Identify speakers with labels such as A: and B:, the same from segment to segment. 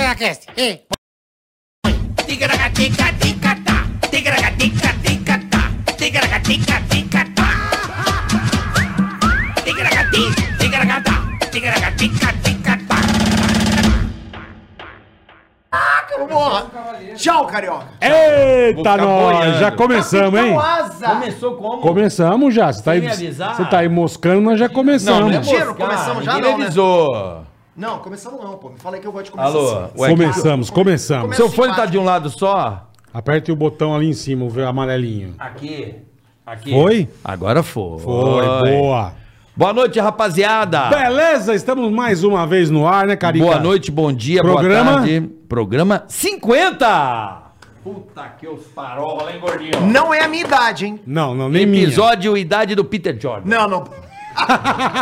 A: Tigracast. Ei.
B: Tchau, carioca.
C: Eita,
D: Vou ficar
C: nós!
D: boiando. Tá
C: Já começamos, hein?
B: Então, asa.
E: Começou como?
C: Começamos já. Você tá, aí,
E: me avisar?
C: você tá aí moscando, nós já
D: Não,
C: começamos.
D: não é
B: Mentira,
E: moscar,
B: começamos já
D: Ninguém
B: não, né?
D: avisou.
B: Não, começamos não, pô. Me falei que eu gosto de começar
E: Alô?
B: assim.
D: Ué,
C: começamos,
B: que-
C: começamos.
B: Come-
D: Seu fone tá de um lado só?
C: Aperte o botão ali em cima, o ver- amarelinho.
E: Aqui. Aqui.
C: Foi?
D: Agora foi.
C: Foi, boa.
D: Boa noite, rapaziada.
C: Beleza, estamos mais uma vez no ar, né, Carica?
D: Ah. Boa noite, bom dia,
C: Programa?
D: boa tarde. Programa 50.
E: Puta que os parola, hein, gordinho?
B: Não é a minha idade, hein?
C: Não, não, nem minha.
D: Episódio Idade do Peter Jordan.
B: Não, não.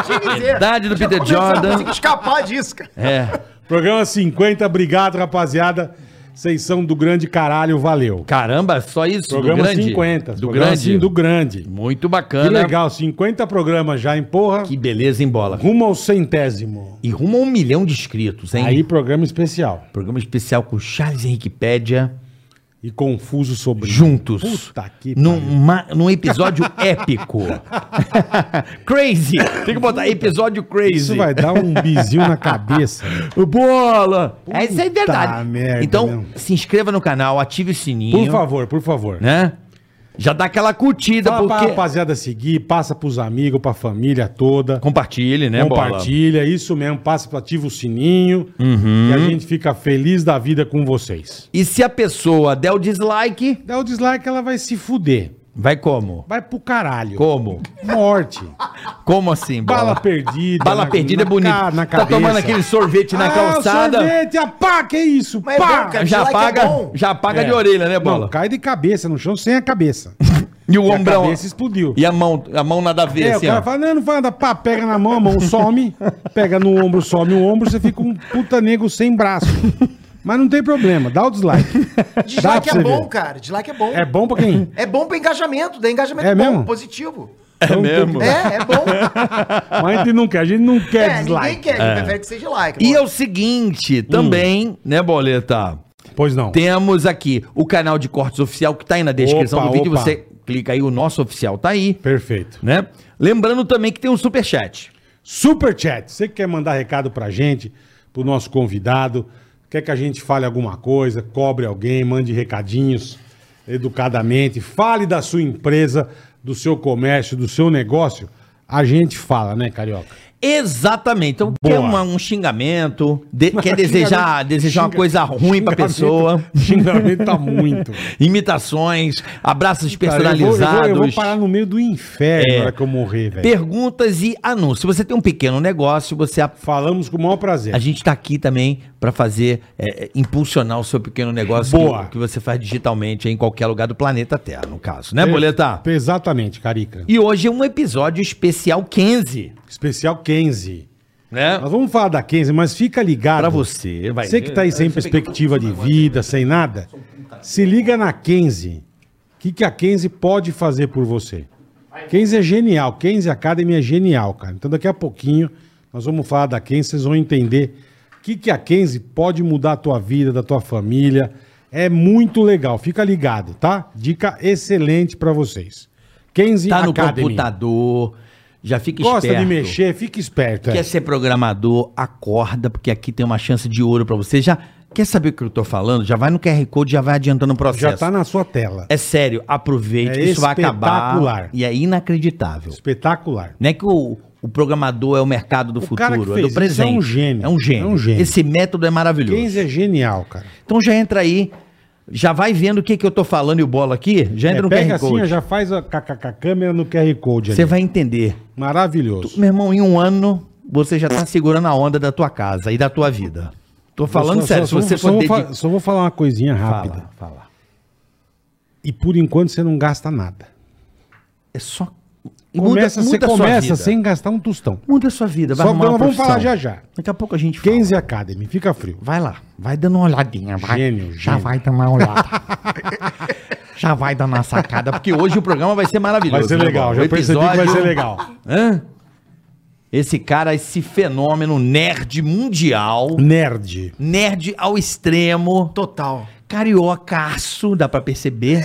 B: Tinha que dizer.
D: Idade do
B: Eu já
D: Peter
B: comecei a
D: Jordan.
B: conseguir escapar disso, cara.
D: É.
C: Programa 50, obrigado, rapaziada. Vocês são do grande caralho, valeu.
D: Caramba, só isso?
C: Programa 50.
D: Do
C: programa,
D: grande?
C: sim, do grande. Que
D: Muito bacana.
C: legal, 50 programas já em porra.
D: Que beleza, em bola.
C: Rumo ao centésimo.
D: E rumo a um milhão de inscritos, hein?
C: Aí, programa especial.
D: Programa especial com Charles Henriquepédia.
C: E confuso sobre.
D: juntos.
C: Puta que
D: num,
C: pariu.
D: ma- num episódio épico. crazy. Tem que botar episódio crazy.
C: Isso vai dar um bizinho na cabeça.
D: Bola! É isso aí,
C: Puta
D: verdade.
C: merda,
D: então,
C: meu.
D: se inscreva no canal, ative o sininho.
C: Por favor, por favor.
D: Né? Já dá aquela curtida,
C: Fala pra
D: porque...
C: rapaziada seguir, passa pros amigos, pra família toda.
D: Compartilhe, né, Bola?
C: compartilha, isso mesmo. Passa, pra- ativa o sininho.
D: Uhum.
C: E a gente fica feliz da vida com vocês.
D: E se a pessoa der o dislike,
C: Dá o dislike, ela vai se fuder.
D: vai como?
C: Vai pro caralho.
D: Como?
C: Morte.
D: Como assim, Bola?
C: Bala perdida.
D: Bala
C: na-
D: perdida é
C: na
D: bonito.
C: ca- na
D: tá tomando
C: cabeça.
D: aquele sorvete na
C: Ah,
D: calçada,
C: o sorvete, ah, pá, que isso?
B: Mas é
C: pá.
B: bom, cara,
D: já
B: dislike é
D: apaga,
B: bom.
D: já apaga
C: É.
D: de orelha, né, Bola?
C: Não, cai de cabeça no chão sem a cabeça.
D: E o
C: E a
D: ombrão.
C: cabeça explodiu.
D: E a mão, a mão nada a ver,
C: É, o
D: assim,
C: cara
D: ó.
C: fala, não, não vai andar, pá, pega na mão, a mão some, pega no ombro, some o ombro, você fica um puta nego sem braço. Mas não tem problema, dá o dislike. Dá
B: Dislike
C: pra
B: é
C: você
B: bom,
C: ver.
B: cara. Dislike é bom.
C: É bom pra quem?
B: É bom pra engajamento, dá engajamento
C: É
B: bom,
C: mesmo?
B: positivo.
C: Então,
D: mesmo?
C: tem
B: É, é bom.
C: que- Mas a gente não quer, a gente não quer
B: é, ninguém
C: dislike.
B: quer, ninguém prefere que seja like.
D: E é
B: lógico.
D: o seguinte,
C: Hum.
D: também, né, Boleta?
C: Pois não.
D: Temos aqui o canal de cortes oficial que tá aí na descrição
C: Opa,
D: do vídeo.
C: opa.
D: Você clica aí, o nosso oficial tá aí,
C: Perfeito.
D: né? Lembrando também que tem um superchat.
C: Superchat, você que quer mandar recado pra gente, pro nosso convidado, quer que a gente fale alguma coisa, cobre alguém, mande recadinhos educadamente, fale da sua empresa, do seu comércio, do seu negócio, a gente fala, né, Carioca?
D: Exatamente. Então,
C: Boa.
D: quer uma- um xingamento, de- quer desejar,
C: Xingamento-
D: desejar uma
C: xinga-
D: coisa ruim pra
C: xingamento-
D: pessoa,
C: Xingamento tá muito.
D: imitações, abraços
C: Cara, eu vou- eu vou-
D: personalizados. É.
C: Eu vou, parar no meio do inferno na hora que eu morrer, velho.
D: Perguntas e anúncios. Se você tem um pequeno negócio, você a-
C: Falamos com o maior prazer.
D: A gente tá aqui também para fazer, é, é, impulsionar o seu pequeno negócio
C: Boa.
D: Que, que você faz digitalmente em qualquer lugar do planeta Terra, no caso, né, Boleta?
C: Exatamente, Carica.
D: E hoje é um episódio especial 15,
C: Especial 15.
D: né?
C: Nós vamos falar da 15, mas fica ligado.
D: Pra você, vai
C: Você que
D: ver.
C: tá aí sem perspectiva de vida, sem nada, se liga na 15. O que, que a 15 pode fazer por você? 15 é genial, 15 Academy é genial, cara. Então daqui a pouquinho nós vamos falar da 15, vocês vão entender o que, que a 15 pode mudar a tua vida, da tua família. É muito legal, fica ligado, tá? Dica excelente pra vocês. 15
D: Tá no
C: Academy.
D: computador, já fica
C: Gosta
D: esperto.
C: de mexer, fica esperto. é.
D: Quer ser programador, acorda, porque aqui tem uma chance de ouro pra você. Já quer saber o que eu tô falando? Já vai no QR Code, já vai adiantando o processo.
C: Já tá na sua tela.
D: É sério, aproveite,
C: É
D: isso vai acabar.
C: espetacular.
D: E é inacreditável.
C: Espetacular.
D: Não é que o, o programador é o mercado do
C: O
D: futuro,
C: cara que
D: é
C: fez
D: do
C: isso
D: presente.
C: é um gênio.
D: É um gênio.
C: É um gênio.
D: Esse método é maravilhoso.
C: 15 é genial, cara.
D: Então já entra aí, já vai vendo o que, que eu tô falando e o bola aqui, já entra
C: É,
D: no
C: pega
D: QR
C: assim,
D: Code.
C: já faz a, ca- ca- ca- câmera no QR Code
D: Você
C: ali.
D: vai entender.
C: Maravilhoso.
D: Meu irmão, em um ano, você já tá segurando a onda da tua casa e da tua vida. Tô falando
C: Só-
D: sério,
C: só,
D: se você
C: só, vou
D: for
C: fa-
D: dedicar-
C: só vou falar uma coisinha rápida.
D: Fala, fala.
C: E por enquanto você não gasta nada.
D: É só... e
C: Começa, você
D: a sua
C: começa
D: vida.
C: sem gastar um tostão.
D: Muda a sua vida, vai
C: Só que
D: arrumar uma
C: nós vamos
D: profissão.
C: falar já já.
D: Daqui a pouco a gente
C: 15 Academy, fica frio.
D: Vai lá, vai dando uma olhadinha, vai.
C: Gênio,
D: Já
C: gênio.
D: vai dar uma olhada. já vai dar uma sacada, porque hoje o programa vai ser maravilhoso.
C: Vai ser
D: né,
C: legal,
D: Bola?
C: já
D: O
C: percebi que vai
D: episódio-
C: ser legal.
D: Hã? Esse cara, esse fenômeno nerd mundial,
C: Nerd.
D: nerd ao extremo,
B: Total.
D: cariocaço, dá pra perceber.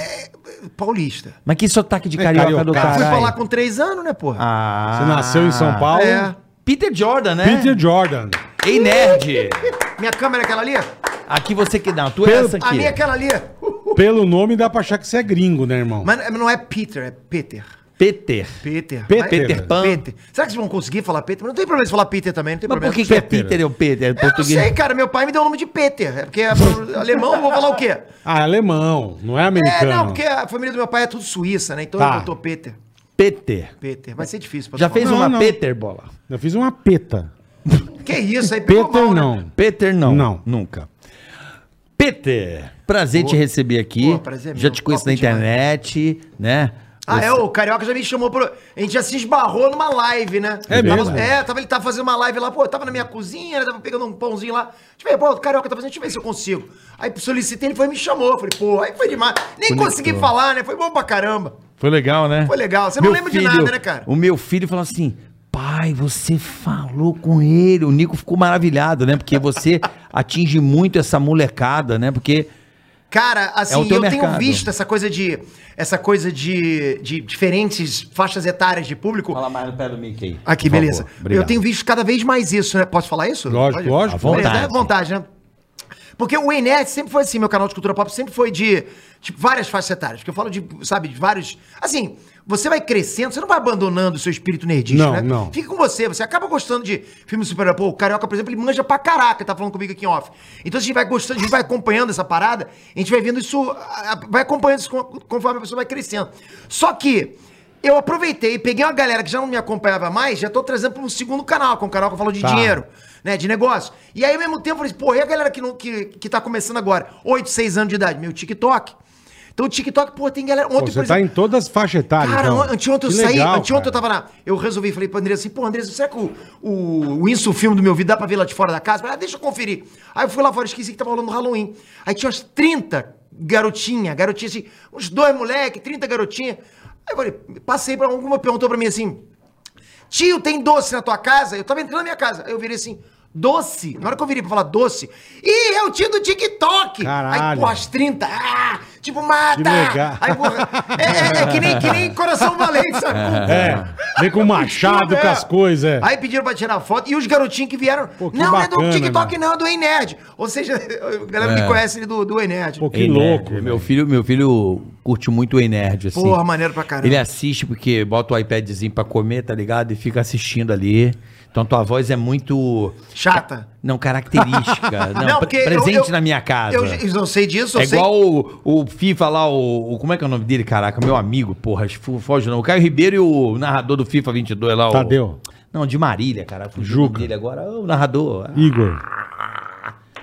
B: Paulista.
D: Mas que sotaque de
C: É
D: carioca do
C: cariocaço.
D: caralho.
B: Fui falar com três anos, né, porra?
D: Ah.
C: Você nasceu em São Paulo?
B: É.
D: Peter Jordan, né?
C: Peter Jordan.
D: Ei, nerd!
B: Minha câmera é aquela ali?
D: Aqui você que dá, tu é
C: Pelo-
D: essa
B: A
D: aqui.
B: minha é aquela ali.
C: Pelo nome dá pra achar que você é gringo, né, irmão?
B: Mas não é Peter, é Peter.
D: Peter.
B: Peter.
C: Peter.
B: Mas-
C: Peter
D: Pan.
B: Peter. Será que vocês vão conseguir falar Peter? Mas não tem problema se falar Peter também, não tem
D: Mas por
B: problema.
D: que, que é
C: Peter.
D: Peter ou Peter? É
B: Eu não
D: português?
B: sei, cara. Meu pai me deu o nome de Peter. É porque é pro- alemão, eu vou falar o quê?
C: Ah, é alemão, não é
B: É,
C: americano.
B: não, porque a família do meu pai é tudo suíça, né? Então
C: Tá.
B: eu botou Peter.
D: Peter.
B: Peter. Vai ser difícil pra
D: Já
B: tu
D: fez
C: Não,
D: uma
C: não.
D: Peter, bola?
C: Eu fiz uma peta.
B: falar. Que isso, aí pegou
C: Peter
B: mal, né?
C: não.
D: Peter não.
C: Não.
D: Nunca. Peter, prazer te receber aqui.
B: Pô, prazer é
D: já
B: meu,
D: te conheço
B: top
D: na
B: demais.
D: internet, né?
B: Ah,
D: Você-
B: é, o Carioca já me chamou pro... A gente já se esbarrou numa live, né?
C: É
B: Tava-
C: mesmo?
B: É, tava, ele tava fazendo uma live lá, pô, eu tava na minha cozinha, né, tava pegando um pãozinho lá. Deixa eu ver, pô, o Carioca tá fazendo, deixa eu ver se eu consigo. Aí solicitei, ele foi e me chamou. Eu Falei, pô, aí foi demais. Nem consegui falar, né? Foi bom pra caramba.
D: Foi legal, né?
B: Foi legal. Você não lembra de nada, né, cara?
D: O meu filho falou assim: pai, você falou com ele. O Nico ficou maravilhado, né? Porque você atinge muito essa molecada, né? Porque.
B: Cara, assim,
D: É o teu
B: eu
D: mercado.
B: tenho visto essa coisa de essa coisa de, de diferentes faixas etárias de público.
E: Fala mais no pé do Mickey.
B: Aqui,
D: Por
B: beleza.
D: favor, obrigado.
B: eu tenho visto cada vez mais isso, né? Posso falar isso?
C: Lógico,
B: Pode?
C: lógico.
D: À vontade.
B: Beleza, é vontade, né? Porque o INS sempre foi assim, meu canal de cultura pop sempre foi de tipo, várias faixas etárias. Porque eu falo de, sabe, de vários. Assim, você vai crescendo, você não vai abandonando o seu espírito nerdista,
C: Não,
B: né?
C: não.
B: Fica com você, você acaba gostando de filmes super Pô, o Carioca, por exemplo, ele manja pra caraca, ele tá falando comigo aqui em off. Então a gente vai gostando, a gente vai acompanhando essa parada, a gente vai vendo isso, a- a- vai acompanhando isso con- conforme a pessoa vai crescendo. Só que eu aproveitei, peguei uma galera que já não me acompanhava mais, já tô trazendo pra um segundo canal, que é um canal que eu falo de
C: Tá.
B: dinheiro, né, de negócio. E aí, ao mesmo tempo, eu falei, porra, e a galera que, não, que, que tá começando agora, 8, 6 anos de idade, meu TikTok. Então o TikTok, pô, tem galera... Ontem,
C: Pô, você tá em todas as faixas etárias.
B: Cara,
C: então.
B: anteontem eu
C: Que
B: saí,
C: legal,
B: anteontem eu
C: cara.
B: tava na. Eu resolvi, falei pra Andressa assim, pô, Andressa, será que o, o, o Insta, o filme do meu vídeo, dá pra ver lá de fora da casa? Falei, ah, deixa eu conferir. Aí eu fui lá fora, esqueci que tava rolando Halloween. Aí tinha umas 30 garotinha, garotinha assim, uns dois moleque, 30 garotinha. Aí eu falei, passei pra alguma, perguntou pra mim assim, tio, tem doce na tua casa? Eu tava entrando na minha casa. Aí eu virei assim, doce? Na hora que eu virei pra falar doce, ih, é o tio do TikTok! Aí,
C: Caralho.
B: pô, as 30, ah, tipo, mata!
C: Que legal.
B: Aí, porra, é, é- é que, nem, que nem coração valente, sabe? Com-
C: É, vem com o machado,
B: É.
C: com as coisas. é.
B: Aí pediram pra tirar foto e os garotinhos que vieram.
C: Pô, que
B: não, não é
C: bacana,
B: do TikTok,
C: né? É.
B: não, é do Ei Nerd. Ou seja, a galera me conhece ele do, do Ei Nerd.
C: Pô, que
D: Ei, nerd.
C: louco.
D: é, Meu filho, meu filho curte muito o Ei Nerd, assim.
B: Porra, maneiro pra caramba.
D: Ele assiste porque bota o iPadzinho pra comer, tá ligado? E fica assistindo ali. Então tua voz é muito.
B: Chata.
D: Não, característica. não, pre-
B: eu-
D: presente
B: eu-
D: na minha casa.
B: Eu, eu não sei disso, eu
D: é
B: sei.
D: igual o, o FIFA lá, o, o- Como é que é o nome dele, caraca? Meu amigo, porra. fu- Foge não. O Caio Ribeiro e o narrador do FIFA 22 lá. o-
C: Tadeu.
D: Não, de Marília, cara. Fugiu o nome
C: Juga.
D: dele agora. O narrador. Ah,
C: Igor.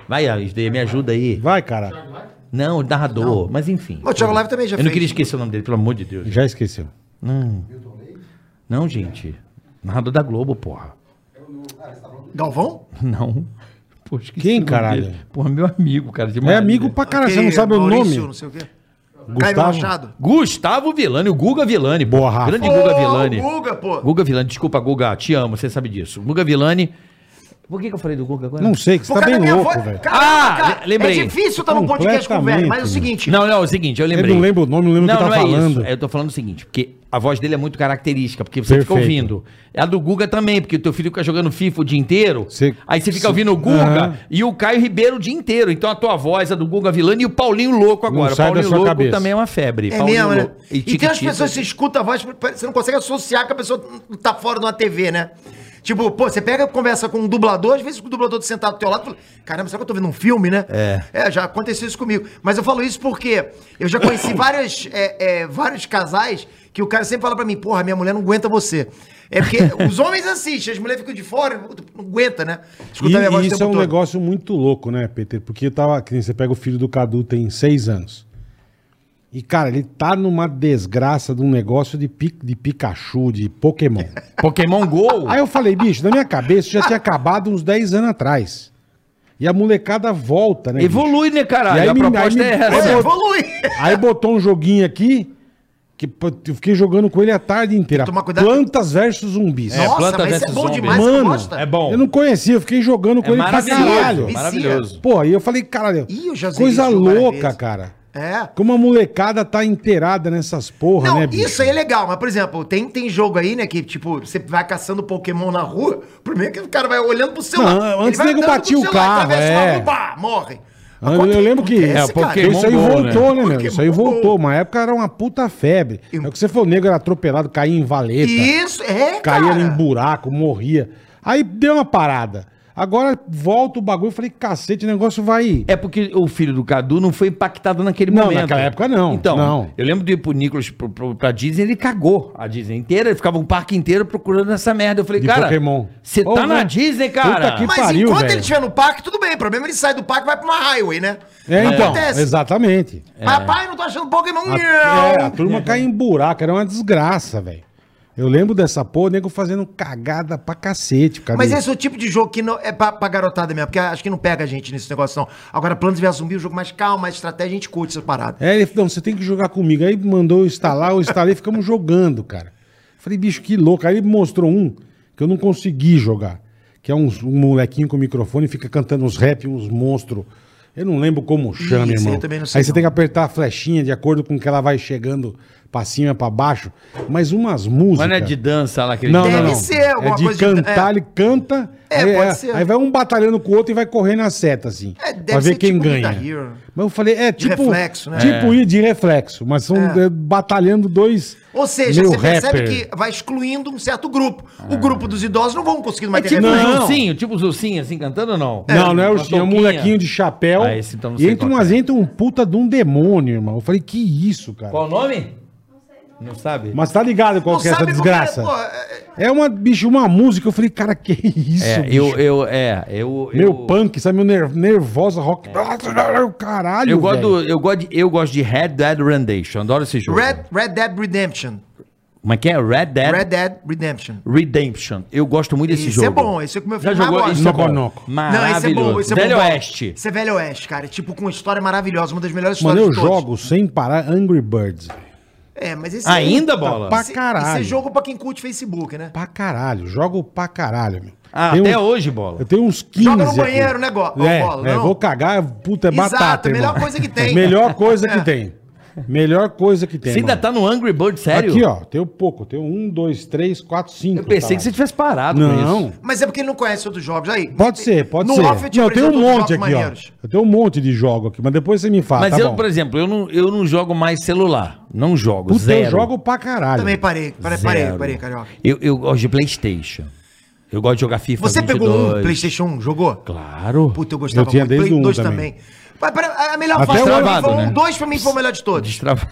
D: Vai, Alisdei, me ajuda aí.
C: Vai, cara.
D: Não, o narrador. Mas enfim.
B: Mas o Thiago Live também já
D: Eu não
B: fez.
D: queria esquecer o nome dele, pelo amor de Deus.
C: Já esqueceu.
D: Não, gente. Narrador da Globo, porra.
B: Galvão?
D: Não. Poxa, esqueci
C: Quem,
D: o nome
C: caralho?
D: dele. Porra, meu amigo, cara. de
C: É
D: Marília.
C: amigo pra caralho, você
B: Aquele
C: não sabe o
B: Maurício,
C: nome.
B: Não sei o quê. Caio
C: Gustavo?
B: Machado.
D: Gustavo Villani, o Guga Villani. pô.
C: Boa, Rafa.
D: Grande Guga
B: Ô,
D: Villani.
B: Guga, pô.
D: Guga Villani, desculpa, Guga, te amo, você sabe disso. Guga Villani. Por que, que eu falei do Guga agora?
C: Não sei, que você
B: Por
C: tá
B: causa da
C: bem
B: minha
C: louco,
B: voz-
C: velho.
B: Caraca,
D: Ah,
B: cara,
D: lembrei.
B: É difícil estar num podcast com velho, mas é o
C: Completamente.
B: seguinte.
D: Não, não, é o seguinte, eu lembrei.
C: Eu não lembro o nome, não lembro o
D: não,
C: que tá
D: não é
C: falando.
D: isso. Eu tô falando o seguinte, porque a voz dele é muito característica, porque você fica
C: Perfeito.
D: ouvindo. É A do Guga também, porque o teu filho fica jogando FIFA o dia inteiro.
C: Você-
D: Aí você fica ouvindo o Guga
C: Aham.
D: e o Caio Ribeiro o dia inteiro. Então a tua voz, a do Guga Vilani e o Paulinho Louco
C: Não
D: agora.
C: sai da
D: Paulinho
C: sua
D: Louco
C: cabeça.
D: também é uma febre.
B: É
D: Paulinho
B: mesmo, né?
D: Louco
B: E, tem
D: Tiquititas.
B: as pessoas que você escuta a voz, você não consegue associar que a pessoa tá fora de uma TV, né? Tipo, pô, você pega e conversa com um dublador, às vezes o dublador tá sentado do teu lado fala, caramba, será que eu tô vendo um filme, né? É. É, já aconteceu isso comigo. Mas eu falo isso porque eu já conheci vários, é, é, vários casais que o cara sempre fala pra mim, porra, minha mulher não aguenta você. É porque os homens assistem, as mulheres ficam de fora, não aguenta, né?
C: E,
B: a minha voz o
C: e isso é
B: tempo
C: um
B: todo.
C: negócio muito louco, né, Peter? Porque eu tava. Que nem você pega o filho do Cadu, tem seis anos. E, cara, ele tá numa desgraça de um negócio de, pi- de Pikachu, de Pokémon.
D: Pokémon GO.
C: Aí eu falei, bicho, na minha cabeça isso já tinha acabado uns 10 anos atrás. E a molecada volta, né? bicho?
D: Evolui, né,
C: E aí
D: caralho? A
C: me- aí
D: proposta
C: me-
D: é
B: Pô,
D: essa.
B: evolui!
C: Aí botou um joguinho aqui Que, pô, eu fiquei jogando com ele a tarde inteira.
B: Tem que tomar cuidado.
C: Plantas versus zumbis.
D: É,
B: Nossa,
D: Planta
B: mas isso é
D: versus
B: bom
D: Zombie.
B: demais, você
C: Mano,
B: gosta?
D: é bom.
C: Eu não conhecia, eu fiquei jogando com
D: É
C: ele pra
D: maravilhoso,
C: caralho.
D: maravilhoso.
C: Pô, aí eu falei, caralho,
B: Ih, eu já zerei
C: coisa
B: isso várias
C: louca,
B: vezes.
C: cara.
B: É.
C: Como a molecada tá inteirada nessas porra,
B: Não,
C: né,
B: isso aí é legal, mas, por exemplo, tem, tem jogo aí, né, que, tipo, você vai caçando Pokémon na rua, primeiro que o cara vai olhando pro celular.
C: Não,
B: ele
C: antes
B: vai
C: nego
B: andando
C: batia
B: pro
C: o carro,
B: atravessa uma
C: é.
B: rua, pá, morre.
C: Ah, Eu, eu lembro que
B: Acontece,
D: é,
B: cara.
D: Pokémon
C: isso aí
D: Go,
C: voltou, né, meu?
B: Pokémon
C: Isso aí
B: Go.
C: voltou. Uma época era uma puta febre. É o que você falou, o nego era atropelado, caía em valeta.
B: Isso, é,
C: caía
B: cara.
C: em buraco, morria. Aí deu uma parada. Agora volta o bagulho e falei, cacete, o negócio vai.
D: É porque o filho do Cadu não foi impactado naquele
C: Não,
D: momento.
C: naquela época não,
D: Então,
C: não.
D: eu lembro de ir pro Nicolas pro, pro, pra Disney, ele cagou a Disney inteira, ele ficava um parque inteiro procurando essa merda. Eu falei,
C: De
D: cara,
C: Pokémon.
D: você
C: Ô,
D: tá na
C: né?
D: Disney, cara.
C: Puta que
B: Mas
C: pariu,
B: enquanto
C: velho.
B: ele estiver no parque, tudo bem. O problema é ele sai do parque e vai pra uma highway, né?
C: É, então,
B: Acontece.
C: exatamente.
B: Papai, não tô achando Pokémon.
C: A,
B: não.
C: é, a turma cai em buraco, era uma desgraça, velho. Eu lembro dessa porra, o nego fazendo cagada pra cacete, cara.
B: Mas esse é o tipo de jogo que não é pra, pra garotada mesmo, porque acho que não pega a gente nesse negócio, não. Agora, Planos vs Zumbi, o jogo mais calmo, mais estratégia, a gente curte essa parada.
C: É, ele falou, não, você tem que jogar comigo. Aí mandou eu instalar, eu instalei, ficamos jogando, cara. Falei, bicho, que louco. Aí ele mostrou um que eu não consegui jogar. Que é uns- um, molequinho com microfone, fica cantando uns rap, uns monstros. Eu não lembro como chama,
B: Ih, esse
C: irmão.
B: eu também não sei
C: aí você
B: não.
C: tem que apertar a flechinha de acordo com que ela vai chegando pra cima, pra baixo. Mas umas músicas...
D: Mas não é de dança lá que ele
C: Não,
D: tem?
C: não, não.
B: ser alguma
C: é de
B: coisa de-
C: cantar,
B: é.
C: ele canta.
B: É,
C: aí,
B: pode
C: é,
B: ser.
C: Aí vai um batalhando com o outro e vai correndo na seta, assim.
B: É, deve
C: pra ver
B: ser
C: quem
B: tipo
C: ganha.
B: Guitar Hero.
C: Mas eu falei, é tipo.
B: reflexo, né?
C: Tipo ir de reflexo. Mas são é, batalhando dois.
B: Ou seja,
C: meio
B: você percebe
C: rapper.
B: que vai excluindo um certo grupo. O grupo dos idosos não vão conseguir
D: É
B: mais
D: tipo
B: televisão.
D: um
C: Não.
D: ursinho, tipo os ursinhos assim cantando ou não?
C: Não, não é
D: Uma
C: ursinho, é um
D: touquinha.
C: molequinho de chapéu.
D: Ah, esse então não
C: e
D: sei
C: entra,
D: qual
C: umas,
D: que é.
C: entra um puta de um demônio, irmão. Eu falei, que isso, cara.
D: Qual o nome? Não sabe?
C: Mas tá ligado qual
B: Não
C: que é essa
B: sabe como é,
C: desgraça?
B: pô, é-
C: É uma, bicho, uma música. Eu falei, cara, que isso,
D: É,
C: bicho.
D: eu, eu, é, eu...
C: Meu
D: eu-
C: punk, sabe? Meu ner- nervosa rock. Caralho,
D: É. Eu gosto,
C: velho.
D: do- eu, gosto de, eu gosto de Red Dead Redemption, adoro esse jogo.
B: Red, Red Dead Redemption.
D: Como é que é? Red Dead
B: Red Dead Redemption.
D: Redemption. Eu gosto muito desse
B: Isso
D: jogo.
B: é bom, esse é o que meu
D: Já
B: filho mais
D: jogou
B: gosta.
D: isso é bom.
C: Noconoco.
B: Não, esse é bom,
D: Maravilhoso.
B: esse é bom.
D: Velho
B: bom.
D: Oeste.
B: Esse é Velho Oeste, cara. Tipo, com uma história maravilhosa, uma das melhores
C: Mano,
B: histórias
C: eu
B: de todos.
C: jogo sem parar Angry Birds.
B: É, mas esse
D: Ainda, Bola?
C: Pra
B: Esse, esse é
C: caralho.
B: jogo pra quem curte Facebook, né?
C: Pra caralho. Jogo pra caralho, meu.
D: Ah,
C: Tem
D: até
C: um-
D: hoje, Bola.
C: Eu tenho uns 15.
B: Joga no
C: aqui.
B: banheiro, né, Go-
C: É,
B: Bola,
C: é,
B: não?
C: vou cagar, puta, é
B: Exato,
C: batata,
B: melhor
C: irmão.
B: coisa que tem.
C: Melhor coisa que
B: É.
C: tem. Melhor coisa que tem.
D: Você ainda
C: mano.
D: tá no Angry Bird, sério?
C: Aqui, ó. Tenho pouco. Tenho um, dois, três, quatro, cinco.
D: Eu pensei
C: caralho.
D: que você tivesse parado com
C: Não.
D: isso.
B: Mas é porque ele não conhece outros jogos. Aí,
C: Pode ser, pode ser.
B: off eu te
C: não, eu tenho um
B: apresento outros
C: monte aqui,
B: jogos maneiros.
C: ó. Eu tenho um monte de jogo aqui, mas depois você me fala,
D: Mas
C: tá
D: eu,
C: bom.
D: por exemplo, eu não, eu não jogo mais celular. Não jogo,
C: Puta,
D: zero.
C: eu jogo pra caralho.
B: Também parei, parei, parei,
D: Zero.
B: parei, carioca.
C: Tá
D: Eu, eu gosto de Playstation. Eu gosto de jogar FIFA
B: Você pegou um
D: 22.
B: PlayStation 1, jogou?
D: Claro.
B: Puta, eu gostava
C: Eu tinha desde
B: Play
C: o um
B: 2
C: também.
B: também. Mas pera, a melhor
C: Até
B: fase pra mim
D: hoje.
B: foi um,
D: né?
B: 2 pra mim foi o melhor de todos.
D: Destrava...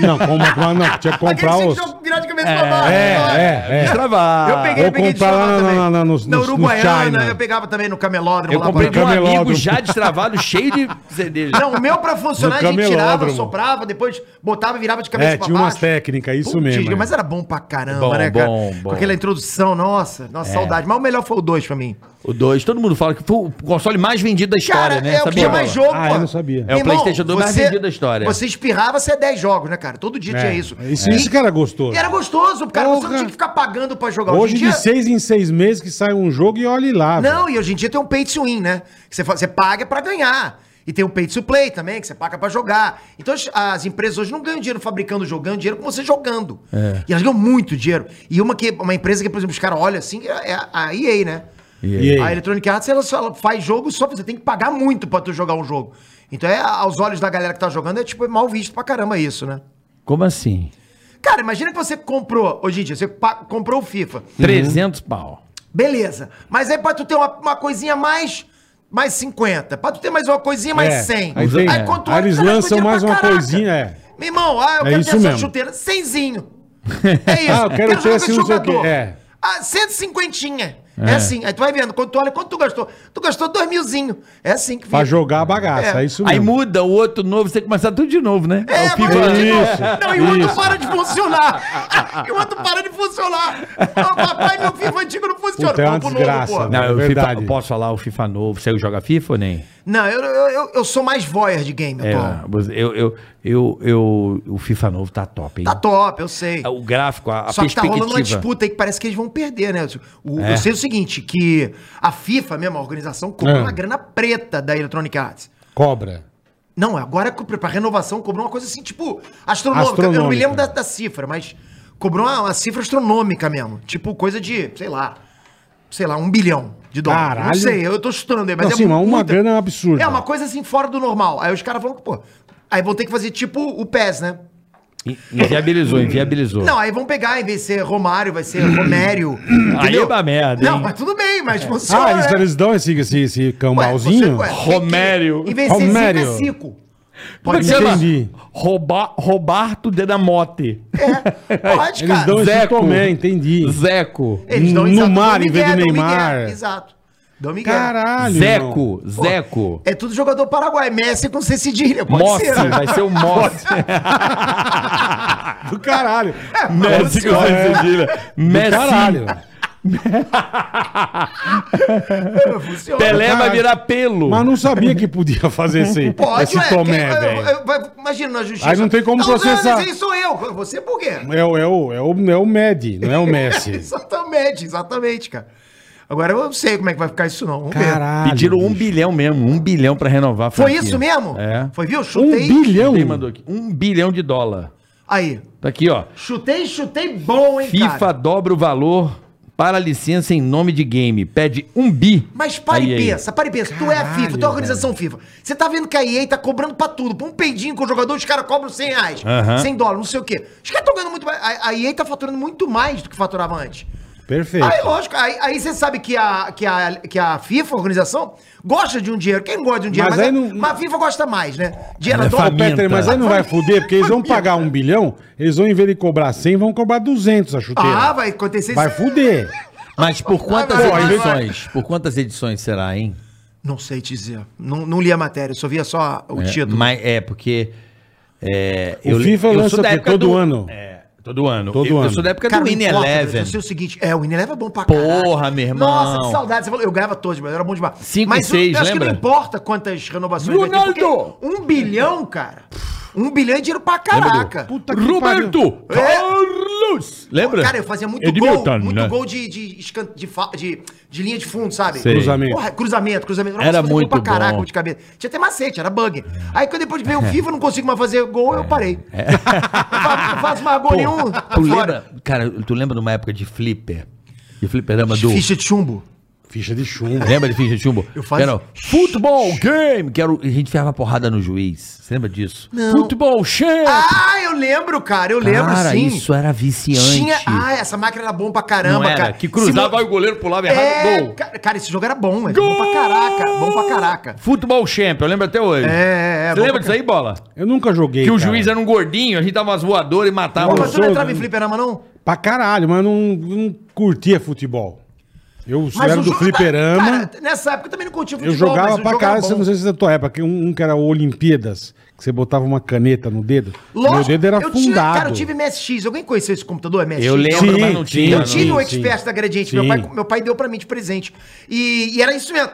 C: Não, comprar, não. Tinha que comprar
B: Aquele
C: os...
B: jogo virar um de cabeça pra baixo.
C: É,
B: olha.
C: é, é.
D: Destravar.
B: Eu peguei,
C: Ou
B: eu peguei de
C: comprar lá
B: chamar
C: na-
B: também.
C: na- na- nos-
B: Na
C: nos- no
B: Uruguaiana,
C: China.
B: eu pegava também no Camelódromo.
D: Eu
B: lá
D: comprei de
B: pra-
D: um amigo
C: Camelódromo.
D: já destravado, cheio de CD. já.
B: Não, o meu pra funcionar,
C: No
B: a gente tirava,
C: camelódromo.
B: soprava, depois botava e virava de cabeça
C: É,
B: pra
C: tinha umas
B: baixo.
C: técnicas, isso
B: Putz,
C: mesmo. é.
B: Mas era bom pra caramba,
D: Bom,
B: né, cara?
D: bom, bom.
B: Com aquela introdução, nossa, nossa
C: É.
B: saudade. Mas o melhor foi o 2 pra mim.
D: O 2, todo mundo fala que foi o console mais vendido da história,
B: Cara,
D: né?
B: é o que tinha mais jogo,
C: Ah,
B: pô.
C: eu não sabia.
D: É o PlayStation dois mais
B: você-
D: vendido da história.
B: Você espirrava, você é 10 jogos, né, cara? Todo dia
C: É,
B: tinha isso.
C: Isso, isso que era gostoso.
B: E era gostoso, cara. Você
C: Porra.
B: não tinha que ficar pagando pra jogar.
C: Hoje,
B: em
C: de seis em seis meses que sai um jogo e olhe lá.
B: Não, e hoje em dia tem um pay to win, né? Que você, fa- você paga pra ganhar. E tem um pay to play também, que você paga pra jogar. Então as, as empresas hoje não ganham dinheiro fabricando, jogando, dinheiro com você jogando.
D: É.
B: E elas ganham muito dinheiro. E uma, que, uma empresa que, por exemplo, os caras olham assim, é a- a EA, né?
C: velho. E aí?
B: A Electronic Arts ela só ela faz jogo só pra você tem que pagar muito pra tu jogar um jogo. Então é aos olhos da galera que tá jogando é tipo mal visto pra caramba isso, né?
D: Como assim?
B: Cara, imagina que você comprou, hoje em dia, você pa- comprou o FIFA.
D: 300 pau.
B: Beleza. Mas aí pra tu ter uma, uma coisinha mais. Mais 50. Pra tu ter mais uma coisinha, mais
C: É,
B: 100.
C: aí tem-
B: quando tu
C: aí
B: olha,
C: eles
B: tu gastou
C: lançam
B: dinheiro
C: mais
B: pra
C: uma
B: caraca.
C: coisinha, é.
B: Meu irmão, ah, eu
C: É
B: quero
C: isso
B: ter essa
C: mesmo.
B: chuteira. 100zinho. É isso.
C: Ah, eu quero ter
B: jogar
C: esse
B: com
C: não sei o
B: jogador.
C: quê, é.
B: Ah, 150. É. assim. Aí tu vai vendo, quando tu olha quanto tu gastou. Tu gastou dois milzinho. É assim que
C: Pra jogar a bagaça, é,
B: É.
C: isso
D: Aí
C: mesmo.
D: muda o outro novo, você tem que começar tudo de novo, né?
B: É,
D: o
B: mas
D: FIFA,
B: de
D: né?
B: novo.
C: Isso,
B: Não, e o outro
C: isso.
B: para de funcionar. E o outro para de funcionar. Ah, papai, meu FIFA antigo não funciona.
C: Puta, é uma
B: Compra um
C: desgraça, né?
D: Não,
C: É
D: eu
C: verdade.
D: FIFA, posso falar o FIFA novo. Você joga FIFA ou nem?
B: Não, eu, eu, eu, eu sou mais voyeur de game,
D: É,
B: Tom.
D: eu, eu, eu, eu, o FIFA novo tá top, hein? É
B: Tá top, eu sei.
D: O gráfico, a, a
B: Só que tá
D: perspectiva. É.
B: rolando uma disputa aí que parece que eles vão perder, né? O, Eu sei o seguinte, que a FIFA mesmo, a organização, cobrou
C: É.
B: uma grana preta da Electronic Arts.
C: Cobra.
B: Não, agora para renovação cobrou uma coisa assim, tipo, astronômica. Eu não me
C: Astronômica.
B: lembro da, da cifra, mas cobrou uma, uma cifra astronômica mesmo. Tipo, coisa de, sei lá, sei lá, um bilhão de dólares.
C: Caralho.
B: Não sei, eu tô chutando aí, mas
C: Não, sim, mas uma grana é um absurdo.
B: É uma coisa assim fora do normal. Aí os caras vão, pô, aí vão ter que fazer tipo o PES, né?
D: In- Inviabilizou,
C: Tipo-
D: inviabilizou.
B: Não, aí vão pegar, em vez de ser Romário, vai ser Romério.
D: Aí é
B: entendeu?
D: uma merda,
B: Não,
D: hein?
B: mas tudo bem, mas funciona.
C: Ah, eles,
B: né?
C: eles dão esse, esse, esse
B: Ué,
C: cambalzinho?
B: você- ué, tem que-
D: Romério.
B: Em vez de ser Zico, é
C: Romério.
B: Zico.
D: Como é
B: Pode
D: que
B: ser.
D: chama?
C: Entendi.
D: Rouba, Roberto Dedamote.
B: É, pode,
C: Eles
B: cara.
C: dão esse
D: Zeco.
C: Tomé, entendi.
D: Zeco.
B: Eles dão
C: No
B: exato,
C: mar,
B: Dom
C: em vez do
B: Miguel, Dom
C: Neymar.
B: Miguel, Exato. Dom Miguel.
C: Caralho. irmão.
D: Zeco. Zeco.
B: É tudo jogador paraguai. Messi com C cedilha. Pode
D: Mossi.
B: ser. né?
D: Vai ser o Mossi.
C: Do caralho.
D: Messi com
C: É.
D: Cedilha. Messi.
C: Caralho.
B: Funciona.
D: Pelé vai
C: Caralho.
D: virar pelo.
C: Mas não sabia que podia fazer esse,
B: Pode,
C: esse
B: ué.
C: Tomé,
B: Quem-
C: velho.
B: eu- eu- vai- Imagina na justiça.
C: Aí não tem como
B: Não,
C: processar.
B: Não, sou eu. Você por quê?
C: É o, é, o, é, o, é o Med, não é o Messi.
B: exatamente, exatamente, cara. Agora eu não sei como é que vai ficar isso, não. Vamos ver.
C: Caralho.
D: Pediram um
C: bicho.
D: bilhão mesmo. Um bilhão pra renovar a
B: Foi
D: franquia.
B: isso mesmo?
D: É.
B: Foi, viu?
C: Um
B: Chutei.
C: bilhão?
D: Quem mandou aqui? Um bilhão de dólar.
B: Aí.
D: Tá aqui, ó.
B: Chutei, chutei bom, hein,
D: FIFA
B: cara.
D: dobra o valor para a licença em nome de game. Pede um bi.
B: Mas para
D: Aí,
B: e
D: aí.
B: pensa, para e pensa. Tu é a
C: Caralho,
B: FIFA, tu é a organização FIFA. Você tá vendo que a EA tá cobrando pra tudo. Pra um peidinho com o jogador, os caras cobram 100 reais,
D: Aham.
B: 100 dólares, não sei o quê. Os caras tão ganhando muito mais. A, a EA tá faturando muito mais do que faturava antes.
C: Perfeito.
B: Aí, lógico, aí, aí você sabe que a, que, a, que a FIFA, a organização, gosta de um dinheiro. Quem não gosta de um dinheiro?
C: Mas
B: Mas,
C: aí
B: a,
C: não-
B: mas a FIFA gosta mais, né? Dinheiro
D: Ela é
B: dobra-
C: Ô, Peter, mas aí não vai fuder, porque eles vão pagar um bilhão, eles vão, em vez de cobrar 100, vão cobrar 200 a chuteira.
B: Ah, vai acontecer
C: Vai fuder.
D: Mas por quantas
B: Vai, vai, vai.
D: edições? Por quantas edições será, hein?
B: Não sei te dizer. Não, não li a matéria, só via só o
D: É,
B: título.
D: mas é porque. é,
C: O FIFA
D: sou
C: lança
D: da
C: o quê?
D: época
C: todo
D: do-
C: ano.
D: É, todo ano.
C: Todo
D: eu, eu
C: ano.
D: sou da época do
B: não
D: Win
B: importa, Eu
D: Eleven.
B: sei o seguinte, é, o In Eleven é bom pra caralho.
D: Porra, meu irmão.
B: Nossa, que saudade. Você falou, eu ganhava todos, mas era bom demais.
D: Cinco
B: mas
D: e seis,
B: eu, acho que
D: lembra?
B: não importa quantas renovações
D: Ronaldo!
B: porque um bilhão, cara. Um bilhão é dinheiro pra caraca.
C: Puta que pariu.
D: Carlos! Lembra?
B: É. Cara, eu fazia muito
D: Edmilton,
B: gol, muito
D: né?
B: gol de, de, escan- de, fa- de- de linha de fundo, sabe?
D: Sei.
C: Cruzamento.
B: Porra, cruzamento, cruzamento.
D: Era
B: eu fazia gol
D: muito
B: pra caraca,
D: bom. É.
B: gol de cabeça. Tinha até macete, era bug. Aí quando depois veio o FIFA, eu não consigo mais fazer gol, eu parei. Não faço- não faço mais gol nenhum.
D: É. Tu lembra, cara, tu lembra de uma época de flipper? De fliperama do...
B: Ficha de chumbo.
C: Ficha de chumbo.
D: Lembra de ficha de chumbo?
B: Eu fazia-
D: Era futebol game, que era, o- a gente ferrava porrada no juiz. Você lembra disso?
B: Não.
D: Futebol cheio!
B: Ah, eu lembro, cara, eu lembro
D: cara,
B: sim.
D: isso era viciante.
B: Tinha. Ah, essa máquina era bom pra caramba,
D: Não era,
B: cara.
D: que cruzava
B: Se
D: e o goleiro pulava
B: mo-
D: errado,
B: é,
D: gol.
B: ca- Cara, esse jogo era bom, era bom pra caraca. Bom pra caraca.
D: Futebol champion, eu lembro até hoje.
B: É, é, é,
D: Você
B: bom
D: lembra
B: pra
D: disso aí, Bola?
C: Eu nunca joguei.
D: Que o
C: cara.
D: juiz era um gordinho, a gente dava umas voadoras e matava.
B: Pô,
C: Nossa.
B: mas tu não
C: sou-
B: entrava em fliperama, não?
C: Pra caralho, mas eu não, não curtia futebol. Eu
B: Mas
C: era
B: o
C: do
B: jogo- tá-
C: fliperama.
B: Cara, nessa época eu também não curtia
C: eu
B: futebol, mas
C: jogava
B: o
C: pra
B: jogo
C: caralho,
B: era
C: você
B: bom.
C: não sei se é da tua época, que um, um que era Olimpíadas, que você botava uma caneta no dedo.
B: Lógico,
C: meu dedo era
B: eu tive-
C: fundado.
B: cara, eu tive MSX. Alguém conheceu esse computador, MSX?
D: Eu lembro,
C: Sim,
D: mas não tinha.
C: sim,
B: Eu
D: não.
B: tive
C: sim.
B: o Expert da Gradiente. Meu
C: Sim.
B: pai, meu pai deu pra mim de presente. E, e era isso mesmo.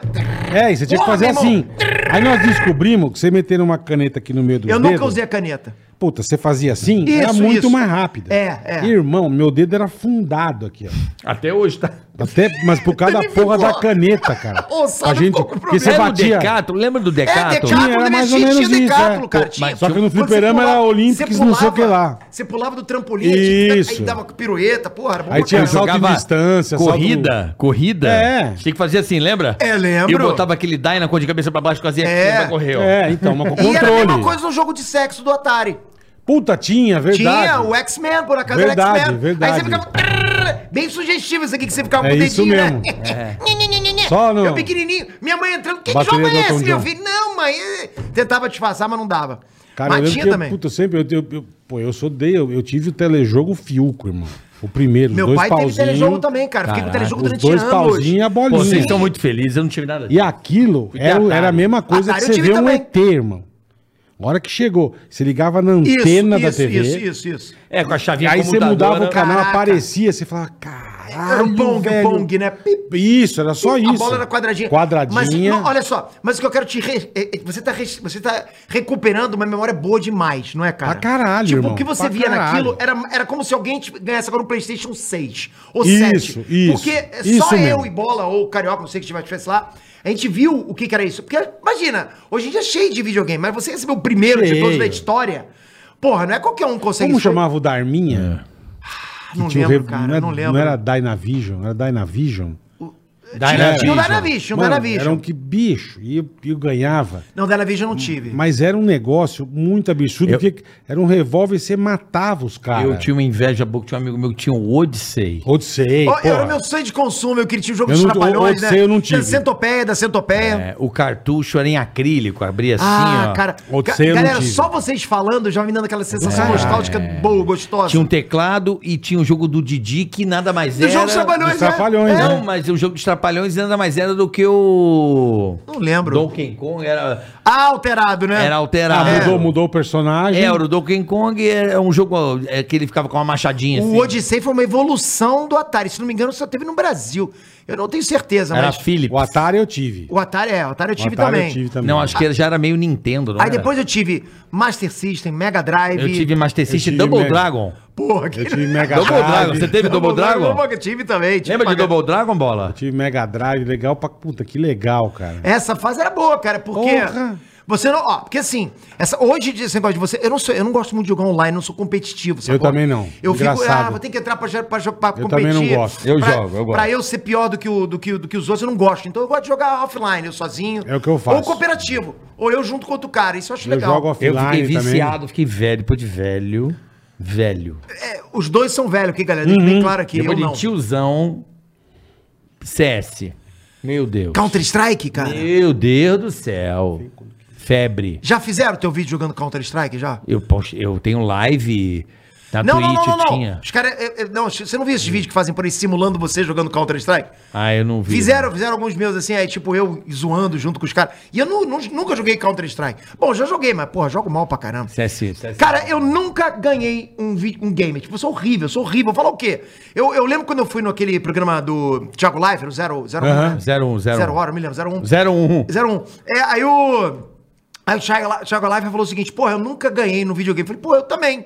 C: É, e você tinha que
B: Porra,
C: fazer
B: meu irmão.
C: assim. Aí nós descobrimos que você metendo uma caneta aqui no meio do
B: Eu
C: dedo...
B: nunca usei a caneta.
C: Puta, você fazia assim,
B: Isso,
C: era muito
B: isso.
C: mais rápido.
B: É, é.
C: Irmão, meu dedo era fundado aqui, ó.
D: Até hoje tá.
C: Até, mas por causa da
B: Ele
C: porra
B: ficou-
C: da caneta, cara.
B: Ô, sabe
C: a gente,
B: qual que é o
C: porque você
D: Era o
C: batia.
D: Decathlon, lembra do Decathlon?
B: É, Decathlon,
C: Sim, Tá, era
B: também
C: mais ou
B: tinha-
C: menos
B: tinha
C: isso,
B: Decathlon,
C: é.
B: cara.
D: Pô,
B: tinha.
D: mas só que
C: no
B: Quando você
C: fliperama
B: pulava-
C: era Olympics,
B: você
C: não sei o que
B: pulava-
C: lá.
B: Você pulava do trampolim, tinha que-
C: Isso.
B: aí dava com pirueta, porra, era bom
C: Aí
B: pra
C: tinha
B: caramba.
C: salto de distância, salto-
D: corrida, corrida.
C: É.
D: Tinha que fazer assim, lembra?
B: É, lembro.
D: Eu botava aquele Dyna com de cabeça pra baixo, fazia
B: É.
D: assim, correu.
C: É, então, mas com
B: E era a mesma
C: controle.
B: coisa no jogo de sexo do Atari.
C: Puta, tinha, verdade.
B: Tinha o X-Men, por acaso
C: Verdade,
B: era X-Men.
C: verdade.
B: Aí você ficava. trrr, Bem sugestivo isso aqui que você ficava
C: É isso mesmo.
B: né? Nhenhenhenhenhen.
C: Só no-
B: Eu pequenininho, minha mãe entrando. Que
C: Bateria
B: jogo
C: do
B: é
C: Elton
B: esse, meu
C: John.
B: filho? Não, mãe. eh. Tentava disfarçar, mas não dava.
C: Cara, eu
B: mas
C: lembro
B: tinha
C: que eu-
B: também.
C: Puta, eu sempre. Eu, eu, eu- pô, eu sou de. Eu, eu tive o telejogo Fiuco, irmão. O primeiro, os
B: Meu
C: dois
B: pai teve
C: pauzinhos.
B: telejogo também, cara. Fiquei com
D: Caraca,
B: telejogo
C: Os
B: durante
C: dois
B: anos.
C: pauzinhos e a
D: Pô,
C: bolinha.
D: vocês estão muito felizes, eu não tive nada
C: E aquilo
D: Fui ter
C: era,
D: Atari.
C: era a mesma coisa
B: Atari
C: que
B: eu
C: você
B: tive
C: vê um
B: também.
C: ET, irmão. A hora que chegou, você ligava na antena da TV.
B: Isso, isso, isso.
D: É, com a chavinha
C: Aí você
D: computadora.
C: mudava o canal,
B: Caraca.
C: aparecia, você falava,
B: Era
C: caralho,
B: um pong,
C: velho.
B: um pong, né? Pip.
C: Isso, era só isso.
B: A bola era quadradinha. Mas,
C: Quadradinha.
B: não, olha só, mas o que eu quero te. re- é, é, Você tá, res- você tá recuperando uma memória boa demais, não é, cara?
C: Pra caralho,
B: Tipo,
C: irmão,
B: o que você
C: pra
B: via
C: caralho.
B: naquilo era, era como se alguém te ganhasse agora um PlayStation 6 ou
C: Isso,
B: 7.
C: isso,
B: Porque é
C: isso
B: só
C: mesmo.
B: eu e Bola ou Carioca, não sei que estivesse lá. A gente viu o que, que era isso. Porque, imagina, hoje em dia é cheio de videogame, mas você recebeu o primeiro de todos
C: Cheio.
B: da história. Porra, não é qualquer um que consegue.
C: Como
B: isso.
C: chamava o Darminha?
D: É.
B: Ah, Não
C: Que tinha um
B: lembro,
C: re-
B: cara,
C: não, era-
B: não lembro.
C: Não era Dynavision, era Dynavision.
D: Ah,
B: Tinha- tinha o
D: Dynavision.
B: Dynavision, o
C: Mano,
B: Dynavision.
C: Era um que bicho, e eu, eu ganhava.
B: Não, Dynavision eu não tive.
C: Mas era um negócio muito absurdo,
D: Eu-
C: porque era um revólver e você matava os caras.
D: Eu tinha uma inveja boa, que tinha um amigo meu que tinha um Odyssey.
C: Odyssey,
B: Ó,
C: porra.
B: era o meu sonho de consumo, eu queria tinha o jogo
C: Eu
B: dos
C: não-
B: trapalhões,
C: eu- eu
B: né?
C: sei, eu não tive.
B: Da centopeia, da centopeia.
D: É, o cartucho era em acrílico, abria assim,
B: Ah,
D: ó.
B: cara.
C: Outro
B: Ga-
C: sei, eu não
B: galera,
C: tive.
B: só vocês falando já me dando aquela sensação
C: É.
B: nostálgica boa, gostosa.
D: Tinha um teclado e tinha o jogo do Didi, que nada mais
B: Do
D: era...
B: jogo dos Trapalhões,
C: dos
B: né?
C: Trapalhões,
B: É,
C: né?
D: Não, mas o jogo dos Trapalhões nada mais era do que o...
B: Não lembro.
D: Donkey Kong era,
B: Ah, alterado, né?
D: era
C: Ah,
D: alterado.
C: mudou, mudou o personagem.
D: É, o Donkey Kong era um jogo ó, é, que ele ficava com uma machadinha assim.
B: O Odyssey foi uma evolução do Atari. Se não me engano, só teve no Brasil. Eu não tenho certeza,
D: Era
B: mas.
D: Philips.
C: O Atari eu tive.
B: O Atari é, o Atari eu tive
C: O Atari
B: também.
C: eu tive também.
D: Não, acho que já era meio Nintendo, não
B: Aí
D: era?
B: depois eu tive Master System, Mega Drive.
D: Eu tive Master System
C: tive
D: Double
C: Mega-
D: Dragon.
B: Porra, que.
C: Eu tive Mega
D: Double Dragon,
C: Drive.
D: você teve Double Dragon?
B: Eu tive também. tive
D: Lembra de
B: pra-
D: Double Dragon, Bola?
C: Tive Mega Drive, legal pra puta, que legal, cara.
B: Essa fase era boa, cara, porque
C: Porra.
B: você não, ó, porque assim, essa hoje em dia, esse negócio de você, eu não sou, eu não gosto muito de jogar online, não sou competitivo,
C: Eu também não.
B: Eu fico,
C: Engraçado.
B: ah, vou ter que entrar pra, jo- pra, jo- pra
C: Eu também não gosto.
D: Eu
B: pra-
D: jogo, eu gosto.
B: Pra eu ser pior do que, o, do, que, o- do que os outros, eu não gosto. Então eu gosto de jogar offline, eu sozinho.
C: É o que eu faço.
B: Ou cooperativo, ou eu junto com outro cara, isso eu acho
C: Eu
B: legal.
C: jogo
D: Eu
C: offline
D: fiquei
C: também.
D: viciado, fiquei velho, depois de velho. Velho.
B: É, os dois são velhos aqui, galera, deixa
C: Uhum.
B: bem claro aqui, eu
D: depois de
B: não.
D: tiozão. CS. Meu Deus.
B: Counter Strike, cara.
D: Meu Deus do céu. Febre.
B: Já fizeram teu vídeo jogando Counter Strike já?
D: Eu, posto- eu tenho live na
B: Não,
D: Twitch,
B: não, não, não,
D: eu
B: não.
D: tinha.
B: Os caras. eu- eu- Não, você não viu esses vídeos que fazem por aí simulando você jogando Counter-Strike?
D: Ah, eu não vi.
B: Fizeram, fizeram alguns meus assim, aí tipo eu zoando junto com os caras. E eu nu- nu- nunca joguei Counter-Strike. Bom, já joguei, mas porra, jogo mal pra caramba.
D: CS. CS.
B: Cara, eu nunca ganhei um, vi- um game. Tipo, eu sou horrível, eu sou horrível. Falar o quê? Eu, eu lembro quando eu fui no aquele programa do Thiago Leifert, o zero, zero, um,
C: Aham,
B: né?
D: zero um, zero
B: Zero
D: um.
B: hora, eu me lembro, zero um.
D: 01.
B: 01. É, aí o. Aí o Thiago La- Thiago Live falou o seguinte: porra, eu nunca ganhei no videogame. Eu falei, pô, eu também.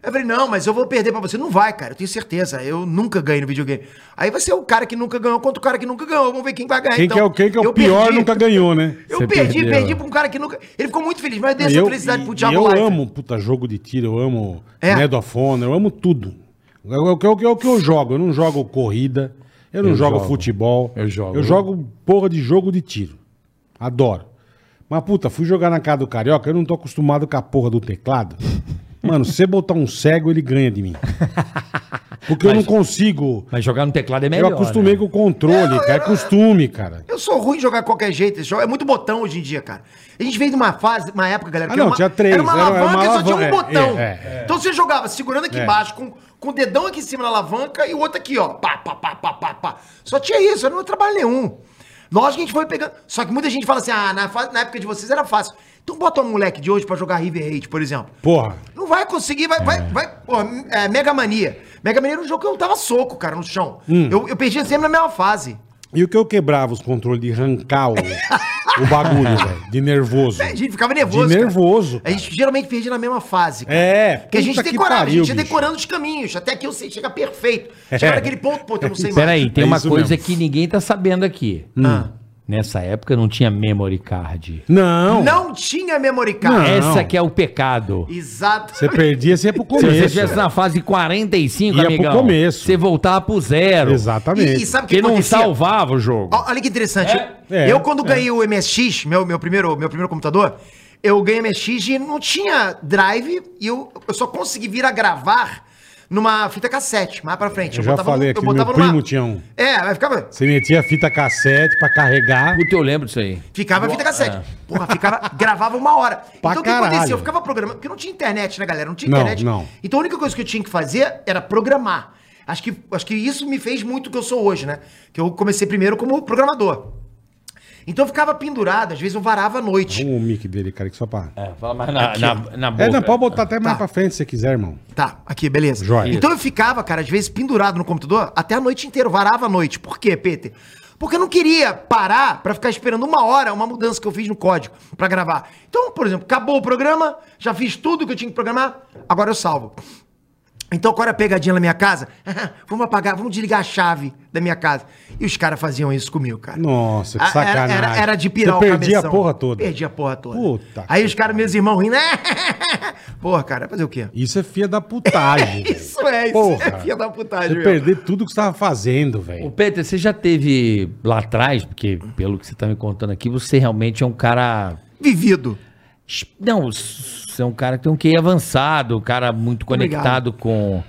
B: Eu falei, não, mas eu vou perder pra você. Não vai, cara, eu tenho certeza. Eu nunca ganhei no videogame. Aí vai ser o cara que nunca ganhou contra o cara que nunca ganhou. Vamos ver quem vai ganhar. então.
C: Quem que é o, quem que é o
B: Eu
C: pior
B: perdi.
C: nunca ganhou, né?
B: Eu
D: Você
B: perdi,
D: perdeu.
B: perdi pra um cara que nunca. Ele ficou muito feliz, mas eu dei
C: E
B: essa
C: eu,
B: felicidade
C: e-
B: pro
C: e
B: Thiago
C: eu
B: Leifert.
C: amo, puta, jogo de tiro, eu amo
B: É.
C: Nedofone, eu amo tudo. É o que é o que- é o que eu jogo, eu não jogo corrida, eu não
D: Eu
C: jogo,
D: jogo.
C: futebol.
D: Eu jogo.
C: Eu jogo porra de jogo de tiro. Adoro. Mas, puta, fui jogar na casa do Carioca, eu não tô acostumado com a porra do teclado. Mano, se você botar um cego, ele ganha de mim. Porque eu não consigo.
D: Mas jogar no teclado é melhor.
C: Eu acostumei
D: né?
C: com o controle, cara. É costume, cara.
B: Eu sou ruim de jogar de qualquer jeito esse jogo. É muito botão hoje em dia, cara. A gente veio de uma fase, uma época, galera,
C: Ah, não,
B: era uma,
C: tinha três,
B: Era uma
C: era- era
B: alavanca
C: uma
B: e só tinha um
C: alavan- é,
B: botão.
C: é, é, é.
B: Então você jogava segurando aqui
C: É.
B: embaixo, com, com o dedão aqui em cima na alavanca e o outro aqui, ó. Pá, pá, pá, pá, pá, pá. Só tinha isso, era não trabalho nenhum. Lógico que a gente foi pegando. Só que muita gente fala assim, ah, na, fa- na época de vocês era fácil. Então bota um moleque de hoje pra jogar River Raid, por exemplo.
C: Porra.
B: Não vai conseguir, vai, vai, vai. Pô, é, Mega Mania. Mega Mania era um jogo que eu dava soco, cara, no chão.
C: Hum.
B: Eu, eu perdia sempre na mesma fase.
C: E o que eu quebrava os controles de arrancar o, o bagulho, velho? De nervoso.
B: É, A gente ficava nervoso.
C: De
B: cara.
C: nervoso,
B: A gente geralmente perdia na mesma fase. cara.
C: É,
B: Porque a gente
C: puta que
B: decorava,
C: pariu,
B: a gente ia
C: bicho.
B: decorando os caminhos. Até aqui eu sei, chega perfeito. Chega naquele ponto, pô, eu não sei mais.
D: Peraí, tem
C: É
D: uma
C: isso
D: coisa
C: mesmo. Hum.
D: que ninguém tá sabendo aqui.
B: Ah.
D: Nessa época não tinha memory card.
C: Não.
B: Não tinha memory card.
D: Essa que é o pecado.
B: Exato.
C: Você perdia, você ia pro
D: Se
C: começo.
D: você estivesse na fase 45,
C: é. Ia pro
D: amigão,
C: começo.
D: você voltava pro zero.
C: Exatamente.
B: E, e sabe o que
D: Porque não
B: acontecia?
D: salvava o jogo.
B: Ó, Olha que interessante.
C: É,
B: eu, quando ganhei o MSX, meu, meu, primeiro, meu primeiro computador, eu ganhei MSX e não tinha drive e eu, eu só consegui vir a gravar numa fita cassete, mais pra frente.
C: Eu já falei aqui, meu primo tinha um.
B: É, mas ficava,
C: Você metia a fita cassete pra carregar.
D: Puta, eu lembro disso aí.
B: Ficava a fita cassete. Porra, ficava, gravava uma hora.
C: Pra
B: então o que acontecia?
C: caralho.
B: Eu ficava programando, porque não tinha internet, né, galera? Não tinha
C: Não,
B: internet.
C: não.
B: Então a única coisa que eu tinha que fazer era programar. Acho que, acho que isso me fez muito o que eu sou hoje, né? Que eu comecei primeiro como programador. Então eu ficava pendurado, às vezes eu varava à noite.
C: Arruma o mic dele, cara, que só pra...
D: Tá
E: É, fala mais na, na, na boca.
C: É, não, pode botar até
B: Tá.
C: mais pra frente se quiser, irmão.
B: Tá, aqui, beleza.
C: Joia.
B: Então eu ficava, cara, às vezes pendurado no computador até a noite inteira, eu varava a noite. Por quê, Peter? Porque eu não queria parar pra ficar esperando uma hora uma mudança que eu fiz no código pra gravar. Então, por exemplo, acabou o programa, já fiz tudo que eu tinha que programar, agora eu salvo. Então, qual era a pegadinha na minha casa? vamos apagar, vamos desligar a chave da minha casa. E os caras faziam isso comigo, cara.
C: Nossa, que
B: Ah, era-
C: sacanagem.
B: Era, era de pirar
C: Você
B: o
C: perdia
B: cabeção.
C: a porra toda.
B: Perdi a porra toda.
C: Puta
B: Aí
C: que
B: os caras, meus irmãos rindo, né? porra, cara, fazer o quê?
C: Isso é filha da putagem. velho.
B: Isso é, isso
C: Porra.
B: é filha da
C: Você
B: putagem. meu.
C: perder tudo que você tava fazendo,
D: Ô,
C: velho.
D: Peter, você já teve lá atrás, porque pelo que você tá me contando aqui, você realmente é um cara.
B: Vivido.
D: es- Não, você é um cara que tem um QI avançado, um cara muito conectado com,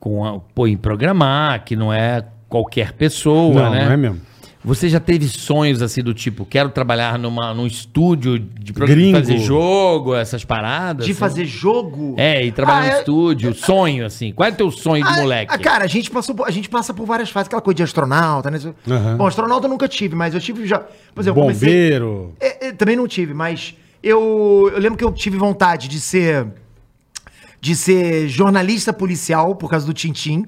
D: com a, pô, em programar, que não é qualquer pessoa,
C: Não,
D: né?
C: não é mesmo.
D: Você já teve sonhos assim do tipo, quero trabalhar numa, num estúdio de pro-
C: Gringo.
D: fazer jogo, essas paradas?
B: De
D: assim?
B: fazer jogo.
D: É, e trabalhar
B: Ah,
D: no
B: é-
D: estúdio, sonho, assim. Qual é o teu sonho de
B: Ah,
D: moleque?
B: ah, cara, a gente, passou, por- a gente passa por várias fases, aquela coisa de astronauta, né?
C: Aham.
B: Bom, astronauta eu nunca tive, mas eu tive já. Por exemplo, eu comecei.
C: Bombeiro.
B: É, é, também não tive, mas eu, eu lembro que eu tive vontade de ser. de ser jornalista policial por causa do Tintim.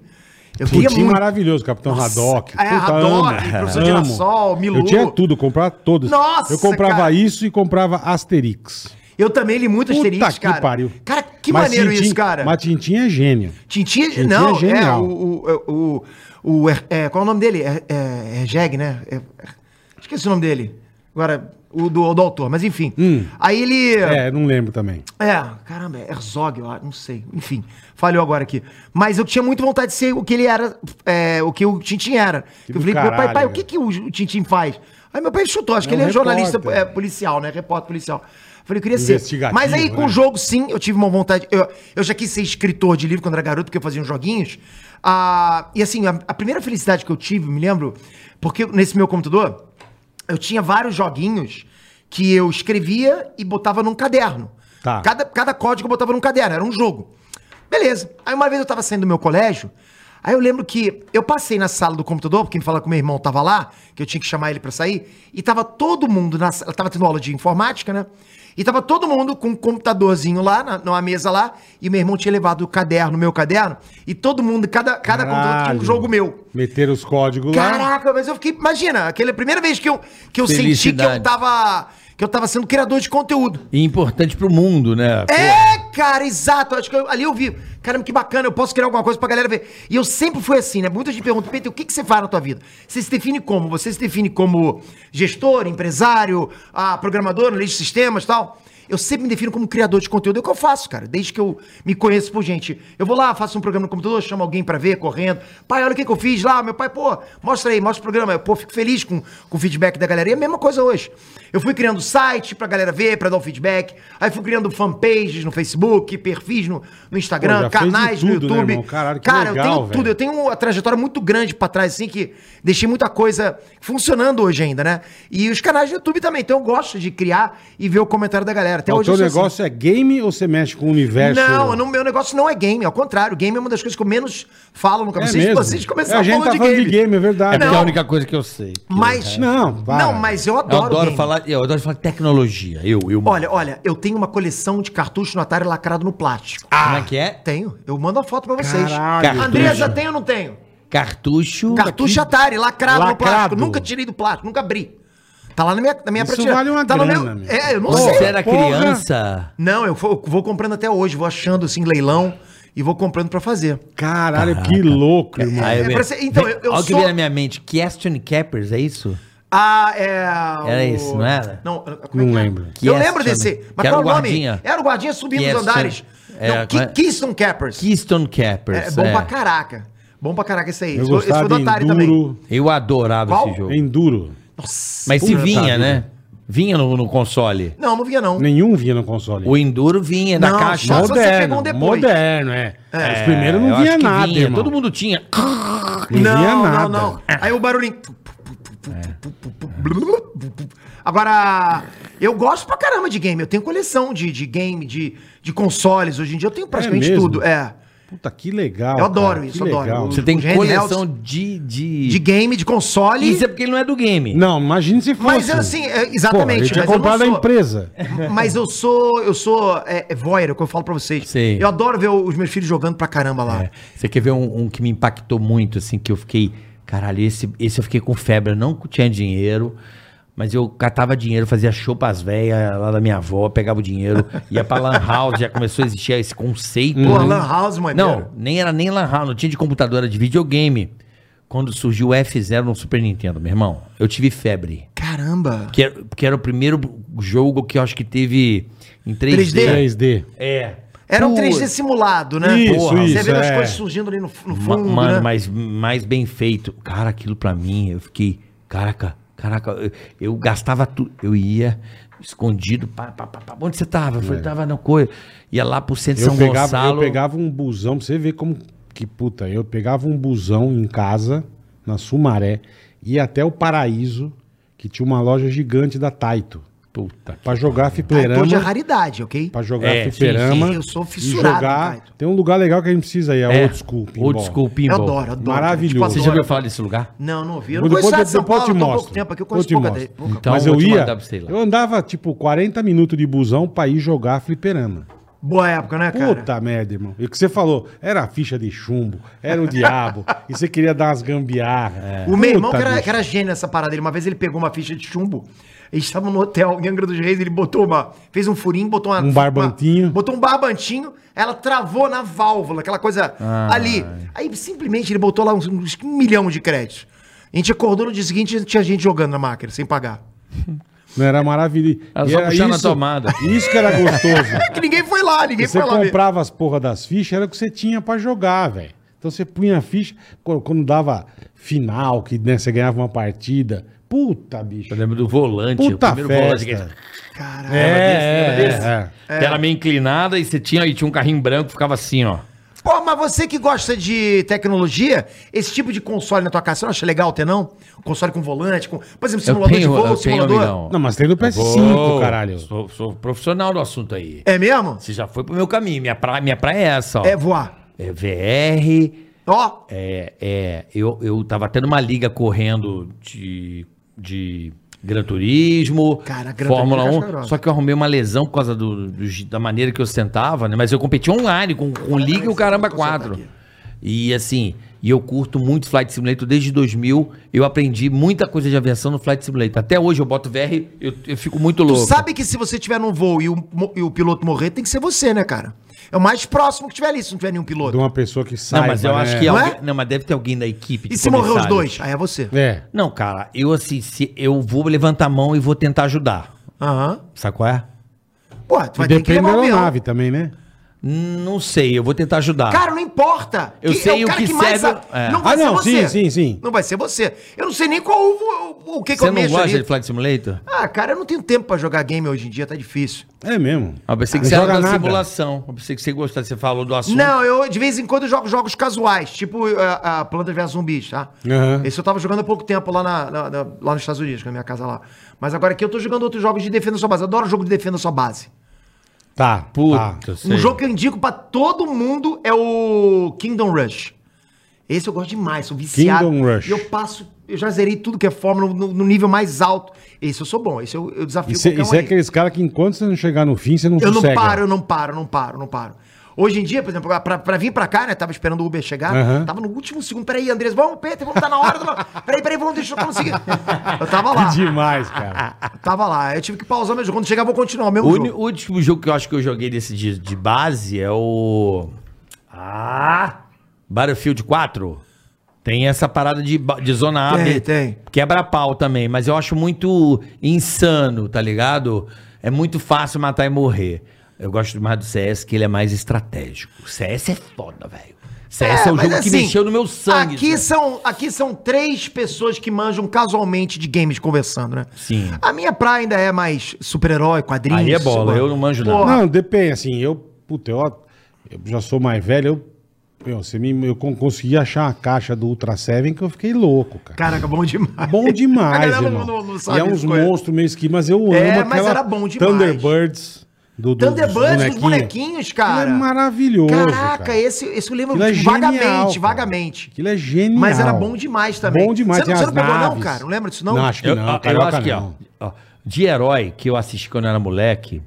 B: Eu queria
C: Putinho
B: muito.
C: é maravilhoso, Capitão
B: Nossa,
C: Haddock.
B: é, Haddock, Professor Girassol, Milu.
C: Eu tinha tudo, comprava todos.
B: Nossa,
C: Eu comprava
B: cara.
C: isso e comprava Asterix.
B: Eu também li muito
C: Puta
B: asterisco,
C: que
B: cara.
C: pariu.
B: Cara, que
C: Mas
B: maneiro
C: Tintin-
B: isso, cara.
C: Mas Tintin é gênio.
B: Tintin,
C: Tintin
B: não,
C: é
B: é,
C: genial.
B: o, o, o, o, o- é, qual é o nome dele? É, é, é Jeg, né? É, é, esqueci o nome dele. Agora, o do, o do autor, mas enfim. Aí ele... É.
C: Hum. É, não lembro também.
B: caramba, é Herzog, eu acho, não sei. Enfim, falhou agora aqui. Mas eu tinha muito vontade de ser o que ele era, é, o que o Tintin era.
C: Que
B: eu
C: do
B: falei pro meu pai,
C: caralho,
B: pai, o que,
C: velho.
B: que o, o Tintin faz? Aí meu pai chutou, acho
C: É
B: que
C: um
B: ele é jornalista
C: repórter.
B: é, policial, né? Repórter policial. Eu Falei, eu queria ser.
C: Investigativo,
B: Mas aí com
C: né?
B: o um jogo, sim, eu tive uma vontade. Eu, eu já quis ser escritor de livro quando era garoto, porque eu fazia uns joguinhos. Ah, e assim, a, a primeira felicidade que eu tive, me lembro, porque nesse meu computador, eu tinha vários joguinhos que eu escrevia e botava num caderno.
C: Tá.
B: Cada, cada código eu botava num caderno, era um jogo. Beleza. Aí uma vez eu tava saindo do meu colégio, aí eu lembro que eu passei na sala do computador, porque me falaram que o meu irmão tava lá, que eu tinha que chamar ele pra sair, e tava todo mundo na sala, tava tendo aula de informática, né? E tava todo mundo com um computadorzinho lá, na, numa mesa lá, e meu irmão tinha levado o caderno, o meu caderno, e todo mundo, cada, cada computador tinha um
C: Caralho.
B: jogo meu.
C: Meter os códigos lá.
B: Caraca, mas eu fiquei. Imagina, aquela é primeira vez que eu, que eu senti que eu
D: Felicidade.
B: tava. Que eu tava sendo criador de conteúdo.
D: E importante pro mundo, né?
B: É, cara, exato. Acho que eu- ali eu vi. Caramba, que bacana, eu posso criar alguma coisa pra galera ver. E eu sempre fui assim, né? Muita gente pergunta, Peter, o que, que você faz na tua vida? Você se define como? Você se define como gestor, empresário, ah, programador, analista de sistemas e tal? Eu sempre me defino como criador de conteúdo. É o que eu faço, cara, desde que eu me conheço por gente. Eu vou lá, faço um programa no computador, chamo alguém pra ver, correndo. Pai, olha o que, que eu fiz lá. Meu pai, pô, mostra aí, mostra o programa. Eu, pô, fico feliz com, com o feedback da galera. E é a mesma coisa hoje. Eu fui criando site pra galera ver, pra dar um feedback. Aí fui criando fanpages no Facebook, perfis no, no
C: Pô,
B: Instagram,
C: já fez de
B: canais
C: tudo,
B: no
C: né,
B: YouTube.
C: irmão? Caralho, que
B: cara,
C: legal,
B: eu tenho tudo.
C: velho.
B: Eu tenho uma trajetória muito grande pra trás, assim, que deixei muita coisa funcionando hoje ainda, né? E os canais do YouTube também. Então eu gosto de criar e ver o comentário da galera. Até
C: o
B: hoje eu
C: teu
B: sou assim.
C: negócio é game ou você mexe com o universo?
B: Não, eu não- meu negócio não é game, ao contrário, game é uma das coisas que eu menos falo no
C: É
B: canal.
C: mesmo?
B: vocês começaram
C: a gente tá falando de game, é
D: É
C: verdade.
D: porque é
B: Não.
D: a única coisa que eu sei.
B: Mas.
C: Não, para.
B: É. não, mas eu
D: Eu
B: adoro.
D: adoro,
B: game.
D: falar, eu adoro falar de tecnologia. Eu, eu.
B: Olha, olha, eu tenho uma coleção de cartucho no Atari lacrado no plástico.
D: como é que é?
B: Tenho. Eu mando uma foto pra vocês.
C: Caralho.
B: Andresa, tem ou não tenho?
D: Cartucho.
B: Cartucho é Atari, lacrado, no
C: Lacrado.
B: plástico. Nunca tirei do plástico, nunca abri. Tá lá na minha, na minha
C: Isso vale uma
B: tá
C: grana,
B: no meu...
C: meu.
B: É, eu não
D: Quando
B: sei.
D: você era
C: Porra.
D: criança.
B: Não, eu vou, vou comprando até hoje, vou achando assim, leilão, e vou comprando pra fazer.
C: Caralho, que louco, irmão.
D: Aí eu
B: Ah, é
D: me-
B: pra ser- então,
D: Vem-
B: eu- eu
D: Olha o que
B: sou-
D: veio na minha mente. Question Cappers, é isso?
B: Ah, é.
D: Era
B: o-
D: isso, não era?
B: Não, como é que
C: Não
B: é?
C: lembro.
B: eu
D: Keston,
B: lembro desse.
D: que
B: Mas
D: era
B: qual
D: o
B: o nome?
D: guardinha.
B: Era o guardinha subindo os
D: Keston,
B: andares.
D: é,
B: não,
D: qual é?
B: Ki- Keystone Cappers.
D: Keystone Cappers.
B: É bom pra caraca. Bom pra caraca esse aí.
C: Eu
B: Esse foi- esse
C: gostava
B: foi do
C: de
B: Atari também.
C: Enduro.
D: Eu adorava
B: Qual?
D: esse jogo.
C: Enduro.
B: Nossa.
D: Mas se
B: puta.
D: vinha, né? Vinha no, no console.
B: Não, não vinha, não.
C: Nenhum vinha no console.
D: O Enduro vinha na
B: Não,
D: caixa. É,
B: só- só- você pegou
C: Moderno,
B: um depois.
C: moderno, é. Os primeiros
D: eu
C: não
D: acho
C: vinha
D: que
C: nada,
D: vinha,
C: irmão.
D: Todo mundo tinha.
C: Não, vinha nada.
B: Aí o barulhinho. Agora, eu gosto pra caramba de game. Eu tenho coleção de, de game, de, de consoles. Hoje em dia eu tenho praticamente
C: mesmo?
B: tudo. É.
C: Puta, que legal.
B: Eu adoro
C: cara,
B: isso,
C: que
B: adoro.
C: legal.
D: Você tem
B: Gene
D: coleção de, de...
B: De game, de console.
D: Isso é porque ele não é do game.
C: Não, imagina se fosse.
B: Mas assim, é,
C: Pô, ele
B: exatamente. mas eu
C: tinha
B: não
C: comprado a
B: sou- É.
C: empresa.
B: Mas eu sou, eu sou é, é voyeur, é o que eu falo pra vocês.
D: Sim.
B: Eu adoro ver os meus filhos jogando pra caramba lá.
D: É. Você quer ver um, um que me impactou muito, assim, que eu fiquei. Caralho, esse, esse eu fiquei com febre. Eu não tinha dinheiro, mas eu catava dinheiro, fazia show pras velhas lá da minha avó, pegava o dinheiro, ia pra Lan House, já começou a existir esse conceito.
B: Pô,
C: Uhum.
D: né?
B: Lan House, mano.
D: Não, nem era nem Lan House, não tinha de computadora era de videogame. Quando surgiu o F0 no Super Nintendo, meu irmão, eu tive febre.
B: Caramba.
D: Que era, que era o primeiro jogo que eu acho que teve em 3D.
B: 3D.
C: 3D.
D: É.
B: Era um
D: Pô,
B: 3D simulado, né?
C: Isso,
B: Você
C: isso,
B: vê as
C: é.
B: coisas surgindo ali no, no
D: Ma-
B: fundo,
D: mano,
B: né?
D: mas mais bem feito. Cara, aquilo pra mim, eu fiquei, caraca, caraca, eu, eu gastava tudo. Eu ia escondido, pá, pá, pá, pá. onde você tava? Eu falei, tava na coisa. Ia lá pro centro de
C: É. Eu
D: São
C: pegava, eu
D: Gonçalo.
C: pegava um busão, pra você ver como. Que puta, eu pegava um busão em casa, na Sumaré, ia até o Paraíso, que tinha uma loja gigante da Taito.
D: Puta.
C: Pra jogar
B: Ah, Toad é
C: fliperama.
B: raridade, ok?
C: Pra jogar
D: É, sim,
C: fliperama.
B: sim, eu sou
C: e
B: fissurado em
C: jogar-
B: Taito.
C: Tem um lugar legal que a gente precisa ir, é,
D: É,
C: Old School Pinball.
D: Old School
B: Eu
D: Pinball.
B: adoro, adoro.
C: Maravilhoso.
B: Tipo,
D: Você já ouviu falar desse lugar?
B: Não, não ouvi. Eu não
C: Depois,
B: conheço
C: depois,
B: nada de São
C: depois eu
B: Paulo
C: te
B: há tão
C: mostro.
B: pouco tempo aqui. Eu
C: Depois
B: conheço
C: te
B: pouca...
C: mostro.
B: pouca-
D: Então,
C: Mas
D: eu
C: eu
D: vou te
C: ia,
D: mandar pra você ir lá.
C: eu andava tipo 40 minutos de busão pra ir jogar fliperama.
B: Boa época, né, cara?
C: Puta merda, irmão. E o que você falou, era a ficha de chumbo, era o diabo, e você queria dar umas gambiarras.
B: É. O meu irmão, que
C: É. Puta,
B: era,
C: bicho.
B: que era gênio nessa parada, ele, uma vez ele pegou uma ficha de chumbo, eles estavam no hotel em Angra dos Reis, ele botou uma. fez um furinho, botou uma.
C: Um barbantinho.
B: uma- botou um barbantinho, ela travou na válvula, aquela coisa
C: Ah.
B: ali. Aí simplesmente ele botou lá uns, uns um milhão de créditos. A gente acordou no dia seguinte tinha gente jogando na máquina, sem pagar.
C: Não era maravilhoso.
D: Era
C: E
D: só puxar na tomada.
C: Isso que era gostoso.
B: É Que ninguém foi lá, ninguém
C: E você
B: foi lá. ver.
C: comprava as porra das fichas, era o que você tinha pra jogar, velho. Então você punha a ficha, quando, quando dava final, que né, você ganhava uma partida. Puta, bicho.
D: Eu lembro do volante,
C: Puta
D: volante. que-
C: festa.
B: Caralho.
C: É, é,
D: desse,
C: é.
D: Tela meio inclinada e você tinha, e tinha um carrinho branco, ficava assim, ó.
B: Pô, mas você que gosta de tecnologia, esse tipo de console na tua casa, você não acha legal ter, não? Console com volante, com. Por exemplo, simulador de voo, simulador.
C: Não, mas tem do PS5,
D: Vou,
C: caralho.
D: Sou, sou profissional do assunto aí.
B: É mesmo?
D: Você já foi pro meu caminho. Minha praia, minha praia é essa, ó.
B: É voar.
D: É VR.
B: Ó,
D: É, é, eu, eu tava tendo uma liga correndo de, de Gran Turismo,
B: Cara, Gran
D: Fórmula
B: Turismo é
D: 1.
B: cascarosa.
D: Só que eu arrumei uma lesão por causa do, do gi- da maneira que eu sentava, né? Mas eu competi online com, com liga e o caramba
B: eu vou sentar
D: 4.
B: aqui.
D: E assim, e eu curto muito Flight Simulator desde 2000. Eu aprendi muita coisa de aviação no Flight Simulator. Até hoje eu boto VR, eu, eu fico muito
B: tu
D: louco.
B: sabe que se você tiver num voo e o, mo- e o piloto morrer, tem que ser você, né, cara? É o mais próximo que tiver ali, se não tiver nenhum
C: De
B: piloto.
C: uma pessoa que
D: Não,
C: saiba,
D: mas eu acho
C: né?
D: que
B: Não é?
D: alguém- não, mas deve ter alguém da equipe. de
B: E se morrer os
D: comissários.
B: dois? Aí é você.
C: É.
D: Não, cara, eu assim, se eu vou levantar a mão e vou tentar ajudar.
B: Aham.
D: Sabe qual é?
B: Pô, tu
C: E
B: vai ter que
C: depende da
B: levar o avião.
C: aeronave também, né?
D: Não sei, eu vou tentar ajudar.
B: Cara, não importa.
D: Eu
B: Que-
D: sei
B: é
D: o
B: cara
D: que
B: mais
D: serve-
B: a-
D: é.
B: Não vai
C: tá.
B: ser
C: Ah, não,
B: você.
C: sim, sim, sim.
B: Não vai ser você. Eu não sei nem qual o, o que, que
D: você
B: eu
D: não
B: mexo
D: gosta
B: ali.
D: de Flight Simulator?
B: Ah, cara, eu não tenho tempo pra jogar game hoje em dia, tá difícil.
C: É mesmo.
D: Ah, Eu pensei que
C: Não
D: você era
C: joga
D: da
C: nada.
D: simulação. Eu pensei que você gostava, você falou do assunto.
B: Não,
C: né?
B: eu de vez em quando eu jogo jogos casuais, tipo a, Planta vs Zumbis, tá?
C: Aham.
B: Esse eu tava jogando há pouco tempo lá, na, na- na- lá nos Estados Unidos, na minha casa lá. Mas agora aqui eu tô jogando outros jogos de defenda sua base. Eu adoro jogo de defenda sua base.
C: Tá,
D: Puta,
C: tá.
D: sei.
B: Um jogo que eu indico pra todo mundo é o Kingdom Rush. Esse eu gosto demais, sou viciado.
C: Kingdom Rush.
B: E eu passo, eu já zerei tudo que é fórmula no, no nível mais alto. Esse eu sou bom, esse eu, eu desafio
C: Isso, é-
B: qualquer um
C: isso é
B: aí.
C: aqueles caras que enquanto você não chegar no fim, você não
B: Eu não
C: sossega.
B: paro, eu não paro, não paro, não paro. Hoje em dia, por exemplo, pra, pra vir pra cá, né? Tava esperando o Uber chegar,
C: Aham.
B: tava no último segundo. Peraí, Andrés, vamos, Peter, vamos, tá na hora. Tá na- Peraí, peraí, vamos, deixa eu conseguir. Eu tava lá.
C: Que É demais, cara.
B: Eu Tava lá. Eu tive que pausar meu jogo. Quando chegar, eu vou continuar o mesmo
D: O uni-
B: jogo.
D: o último jogo que eu acho que eu joguei desse dia de base é o. Ah! Battlefield 4. Tem essa parada de, ba- de zona A.
B: Tem,
D: B.
B: tem.
D: Quebra-pau também, mas eu acho muito insano, tá ligado? É muito fácil matar e morrer. Eu gosto mais do CS, que ele é mais estratégico. O CS é foda, velho. CS é, o
B: mas
D: jogo que
B: assim,
D: mexeu no meu sangue.
B: Aqui
D: né?
B: são, aqui são três pessoas que manjam casualmente de games conversando, né?
D: Sim.
B: A minha praia ainda é mais super-herói, quadrinhos.
D: Aí é bola,
B: isso,
D: eu não manjo
B: Porra.
D: nada.
C: Não, depende, assim, eu, puta, eu, eu já sou mais velho, eu, meu, você me, eu con- consegui achar a caixa do Ultra Seven que eu fiquei louco, cara.
B: Caraca, bom demais.
C: Bom
B: A
C: demais,
B: galera não-
C: irmão.
B: não- não
C: e
B: sabe
C: é uns
B: isso, coisa.
C: monstros meio esqui, mas eu amo
B: É, mas
C: aquela
B: era bom demais.
C: Thunderbirds. Do, do-
B: Thunderbirds dos bonequinhos, cara.
C: Aquilo é maravilhoso,
B: Caraca,
C: cara.
B: esse, esse eu lembro
C: Aquilo é
B: vagamente,
C: genial, cara.
B: vagamente.
C: Aquilo é genial.
B: Mas era bom demais também.
C: Bom demais.
B: Você não,
C: tem
B: você
C: as
B: não pegou, é não,
C: naves.
B: cara? Não lembra disso, não?
C: Não, acho que
D: Eu,
C: não.
D: eu
C: carioca
D: acho que, é. ó,
C: não.
D: ó, de herói que eu assisti quando eu era moleque,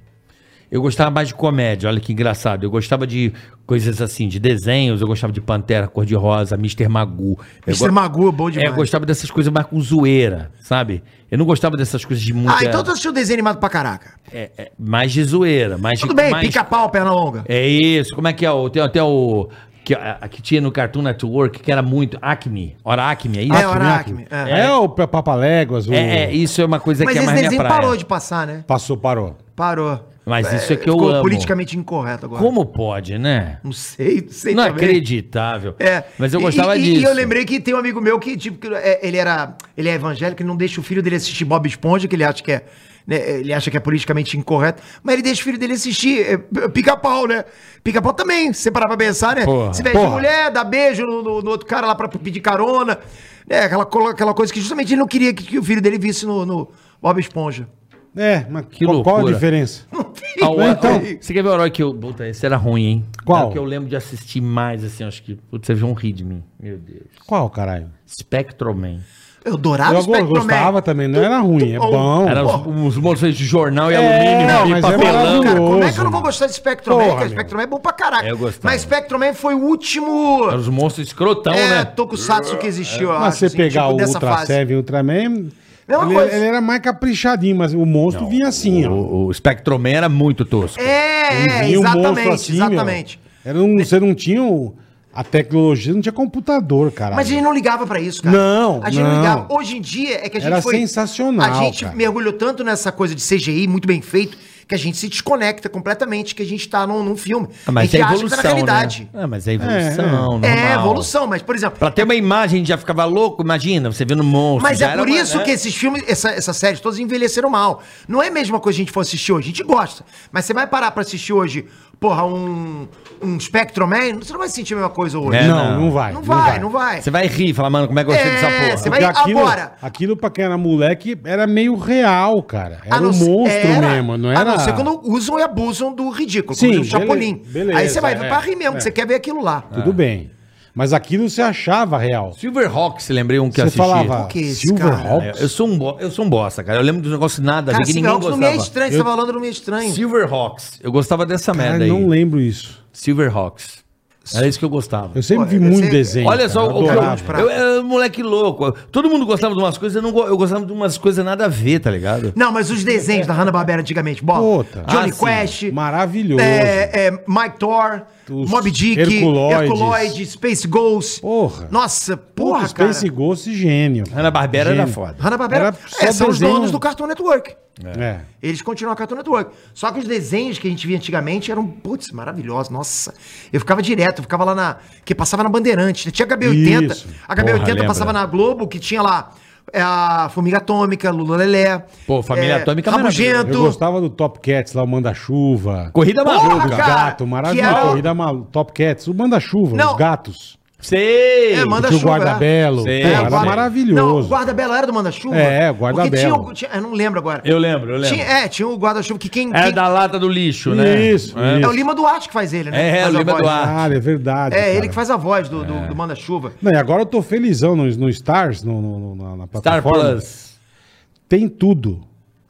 D: eu gostava mais de comédia, olha que engraçado. Eu gostava de coisas assim, de desenhos, eu gostava de Pantera, Cor-de-Rosa, Mr. Magoo. Eu
B: Mr.
D: go-
B: Magoo é bom
D: É,
B: demais.
D: eu gostava dessas coisas mais com zoeira, sabe? Eu não gostava dessas coisas de muita...
B: Ah, então tu assistiu desenho animado pra caraca.
D: é, é, mais de zoeira, mais
B: Tudo
D: de...
B: bem,
D: mais...
B: pica-pau, perna longa.
D: É isso, como é que é? o- Tem até o... Que, a, a que tinha no Cartoon Network, que era muito... Acme, Hora Acme, é isso?
B: É, Hora Acme,
C: É, o Pa- Papaléguas, o...
D: É, é, isso é uma coisa
B: Mas
D: que é
B: esse
D: mais minha
B: desenho
D: praia.
B: parou de passar, né?
C: Passou, parou.
B: Parou.
D: Mas isso é que eu
B: ficou
D: amo.
B: politicamente incorreto agora.
D: Como pode, né?
B: Não sei, não sei
D: Não
B: também.
D: acreditável.
B: É.
D: Mas eu
B: E-
D: gostava
B: e, e
D: disso.
B: eu lembrei que tem um amigo meu que, tipo, que é- ele era. Ele é evangélico, ele não deixa o filho dele assistir Bob Esponja, que ele acha que é. né, ele acha que é politicamente incorreto, mas ele deixa o filho dele assistir é, p- pica-pau, né? Pica-pau também, se você parar pra pensar, né?
D: Porra,
B: se veste de
C: porra.
B: mulher, dá beijo no, no- no outro cara lá pra pedir carona. né? aquela, colo- aquela coisa que justamente ele não queria que, que o filho dele visse no, no Bob Esponja.
C: É, mas
D: Que
C: qual, qual a
D: loucura.
C: diferença?
D: Ah, o-
C: Então-
D: Você quer ver o herói que eu. Puta, esse era ruim, hein?
C: Qual?
D: Era o que eu lembro de assistir mais, assim, acho que. Putz, vocês vão rir de mim. Meu Deus.
C: Qual, caralho?
D: Spectroman.
B: Eu adorava
C: eu
B: o Spectrum
C: gostava
B: Man.
C: também, não era ruim, é
B: tu-
C: bom.
D: Era os,
B: porra.
D: os moços de jornal e
C: É,
D: alumínio,
C: mas
D: e
C: é
D: papelão.
C: maravilhoso.
B: Cara, como é que eu
C: Curioso.
B: não vou gostar de Spectrum Man?
C: Porra,
B: Porque
C: meu.
B: Spectrum Man é bom pra caraca.
D: Eu gostava.
B: Mas Spectrum Man foi o último.
D: Era os monstros escrotão,
B: é,
D: né?
B: tokusatsu que existiu, eu
C: Mas
B: acho,
C: você
B: assim,
C: pegar
B: tipo
C: o
B: dessa
C: Ultra
B: fase.
C: Seven e o Ultraman,
B: Mesma
C: ele, é-
B: coisa.
C: ele era mais caprichadinho, mas o monstro vinha assim, ó.
D: O, o Spectroman era muito tosco.
B: É, é,
C: Vinha um monstro
B: exatamente,
C: meu.
B: exatamente.
C: Era um, você não tinha o- a tecnologia, não tinha computador, cara.
B: Mas a gente não ligava pra isso, cara.
C: Não,
B: a gente
C: não.
B: ligava. Hoje em dia é que a gente
C: Era sensacional,
B: A gente
C: cara.
B: mergulhou tanto nessa coisa de CGI muito bem feito que a gente se desconecta completamente que a gente tá num, num filme.
D: Ah, mas
B: a
D: é
B: gente
D: evolução,
B: tá na realidade.
D: né? Ah, mas é evolução,
B: É,
D: normal.
B: evolução, mas por exemplo,
D: Pra ter uma imagem, a gente já ficava louco, imagina, você vendo um monstro.
B: Mas é
D: já era
B: por
D: uma-
B: isso
D: né?
B: que esses filmes, essa, essas séries todas envelheceram mal. Não é a mesma coisa que a gente for assistir hoje. A gente gosta. Mas você vai parar pra assistir hoje, porra, um, um Spectrum Man, você não vai sentir a mesma coisa hoje.
D: É,
C: Não,
D: não.
C: não, vai.
B: não, vai, não vai.
D: Você vai rir e falar, mano, como é que eu gostei
B: É,
D: dessa porra?
B: você vai-
C: Porque
B: Aí,
C: aquilo,
B: agora-
C: aquilo pra quem era moleque era meio real, cara.
B: A
C: Era um
B: não ser-
C: monstro
B: era-
C: mesmo, não
B: A
C: era?
B: não ser quando usam e abusam do ridículo,
C: Sim,
B: como diz o Chapolin.
C: beleza, beleza,
B: Aí você vai
C: é,
B: pra rir mesmo,
C: é.
B: que você quer ver aquilo lá.
C: Tudo
D: É.
C: bem. Mas aquilo você achava real.
D: Silverhawks, lembrei um que
C: Você
D: eu assisti.
C: falava
B: que é esse,
D: Eu-
C: Silverhawks?
D: Eu sou, um bo- eu sou um bosta, cara. Eu lembro dos negócios nada a ver
B: Cara,
D: que
B: assim,
D: ninguém
B: não me é
D: gostava.
B: estranho, você tá falando não me é estranho.
D: Silverhawks. Eu gostava dessa
C: Cara,
D: merda aí.
C: não lembro isso.
D: Silverhawks. Era isso que eu gostava.
C: Eu sempre
B: Pô,
C: vi
B: eu
C: muito
B: sei-
C: desenho.
D: Olha
C: cara,
D: só,
C: eu
D: o que
C: adorava.
D: eu, eu era um moleque louco. Todo mundo gostava de umas coisas, eu, não, go- eu gostava de umas coisas nada a ver, tá ligado?
B: Não, mas os desenhos da Hanna-Barbera antigamente, bola.
C: Puta.
B: Johnny
D: Ah, sim.
B: Quest.
C: Maravilhoso.
B: É, é, Mike Thor,
C: Os
B: Mob Dick,
C: Herculoides.
B: Herculoide, Space Ghost.
C: Porra.
B: Nossa,
C: Porra,
B: porra, cara.
C: Space Ghost, gênio. cara.
D: Hanna-Barbera era
C: Gênio.
D: foda.
B: Hanna-Barbera
C: Era só
B: é, são os
C: desenho.
B: donos do Cartoon Network.
C: É.
B: Eles continuam a Cartoon Network. Só que os desenhos que a gente via antigamente eram, putz, maravilhosos. Nossa. Eu ficava direto, eu ficava lá na. Que passava na Bandeirante. né? Tinha HB80.
C: Isso.
B: A HB80
D: Porra, lembra.
B: passava na Globo, que tinha lá é, a Formiga Atômica, Lula Lelé.
D: Pô, Família Atômica é maravilhoso.
B: Rabugento.
C: Eu gostava do Top Cats lá, o Manda-Chuva.
D: Corrida
B: Porra,
D: maluca.
C: Os
B: cara.
C: gatos, maravilhoso.
B: que era-
C: Corrida maluca. Top Cats, o Manda-Chuva,
B: Não.
C: os gatos.
D: Sei!
B: É, manda-
C: Tinha o
B: Manda-Chuva,
C: Guarda-Belo.
D: Sei,
C: Pô,
D: é,
C: Era
D: guarda-
B: Não, o
C: maravilhoso.
B: guarda-belo era do manda-chuva?
C: É, o guarda-belo.
B: Porque tinha, o- tinha- eu não lembro agora.
D: Eu lembro, eu lembro.
B: Tinha- é, tinha o guarda-chuva que quem...
D: É
B: quem-
D: da lata do lixo, né?
C: Isso,
D: é.
B: é o
C: isso.
B: Lima Duarte que faz ele, né?
D: É,
B: Faz
D: o
B: a
D: Lima
B: voz.
D: Duarte. É.
C: Caralho, é verdade.
B: É,
C: cara.
B: ele que faz a voz do, do, do manda-chuva.
C: Não, e agora eu tô felizão no, no Stars, no, no- no- na, na
D: Star
C: plataforma.
D: Plus.
C: Tem tudo.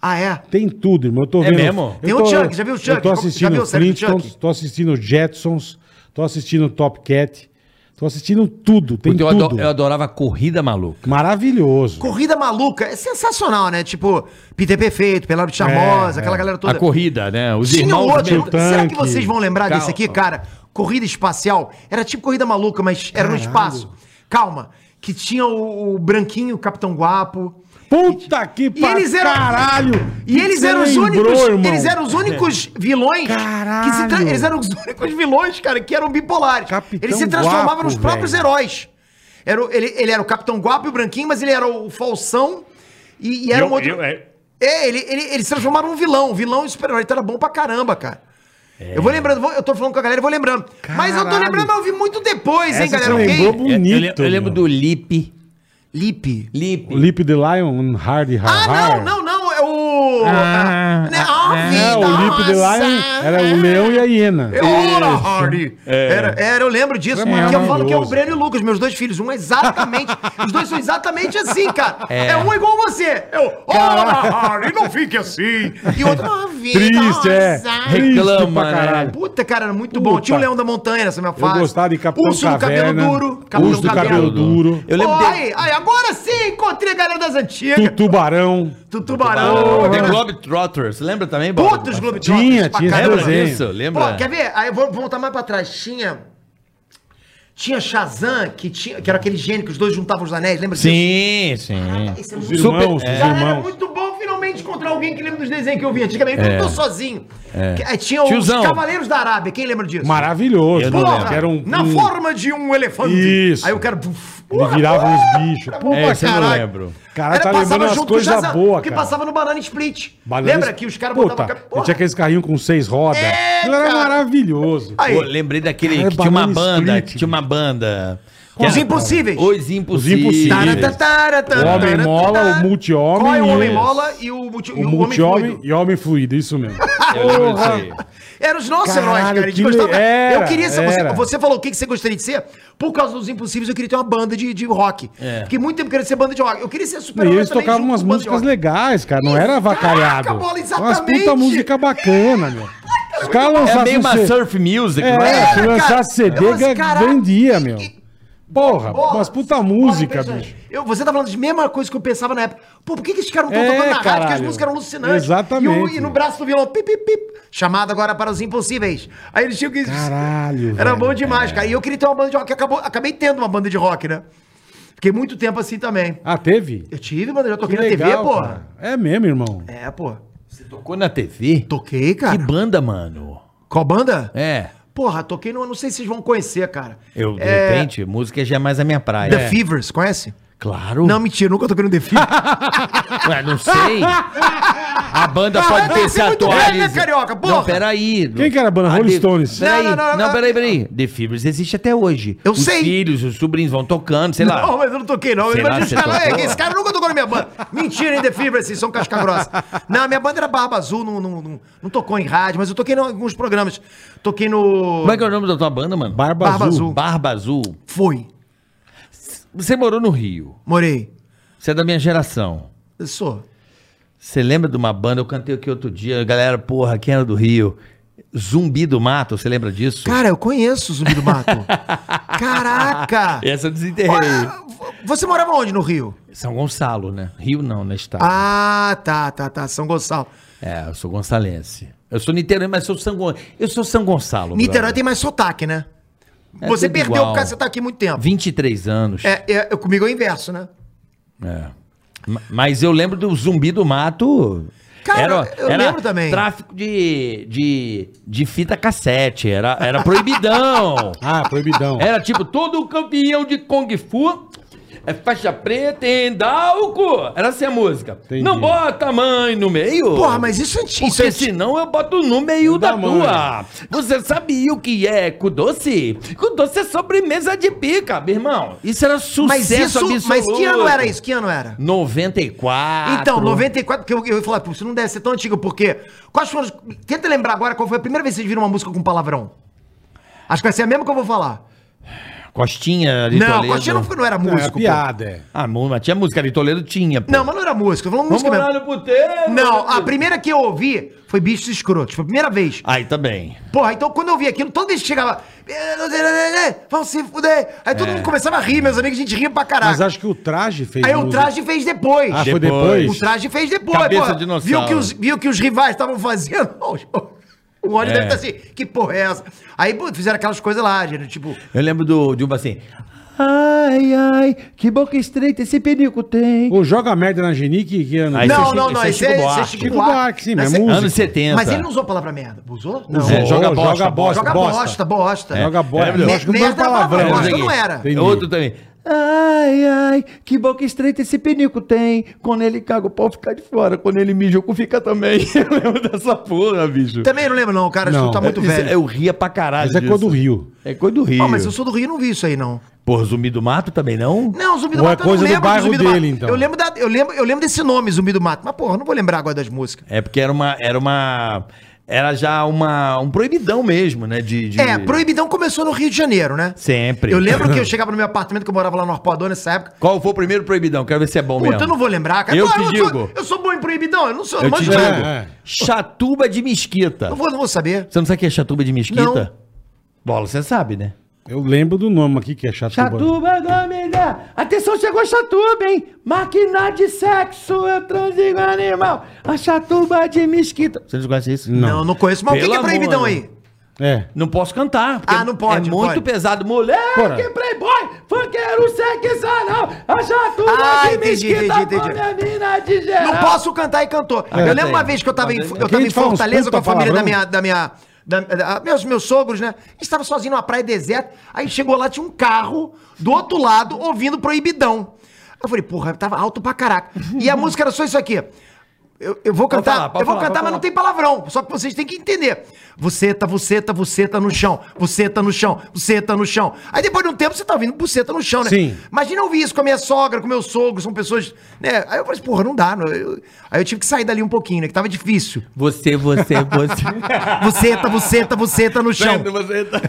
B: Ah, é?
C: Tem tudo, irmão. Eu tô
D: É
C: vendo.
D: mesmo?
C: Eu
B: Tem o
C: tô-
B: Chuck, já viu o Chuck?
C: Eu tô
B: Já
C: assistindo
B: viu
C: o
B: a série do
C: Flintstones,
B: Chuck?
C: tô assistindo o Jetsons, tô assistindo o Top Cat, tô assistindo tudo. Tem
D: Puta, eu,
C: tudo.
D: ado- eu adorava Corrida Maluca.
C: Maravilhoso.
B: Corrida Maluca é sensacional, né? Tipo, Peter Perfeito, Pelado
C: É,
B: Charmosa, aquela galera toda.
D: A corrida, né? Os
B: Tinha um
D: irmãos...
B: outro.
D: mesmo.
C: Tio
B: Será
C: Tanque.
B: que vocês vão lembrar
D: Calma.
B: disso aqui, cara? Corrida espacial. Era tipo corrida maluca, mas era no espaço. Calma. Que tinha o, o Branquinho, o Capitão Guapo.
C: Puta que
B: E eles eram.
C: Caralho!
B: E eles
C: Você
B: eram os
C: lembrou,
B: únicos.
C: irmão. É.
B: Eles eram os únicos vilões. Que se tra-
C: Caralho.
B: Eles eram os únicos vilões, cara, que eram bipolares.
C: Capitão
B: eles se transformavam
C: Guapo,
B: nos próprios
C: velho.
B: heróis. Era o- ele, ele era o Capitão Guapo e o Branquinho, mas ele era o Falsão e, e era um outro. É, ele, ele, eles se transformaram num vilão. Vilão e super-herói. Então era bom pra caramba, cara. Eu vou lembrando, vou- eu tô falando com a galera, eu vou lembrando. Mas eu tô
C: É. Caralho.
B: lembrando, eu vi muito depois, hein,
C: Essa
B: galera?
C: você
B: ok?
C: lembrou
D: Eu- eu lem-
C: bonito.
D: Eu, lembro
C: meu.
D: do Lipe.
B: Lipe.
D: Lipe.
C: Leap the Lion, um Hard Hard.
B: Ah, não, não, não. É o.
D: Ah,
B: Ah, né,
D: ah,
C: Ah, É, o Lipe de lá era, era o leão e a hiena.
B: Ora, Hardy! um Era, era, eu lembro disso.
C: É
B: que eu falo que é o
C: maravilhoso.
B: Breno e o Lucas, meus dois filhos. Um é exatamente. os dois são exatamente assim, cara. É, um igual você. Eu, ora, Hardy, não fique assim. E outro, ah, vida.
C: Triste, é.
B: azar.
C: Triste
D: Reclama, né?
B: Puta, cara, era muito
C: Puta.
B: bom. Tinha o Leão da Montanha nessa minha fase.
C: gostava de Capitão
B: Urso do
C: Caverna.
B: Cabelo Duro.
C: Urso do Cabelo Duro.
D: Eu lembro
B: Oi, ai, agora sim, encontrei a galera das antigas.
C: Tu- Tubarão.
B: Tu,
D: Ah,
B: tubarão.
D: The Globetrotters, lembra também, Bola?
B: Putos Globetrotters.
C: é. Tinha,
B: pra
C: tinha esse
B: caramba.
D: Lembra
C: Desenho.
D: disso? Lembra?
B: Pô, quer ver? Aí eu vou voltar mais pra trás. Tinha. Tinha Shazam, que, tinha, que era aquele gênio que os dois juntavam os anéis, lembra
D: Sim, sim.
B: disso? Esse é
C: Os
B: muito
C: irmãos,
B: é.
C: os
B: Galera, é
C: irmãos.
B: muito bom finalmente encontrar alguém que lembra dos desenhos que eu vi antigamente. quando Eu tô sozinho. Que- aí tinha os
D: É. Tiozão.
B: Cavaleiros da Arábia, quem lembra disso?
C: Maravilhoso.
D: Eu não
B: Porra,
D: lembro.
C: Que era um,
B: na
C: um-
B: forma de um elefante.
C: Isso.
B: Aí o cara.
C: Ele virava uns bichos. Pô,
D: É, esse eu não
B: caralho.
D: lembro.
C: Cara,
B: Era-
C: tá
B: passava
C: lembrando as
B: junto com o
C: coisas
B: Shazam,
C: boas,
B: Que
C: cara.
B: passava no Banana Split.
C: Banana-
B: Lembra que os caras
C: Puta,
B: botavam.
C: ele
B: Porra.
C: Tinha aqueles carrinhos com seis rodas.
B: É,
C: Aquilo era
B: cara.
C: maravilhoso.
B: Aí,
D: Pô, lembrei daquele
C: Cara,
D: que tinha uma
C: Banana
D: banda,
C: Split,
D: que tinha uma banda. que
B: Os
D: era-
B: Impossíveis.
D: Os
C: Os
D: Impossíveis. Tá,
C: Impossíveis. O Homem-Mola, o Multi-Homem
B: Qual é o
C: e
B: homem
C: esse?
B: mola e o, multi, e
C: O multi-homem
B: um fluido?
C: e homem fluido, isso mesmo.
D: Eu lembro disso aí.
B: Eram os nossos
C: Caralho,
B: heróis, cara. A gente
C: que
B: gostava-
C: le- era,
B: eu queria ser. Você,
C: era.
B: você falou o que que você gostaria de ser? Por causa dos Impossíveis, eu queria ter uma banda de, de rock. Fiquei muito tempo querendo ser banda de rock. Eu queria ser
C: E
B: super
C: eles tocavam
B: um
C: umas músicas legais, cara. Não era avacalhado.
B: Caraca, bola,
C: Umas puta
B: exatamente.
C: música bacana, meu. Os caras
D: É
C: lançassem
D: meio
C: um
D: uma
C: C-
D: surf music,
C: É,
D: não é?
C: se lançasse CD,
B: Mas,
C: ga-
B: caraca,
C: vendia,
B: que-
C: meu.
B: que-
C: Porra, umas puta música,
B: Olha,
C: bicho.
B: Eu, você tá falando de mesma coisa que eu pensava na época. Pô, por que, que esses caras não
C: É,
B: estão tocando na rádio? Porque as
C: caralho.
B: músicas eram alucinantes.
C: Exatamente.
B: E, o- e no braço do violão, pip, pip, pip. Chamado agora para os impossíveis. Aí eles tinham que.
C: Caralho,
B: Era
C: velho. é.
B: bom demais, cara. E eu queria ter uma banda de rock. Acabou, acabei tendo uma banda de rock, né? Fiquei muito tempo assim também.
C: Ah, teve?
B: Eu tive, banda, já toquei na TV,
C: pô.
B: porra.
C: É mesmo, irmão.
B: É, pô.
D: Você tocou na TV?
B: Toquei, cara.
D: Que banda, mano?
B: Qual banda?
D: É.
B: Porra, toquei no. Não sei se vocês vão conhecer, cara.
D: Eu, de
B: É,
D: repente, música já é mais a minha praia.
B: The Fevers, conhece?
D: Claro.
B: Não, mentira, nunca toquei no The Fevers.
D: Ué, não sei. A banda
B: Caralho,
D: pode ter
B: você
D: se
B: é muito
D: atualizado.
B: velho, né, carioca? Porra.
D: Não, peraí.
C: Quem que era a banda?
D: Ah,
C: Rolling
D: The-
C: Stones.
D: Peraí.
B: Não,
D: Não,
B: não, não, não.
D: peraí, peraí. The Fibers existe até hoje.
B: Eu
D: os
B: sei.
D: Os filhos, os sobrinhos vão tocando, sei lá.
B: Não, mas eu não toquei, não.
D: Sei lá,
B: Imagina,
D: você
B: os caras,
D: tocou?
B: "É, esse cara nunca tocou na minha banda. Mentira, hein, The Fever, vocês são casca grossa. Não, minha banda era Barba Azul, não, não, não, não tocou em rádio, mas eu toquei em alguns programas. Toquei no.
D: Como é que é o nome da tua banda, mano?
C: Barba,
B: Barba
C: Azul.
B: Azul.
D: Barba Azul.
B: Foi.
D: Você morou no Rio.
B: Morei.
D: Você é da minha geração.
B: Eu sou.
D: Você lembra de uma banda? Eu cantei aqui outro dia. a Galera, porra, quem era do Rio? Zumbi do Mato, você lembra disso?
B: Cara, eu conheço o Zumbi do Mato. Caraca!
D: Essa eu desenterrei.
B: Ah, Você morava onde no Rio?
D: São Gonçalo, né? Rio não, né? Estado.
B: Ah, tá, tá, tá. São Gonçalo.
D: É, eu sou gonçalense. Eu sou Niterói, mas sou São Gon... Eu sou São Gonçalo.
B: Niterói
D: brother.
B: tem mais sotaque, né?
D: É
B: você
D: tudo
B: perdeu
D: igual.
B: porque você tá aqui muito tempo.
D: 23 anos. É.
B: É, é, eu- comigo é o inverso, né?
D: Ma- Mas eu lembro do Zumbi do Mato.
B: Cara, eu lembro também.
D: Tráfico de, de, de fita cassete. Era, era proibidão.
C: Ah, proibidão.
D: Era tipo, todo campeão de Kung Fu é faixa preta em Dalco. Era assim a música.
C: Entendi.
D: Não bota a mãe no meio.
B: Porra, mas isso é antigo.
D: Porque senão eu boto no meio da,
C: Da mãe.
D: tua. Você sabia o que é cu doce? Cu doce é sobremesa de pica, meu irmão. Isso era sucesso
B: Mas isso.
D: absoluto.
B: Mas que ano era isso? Que ano era?
D: 94.
B: Então, 94, porque eu, eu ia falar, pô, isso não deve ser tão antigo, porque. Quais foram. os- Tenta lembrar agora qual foi a primeira vez que vocês viram uma música com palavrão. Acho que vai ser a mesma que eu vou falar.
D: Costinha de
B: não,
D: Toledo.
B: Coxinha não, foi- não era
C: Não,
B: músico.
C: é
B: pô.
C: piada, é.
D: Ah, mu- mas tinha música de Toledo? Tinha, pô.
B: Não, mas não era música, eu tô falando
D: Vamos
B: música mesmo.
D: lá no puteiro.
B: Não, a primeira que eu ouvi foi Bichos Escrotos. Foi a primeira vez.
D: Aí tá também.
B: Porra, então quando eu vi aquilo, toda vez que chegava. "Eh, Vão se fuder. Aí todo mundo começava a rir, meus amigos, a gente ria pra
C: Mas
B: caralho.
C: acho que o traje fez.
B: Aí o
C: música.
B: traje fez depois.
C: Ah, foi
D: Depois.
B: O
C: depois?
B: traje fez depois,
D: Cabeça
B: porra.
D: de dinossauro.
B: Viu que os, viu que os rivais estavam fazendo. O óleo deve estar assim, que porra é essa? Aí pô, fizeram aquelas coisas lá, gente, tipo.
D: Eu lembro do, de uma assim. Ai, ai, que boca estreita esse perigo tem.
C: Ou joga merda na Genique que ano.
D: Aí
C: Não,
D: você
B: não,
D: Chico-
B: não, não,
D: esse é
B: esse
D: Chico
B: é, esse é
D: Buarque.
B: Chico
C: Chico
B: Buarque.
C: Buarque, sim, mas
B: Mas
C: é
B: ele-
C: música.
D: Anos 70.
B: Mas ele não usou a palavra merda. Usou? Não.
D: É, joga
C: Ou
D: bosta,
C: joga bosta,
B: Joga bosta, bosta.
C: Joga bosta.
B: Me-
C: Acho que não é
B: merda era
C: palavrão.
B: palavra,
D: Lembra
B: bosta
D: daqui?
B: não era.
D: É Outro também. Ai, ai, que boca estreita esse pinico tem. Quando ele caga, o pau fica de fora. Quando ele mija, o cu fica também. Eu lembro dessa porra, bicho. É,
B: Também não lembro, não, cara.
C: Não.
B: Isso tá muito
D: Isso-
B: velho.
D: Eu ria pra caralho.
C: Mas é
D: disso.
C: cor do Rio.
D: É coisa do Rio.
B: Ah, mas eu sou do Rio e não vi isso aí, não.
D: Porra, zumbi do mato também não?
B: Não, Zumbi do
C: Ou é
B: Mato,
C: coisa do
B: eu não lembro
C: bairro
B: Zumbi do
C: dele,
B: Mato.
C: então.
B: Eu lembro, da- eu, lembro, eu lembro desse nome, Zumbi do Mato. Mas, porra, eu não vou lembrar agora das músicas.
D: É porque era uma. Era uma. Era já uma, um proibidão mesmo, né? De, de-
B: É, Proibidão começou no Rio de Janeiro, né?
D: Sempre.
B: Eu lembro que eu chegava no meu apartamento, que eu morava lá no Arpoador nessa época.
D: Qual foi o primeiro proibidão? Quero ver se é bom
B: Puta,
D: mesmo.
B: eu não vou lembrar, cara.
D: Eu
B: Pô,
D: te
B: não
D: digo.
B: Sou, eu sou bom em Proibidão, eu não sou.
D: Eu te
B: manjo
D: digo.
B: nada.
C: É, é.
D: Chatuba de mesquita.
B: Não vou, não vou saber.
D: Você não sabe o que é chatuba de mesquita?
B: Não.
D: Bola, você sabe, né?
C: Eu lembro do nome aqui, que é Chatuba.
D: Chatuba domina. Atenção, chegou Chatuba, hein? Máquina de sexo, eu transigo animal. A Chatuba é de mesquita. Você não conhece isso?
B: Não, não, conheço. Mas o que
D: Pelo
B: que é
D: amor,
B: Proibidão
D: né?
B: aí?
C: É.
D: Não posso cantar. porque
B: Ah, não pode,
D: É
B: não
D: muito
B: pode.
D: pesado. Moleque,
C: Porra.
D: playboy, funkeiro, sexo anal. A Chatuba é
B: Ah,
D: de
B: entendi,
D: mesquita
B: entendi, entendi.
D: come a mina de geral.
B: Não posso cantar e cantor.
D: Ah,
B: eu
D: canta
B: lembro
D: aí.
B: uma vez que eu tava em,
D: Canta aí.
B: eu
C: Quem
B: tava em
C: fala uns
B: Fortaleza com
C: puta
B: a família da
C: palavrão?
B: minha, da minha, da- da- ah, meus, meus sogros, né? A gente tava sozinho numa praia deserta, aí chegou lá, tinha um carro do outro lado ouvindo Proibidão. Eu falei, porra, tava alto pra caraca. E a música era só isso aqui. Eu, eu vou
D: Pode
B: cantar,
D: falar, pode
B: eu vou
D: falar,
B: cantar,
D: pode
B: mas não tem palavrão. Só que vocês têm que entender. Você tá, você tá, você tá no chão. Você tá no chão, você tá no chão. Aí depois de um tempo você tá ouvindo buceta no chão, né?
C: Sim.
B: Imagina eu ouvir isso com a minha sogra, com meu sogro, são pessoas, né? Aí eu falei, assim, porra, não dá. não. Eu- aí eu tive que sair dali um pouquinho, né? Que tava difícil.
D: Você, você, você.
B: Você tá, você tá, você tá no chão.
D: você tá...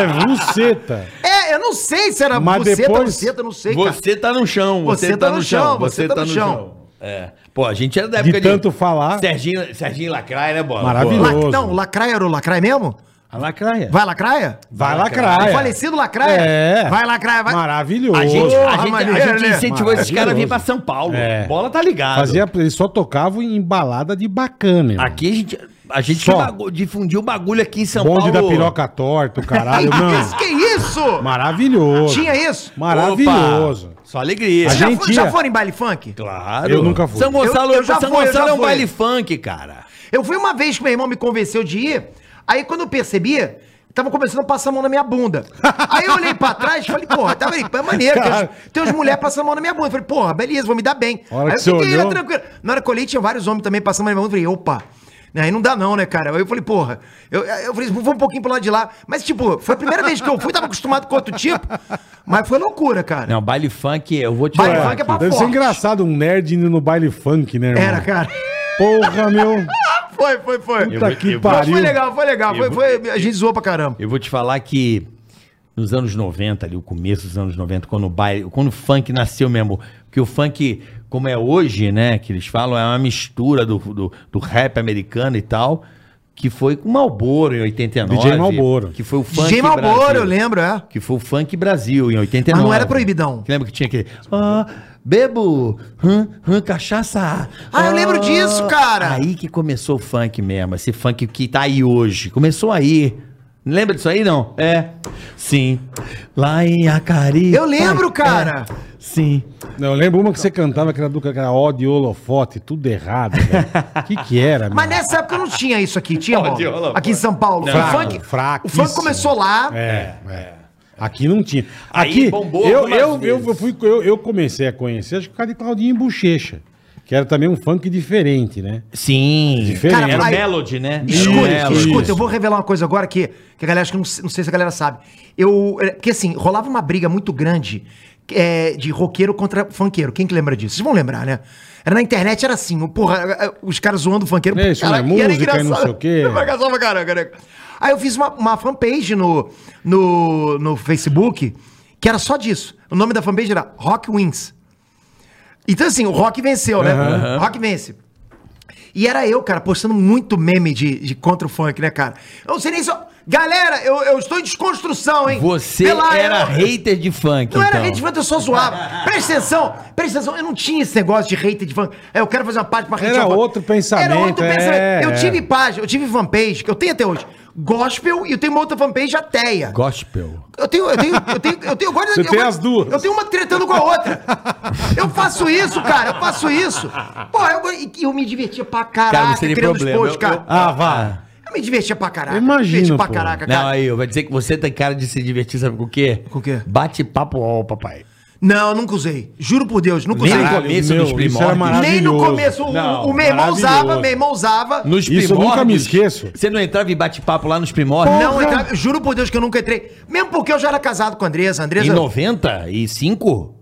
C: É Vuceta.
B: É, eu não sei se era
C: Mas
B: buceta,
C: depois-
B: buceta, não sei, cara.
D: Você tá no chão, você, tá, no chão, você tá no chão. É. Pô, a gente era da
C: De
D: época
C: tanto falar.
D: Serginho, Serginho Lacraia, né, Bola?
C: Maravilhoso.
D: Pô,
B: Lac- não, lacraia era o lacraia mesmo?
C: A lacraia.
B: Vai lacraia?
C: Vai
D: é.
C: lacraia.
B: O falecido lacraia?
C: É.
B: Vai lacraia, vai.
C: Maravilhoso.
D: A gente, a
B: Porra,
D: gente, a
B: maneiro,
D: gente
B: né?
D: incentivou esses caras a vir pra São Paulo.
C: É.
D: Bola tá ligado.
C: Fazia, eles só tocavam em balada de bacana, irmão.
D: Aqui a gente, a gente
C: Só.
D: bagu- difundiu o bagulho aqui em São
C: Bonde da
D: Paulo.
C: piroca torta, o caralho,
B: isso,
C: não.
B: que é isso?
C: Maravilhoso.
B: Tinha isso?
C: Maravilhoso.
D: Opa, só alegria.
C: A
B: Vocês já,
C: gente
B: fo- já
C: ia.
B: foram em baile funk?
D: Claro.
C: Eu nunca fui.
D: São Gonçalo,
B: Eu- eu já
D: São
B: fui, eu
D: Gonçalo
B: já
D: é um
B: fui.
D: baile funk, cara.
B: Eu fui uma vez que meu irmão me convenceu de ir, aí quando eu percebi, tava começando a passar a mão na minha bunda. Aí eu olhei pra trás e falei, porra, tá aí, é maneiro, tem,
C: Cara.
B: uns, tem uns mulheres passando a mão na minha bunda. Eu falei, porra, beleza, vou me dar bem.
C: A hora
B: aí
C: que você
B: eu fiquei lá
C: olhou-
B: tranquilo. Na hora que eu olhei, tinha vários homens também passando a mão na minha bunda. Eu falei, opa. né, Aí não dá não, né, cara? Aí eu falei, porra, eu, eu falei, vou um pouquinho pro lado de lá. Mas, tipo, foi a primeira vez que eu fui, tava acostumado com outro tipo, mas foi loucura, cara.
D: Não, baile funk, eu vou te
B: Baile
D: falar.
B: funk é pra
C: Deve ser
B: forte.
C: engraçado um nerd indo no baile funk, né, irmão?
B: Era, cara.
C: Porra, meu.
B: Foi, foi, foi.
C: Puta que
B: Mas
C: pariu.
B: foi legal, foi legal. Foi, foi, a gente zoou pra caramba.
D: Eu vou te falar que nos anos 90, ali, o começo dos anos 90, quando o baile, quando o funk nasceu mesmo, que o funk, como é hoje, né, que eles falam, é uma mistura do, do, do rap americano e tal, que foi com Malboro em 89.
C: DJ Marlboro.
D: Que foi o funk
B: DJ Malboro,
D: Brasil.
B: eu lembro, é.
D: Que foi o funk Brasil em 89.
B: Mas não era proibidão.
D: Lembra que tinha aquele. Ah, bebo, hum, hum, cachaça.
B: Ah, eu lembro disso, cara.
D: Aí que começou o funk mesmo. Esse funk que tá aí hoje. Começou aí. Não Lembra disso aí, não? É. Sim. Lá em Acari.
B: Eu lembro, cara.
D: É. Sim.
C: Não, eu lembro uma que você cantava, que era do que era ó de holofote, tudo errado, velho. O que que era, meu?
B: Mas nessa época não tinha isso aqui, tinha,
D: Pode,
B: Bola?
D: olha,
B: Aqui em
D: pode.
B: São Paulo.
C: Fraco,
B: o funk, o
C: fraquíssimo.
B: funk começou lá.
C: É, é. Aqui não tinha.
D: Aí
C: Aqui,
D: bombou
C: eu,
D: algumas
C: eu, eu,
D: vezes.
C: eu fui, eu, eu comecei a conhecer, acho que por causa de Claudinho Bochecha, que era também um funk diferente, né?
D: Sim.
C: Diferente.
D: Era
B: Aí-
D: Melody, né?
B: Escuta,
D: Era o Melody.
B: escuta, eu vou revelar uma coisa agora que, que a galera acho que não, se- não sei se a galera sabe. Eu, é, porque assim, rolava uma briga muito grande é, de roqueiro contra funkeiro. Quem que lembra disso? Vocês vão lembrar, né? Era na internet, era assim, o porra, é, é, os caras zoando o funkeiro.
C: É, isso não é
B: Caraca, e era
C: música, e não sei o quê.
B: Eu bagaçava, caraca, né? Aí eu fiz uma, uma fanpage no, no, no Facebook que era só disso. O nome da fanpage era Rock Wins. Então, assim, o rock venceu, né? O rock vence. E era eu, cara, postando muito meme de, de contra o funk, né, cara? Eu não sei nem se. eu- Galera, eu, eu estou em desconstrução, hein?
D: Você
B: Sei lá,
D: era
B: eu-
D: hater de funk.
B: Não era
D: então.
B: hate de funk, eu só zoava. Presta atenção, presta atenção, eu não tinha esse negócio de hate de funk. É, Eu quero fazer uma parte pra hate
C: Era
B: de funk.
C: outro pensamento, é,
B: Eu
C: é.
B: tive página, eu tive fanpage, que eu tenho até hoje. Gospel e eu tenho uma outra fanpage ateia.
D: Gospel.
B: Eu tenho, eu tenho, eu tenho, eu tenho, eu gosto-
C: Você
B: eu
C: tem
B: gosto-
C: as duas.
B: Eu tenho uma tretando com a outra. Eu faço isso, cara, eu faço isso. Pô, eu, e eu me divertia pra caralho
D: Cara, não seria problema. Eu- eu-
B: cara.
D: Ah, vá.
B: Eu, Eu me divertia pra caraca.
C: Eu imagino,
B: me diverti pra
C: pô.
B: caraca,
D: Não,
B: cara.
D: aí, eu vou dizer que você tem cara de se divertir, sabe com o quê?
B: Com o quê?
D: Bate-papo ó, papai.
B: Não, nunca usei. Juro por Deus, nunca
D: Nem
B: usei.
D: no
C: Caralho,
D: começo
C: meu,
D: dos
C: isso era
D: primórdios.
C: maravilhoso.
B: Nem no começo. o-
C: Não,
B: o meu irmão usava,
C: maravilhoso.
B: meu irmão usava.
D: Nos
C: Isso eu nunca me esqueço.
D: Você não entrava em bate-papo lá nos primórdios?
B: Não entrava, juro por Deus que eu nunca entrei. Mesmo porque eu já era casado com a Andressa. a Andressa,
D: Em 95?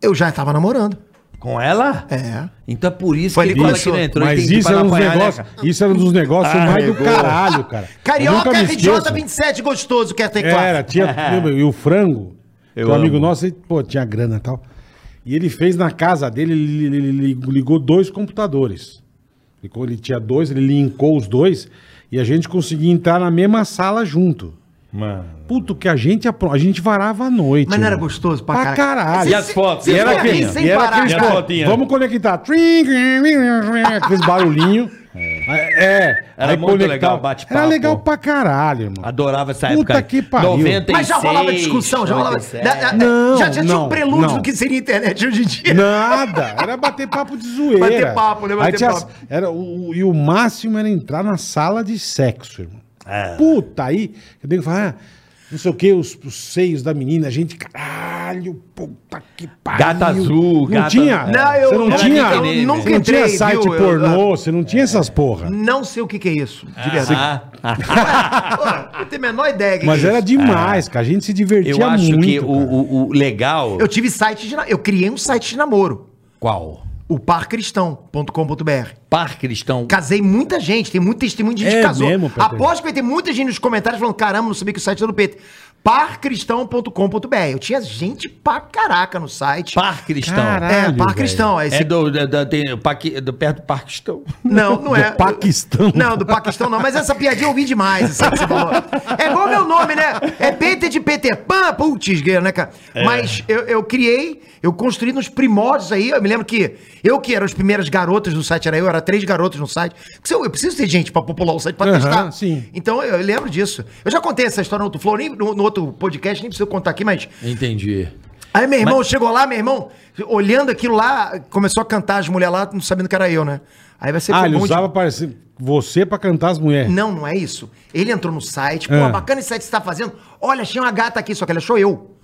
B: eu já tava namorando.
D: Com ela?
B: É.
D: Então é por isso
B: Foi
D: que
B: ali
D: ele fala
B: que
D: que não
B: começou.
D: entrou.
C: Mas
D: entendi
C: isso
D: pra
C: era,
D: não
C: um dos
D: apanhar, né,
C: negócio,
D: cara? Ah,
C: isso era um dos negócios mais do
D: Arregou.
C: caralho, cara. Eu
B: Carioca é
C: nunca me esqueço.
B: RJ27 gostoso, quer ter classe.
C: Era, tinha. lembra, E o frango,
D: É Eu
C: um amigo
D: amo.
C: nosso, ele, pô, tinha grana e tal. E ele fez na casa dele, ele, ele- ele lig- ligou dois computadores. Ligou, Ele tinha dois, ele linkou os dois e a gente conseguia entrar na mesma sala junto.
E: Mano.
C: Puto, que a gente apro- a gente varava à noite.
B: Mas não era
C: mano.
B: gostoso pra,
C: Pra caralho.
B: Cê-
E: E as
B: cê-
E: fotos?
B: cê
E: E era
B: fica
E: quem?
B: sem
C: E era
B: parar,
C: aqueles
E: E a
B: cara.
C: pô,
E: fotinha?
C: Vamos conectar. Trim, trim, trim, trim, Aqueles barulhinho. É.
D: Era
C: aí
D: muito
C: conectava.
D: legal o bate-papo.
C: Era legal pra caralho, irmão.
D: Adorava essa
C: Puta
D: época.
C: que pariu.
D: 96,
B: Mas já rolava discussão, já rolava.
D: 97.
B: da- da-
C: Não,
B: já já tinha
C: não,
B: um prelúdio
C: não.
B: do que seria a internet hoje em dia.
C: Nada. Era bater papo de zoeira.
B: Bater papo, né?
C: Aí
B: Bater
C: tinha-
B: papo.
C: Era, o, o- e o máximo era entrar na sala de sexo, irmão.
B: É.
C: Puta, aí eu tenho que falar, ah, não sei o que, os, os seios da menina, a gente, caralho, puta que pariu.
D: Gata azul,
C: não
D: gata-
C: tinha.
B: É. Não, eu-
C: você não
B: eu
C: tinha.
D: nunca- eu
C: você
D: nunca
C: não
B: entrei,
C: tinha site
B: viu? Eu-
C: pornô, você não tinha essas porra.
B: Não sei o que, que é isso, de verdade.
D: Ah, ah,
B: Pô, eu tenho a menor ideia. que
C: Mas
B: que é
C: era
B: isso.
C: demais, cara. A gente se divertia
D: eu
C: muito.
D: acho que o,
C: cara.
D: o- o legal.
B: Eu tive site de. na- Eu criei um site de namoro,
D: Qual?
B: o parcristão.com.br.
D: Par cristão.
B: Casei muita gente, tem muito testemunho de gente
C: É
B: que casou.
C: mesmo, Pepe?
B: Aposto que vai ter muita gente nos comentários falando: caramba, não sabia que o site era do Peter. Parcristão.com.br. Eu tinha gente pra caraca no site.
D: Par cristão.
C: Caralho.
B: é, par
C: velho.
B: cristão. É, esse...
D: É do, da- da- tem o Paqui- do perto do Parque Cristão.
B: Não, não é.
C: Do Paquistão.
B: Não, do Paquistão não, mas essa piadinha eu ouvi demais, essa que você falou. É igual meu nome, né? É Peter de Peter Pan, putz, guerra, né, cara?
C: É.
B: Mas eu, eu criei, eu construí nos primórdios aí, eu me lembro que eu que era as primeiras garotas do site, era eu, era três garotas no site. Porque se Eu, eu preciso ter gente pra popular o site, pra
C: Aham,
B: testar.
C: sim.
B: Então eu, eu lembro disso. Eu já contei essa história no outro flow, nem no, no outro podcast, nem preciso contar aqui, mas
D: Entendi.
B: Aí meu irmão chegou lá, meu irmão, olhando aquilo lá, começou a cantar as mulheres lá, não sabendo que era eu, né? Aí vai ser
C: Ah,
B: foi
C: ele
B: bom de-
C: usava parecido- você pra cantar as mulheres.
B: Não, não é isso. Ele entrou no site, pô,
C: Ah.
B: bacana esse site que você tá fazendo. Olha, achei uma gata aqui, só que ela achou eu.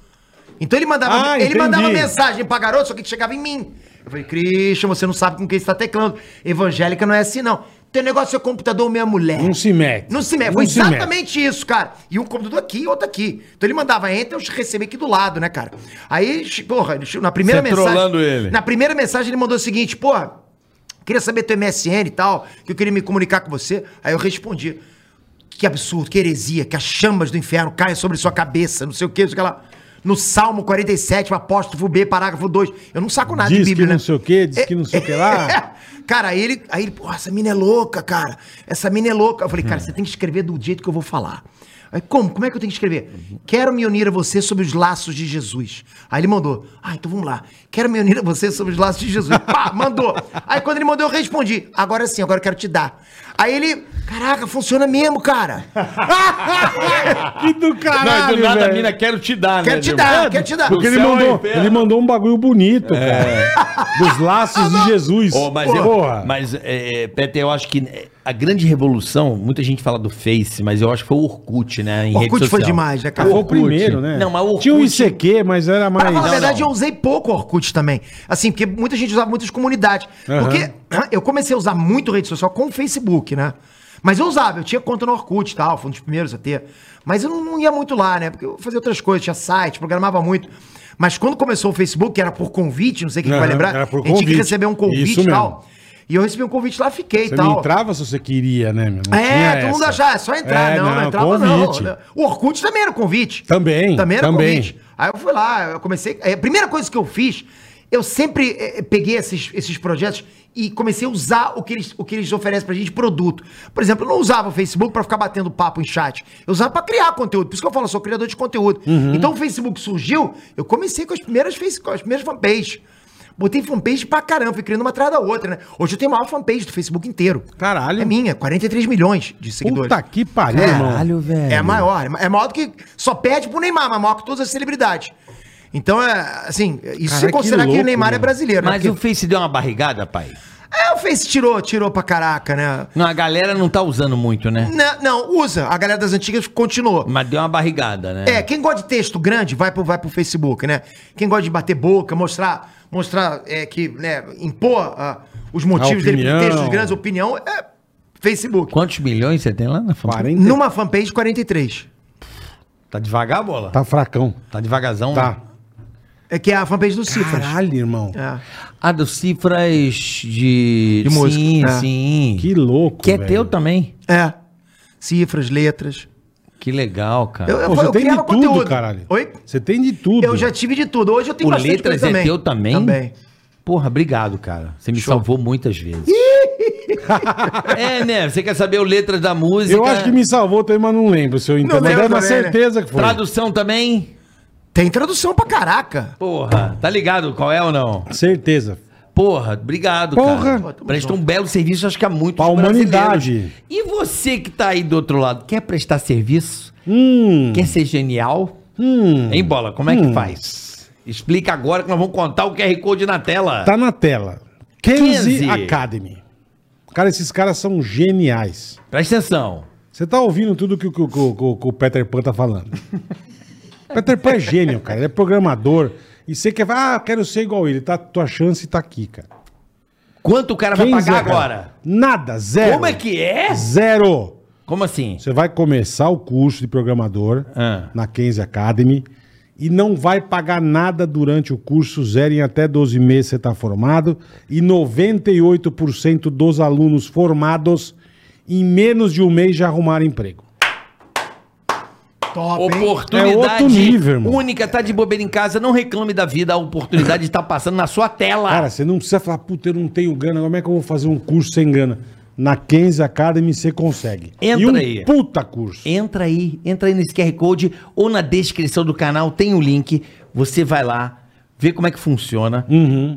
B: Então ele mandava,
C: Ah,
B: ele
C: entendi.
B: mandava mensagem pra garoto, só que chegava em mim. Eu falei, Christian, você não sabe com quem você tá teclando. Evangélica não é assim, não. Teu negócio é computador, minha mulher.
C: Não se mete.
B: Não se mete. Foi exatamente isso, cara. E um computador aqui, outro aqui. Então ele mandava enter, eu recebi aqui do lado, né, cara? Aí, porra, ele chegou- na primeira
E: Você
B: mensagem.
E: trolando ele.
B: Na primeira mensagem ele mandou o seguinte, porra, queria saber teu MSN e tal, que eu queria me comunicar com você. Aí eu respondi. Que absurdo, que heresia, que as chamas do inferno caem sobre sua cabeça, não sei o que, não sei o que lá. No Salmo 47, apóstolo B, parágrafo 2. Eu não saco nada
C: Diz
B: de
C: que
B: Bíblia,
C: não
B: né?
C: sei o quê, diz que não sei o que lá.
B: Cara, aí ele, aí ele, pô, essa mina é louca, cara. Essa mina é louca. Eu falei,
C: Hum.
B: cara, você tem que escrever do jeito que eu vou falar. Aí, como? Como é que eu tenho que escrever? Quero me unir a você sob os laços de Jesus. Aí ele mandou. Ah, então vamos lá. Quero me unir a você sob os laços de Jesus. Pá, mandou. Aí quando ele mandou, eu respondi. Agora sim, agora eu quero te dar. Aí ele, caraca, funciona mesmo, cara.
C: Que do caralho,
E: Não, e do nada a
C: velho.
E: mina quero te dar,
B: Quero
E: né?
B: te
E: Diego?
B: dar, quero te dar.
C: Porque
E: Do
C: ele
E: céu ao
C: mandou,
E: inferno.
C: ele mandou um bagulho bonito,
B: É.
C: cara. Dos laços de Jesus.
D: Ô, mas eu,
C: Porra.
D: mas é, é, Peter, eu acho que é, a grande revolução, muita gente fala do Face, mas eu acho que foi o Orkut, né? Em
B: Orkut
D: rede
B: foi
D: social.
B: demais, né,
C: Ah,
B: cara?
C: foi o primeiro, né?
D: Não, mas o
C: Tinha o
D: Orkut-
C: ICQ, mas era mais...
B: Pra falar a
C: Não,
B: verdade,
D: não.
B: eu usei pouco Orkut também. Assim, porque muita gente usava muitas comunidades.
C: Aham.
B: Porque eu comecei a usar muito rede social com o Facebook, né? Mas eu usava, eu tinha conta no Orkut e tal, fui um dos primeiros a ter. Mas eu não, não ia muito lá, né? Porque eu fazia outras coisas, tinha site, programava muito. Mas quando começou o Facebook, que era por convite, não sei quem
C: Aham,
B: vai lembrar,
C: era por
B: a gente tinha que
C: convite.
B: receber um
C: Isso
B: convite e
C: mesmo.
B: tal. E eu recebi um convite lá, fiquei e
C: Você
B: tal.
C: não entrava se você queria, né, meu? Não tinha
B: É, todo mundo
C: essa.
B: achava, é só entrar.
C: É,
B: não, não, entrava
C: convite.
B: não. né? O Orkut também era um convite.
C: Também,
B: Também era um
C: também.
B: convite. Aí eu fui lá, eu comecei... é, A primeira coisa que eu fiz, eu sempre eh, peguei esses, esses projetos e comecei a usar o que, eles, o que eles oferecem pra gente de produto. Por exemplo, eu não usava o Facebook pra ficar batendo papo em chat. Eu usava pra criar conteúdo. Por isso que eu falo, eu sou criador de conteúdo.
C: Uhum.
B: Então o Facebook surgiu, eu comecei com as primeiras, face, com as primeiras fanpages. Botei fanpage pra caramba, fui criando uma atrás da outra, né? Hoje eu tenho a maior fanpage do Facebook inteiro.
C: Caralho.
B: É minha, 43 milhões de seguidores.
C: Puta que pariu, irmão.
D: Caralho, velho.
B: É a maior. é ma- É maior do que. Só perde pro Neymar, mas maior que todas as celebridades. Então, é, assim, isso
C: Cara,
B: se considerar
C: que
B: que,
C: louco,
B: o Neymar
C: né?
B: é brasileiro,
D: Mas
B: né?
D: o Face deu uma barrigada, pai.
B: Porque- É, o Face tirou, tirou pra caraca, né?
D: Não, a galera não tá usando muito, né?
B: Não, não, usa. A galera das antigas continuou.
D: Mas deu uma barrigada, né?
B: É, quem gosta de texto grande, vai pro, vai pro Facebook, né? Quem gosta de bater boca, mostrar, mostrar é, que, né, impor ah, os motivos dele
C: opinião.
B: dele, textos grandes, opinião, é Facebook.
D: Quantos milhões você tem lá na fama?
C: 40.
B: Numa fanpage, 43.
D: Tá devagar, bola?
C: Tá fracão.
D: Tá devagarzão, né?
C: Tá.
B: É que é a fanpage do Cifras.
C: Caralho, irmão.
B: É.
D: Ah, dos cifras de...
B: De música,
D: Sim,
B: é.
D: sim.
C: né? Que louco,
D: Que é
C: velho.
D: teu também.
B: é. Cifras, letras.
D: Que legal, cara.
B: Eu-
C: Pô, você tem de
B: criava
C: tudo,
B: conteúdo.
C: caralho.
B: Oi?
C: Você tem de tudo.
B: Eu já tive de tudo. Hoje eu tenho
D: o
B: bastante
D: Letras
B: coisa
D: é teu também?
B: Também.
D: Porra, obrigado, cara. Você me
B: Show.
D: salvou muitas vezes. é, né? Você quer saber o Letras da música?
C: Eu acho que me salvou também, mas não lembro se eu entendo. Mas
B: lembro
C: é uma
B: também, né?
C: certeza que foi.
D: Tradução também?
B: Tem tradução pra caraca.
D: Porra, tá ligado qual é ou não?
C: Certeza.
D: Porora, obrigado,
C: Porra.
D: cara. Presta um belo serviço, acho que há muito
C: Pra humanidade.
D: E você que tá aí do outro lado, quer prestar serviço?
C: Hum.
D: Quer ser genial?
C: Hum.
D: Hein, Bola? Como é que faz? Explica agora que nós vamos contar o QR Code na tela.
C: Tá na tela. Kenzie,
D: Kenzie.
C: Academy. Cara, esses caras são geniais.
D: Presta atenção.
C: Você tá ouvindo tudo que, o- que o- que o- que o- que o Peter Pan tá falando. Peter Pan é gênio, cara. Ele é programador. E você quer falar, ah, quero ser igual ele. Tá, tua chance tá aqui, cara.
D: Quanto o cara vai
C: Kenzie
D: pagar
C: Academy.
D: agora?
C: Nada, zero.
D: Como é que é?
C: Zero.
D: Como assim?
C: Você vai começar o curso de programador
D: Ah.
C: na Kenzie Academy e não vai pagar nada durante o curso, zero em até 12 meses você está formado e 98% dos alunos formados em menos de um mês já arrumaram emprego.
B: Top, hein?
D: Oportunidade
C: É outro nível, irmão.
D: única, tá de bobeira em casa, não reclame da vida, a oportunidade tá passando na sua tela.
C: Cara, você não precisa falar, puta, eu não tenho grana, como é que eu vou fazer um curso sem grana? Na Kenzie Academy você consegue.
D: Entra
C: e um
D: aí.
C: puta curso.
D: Entra aí, entra aí nesse QR Code ou na descrição do canal tem o link. Você vai lá, vê como é que funciona.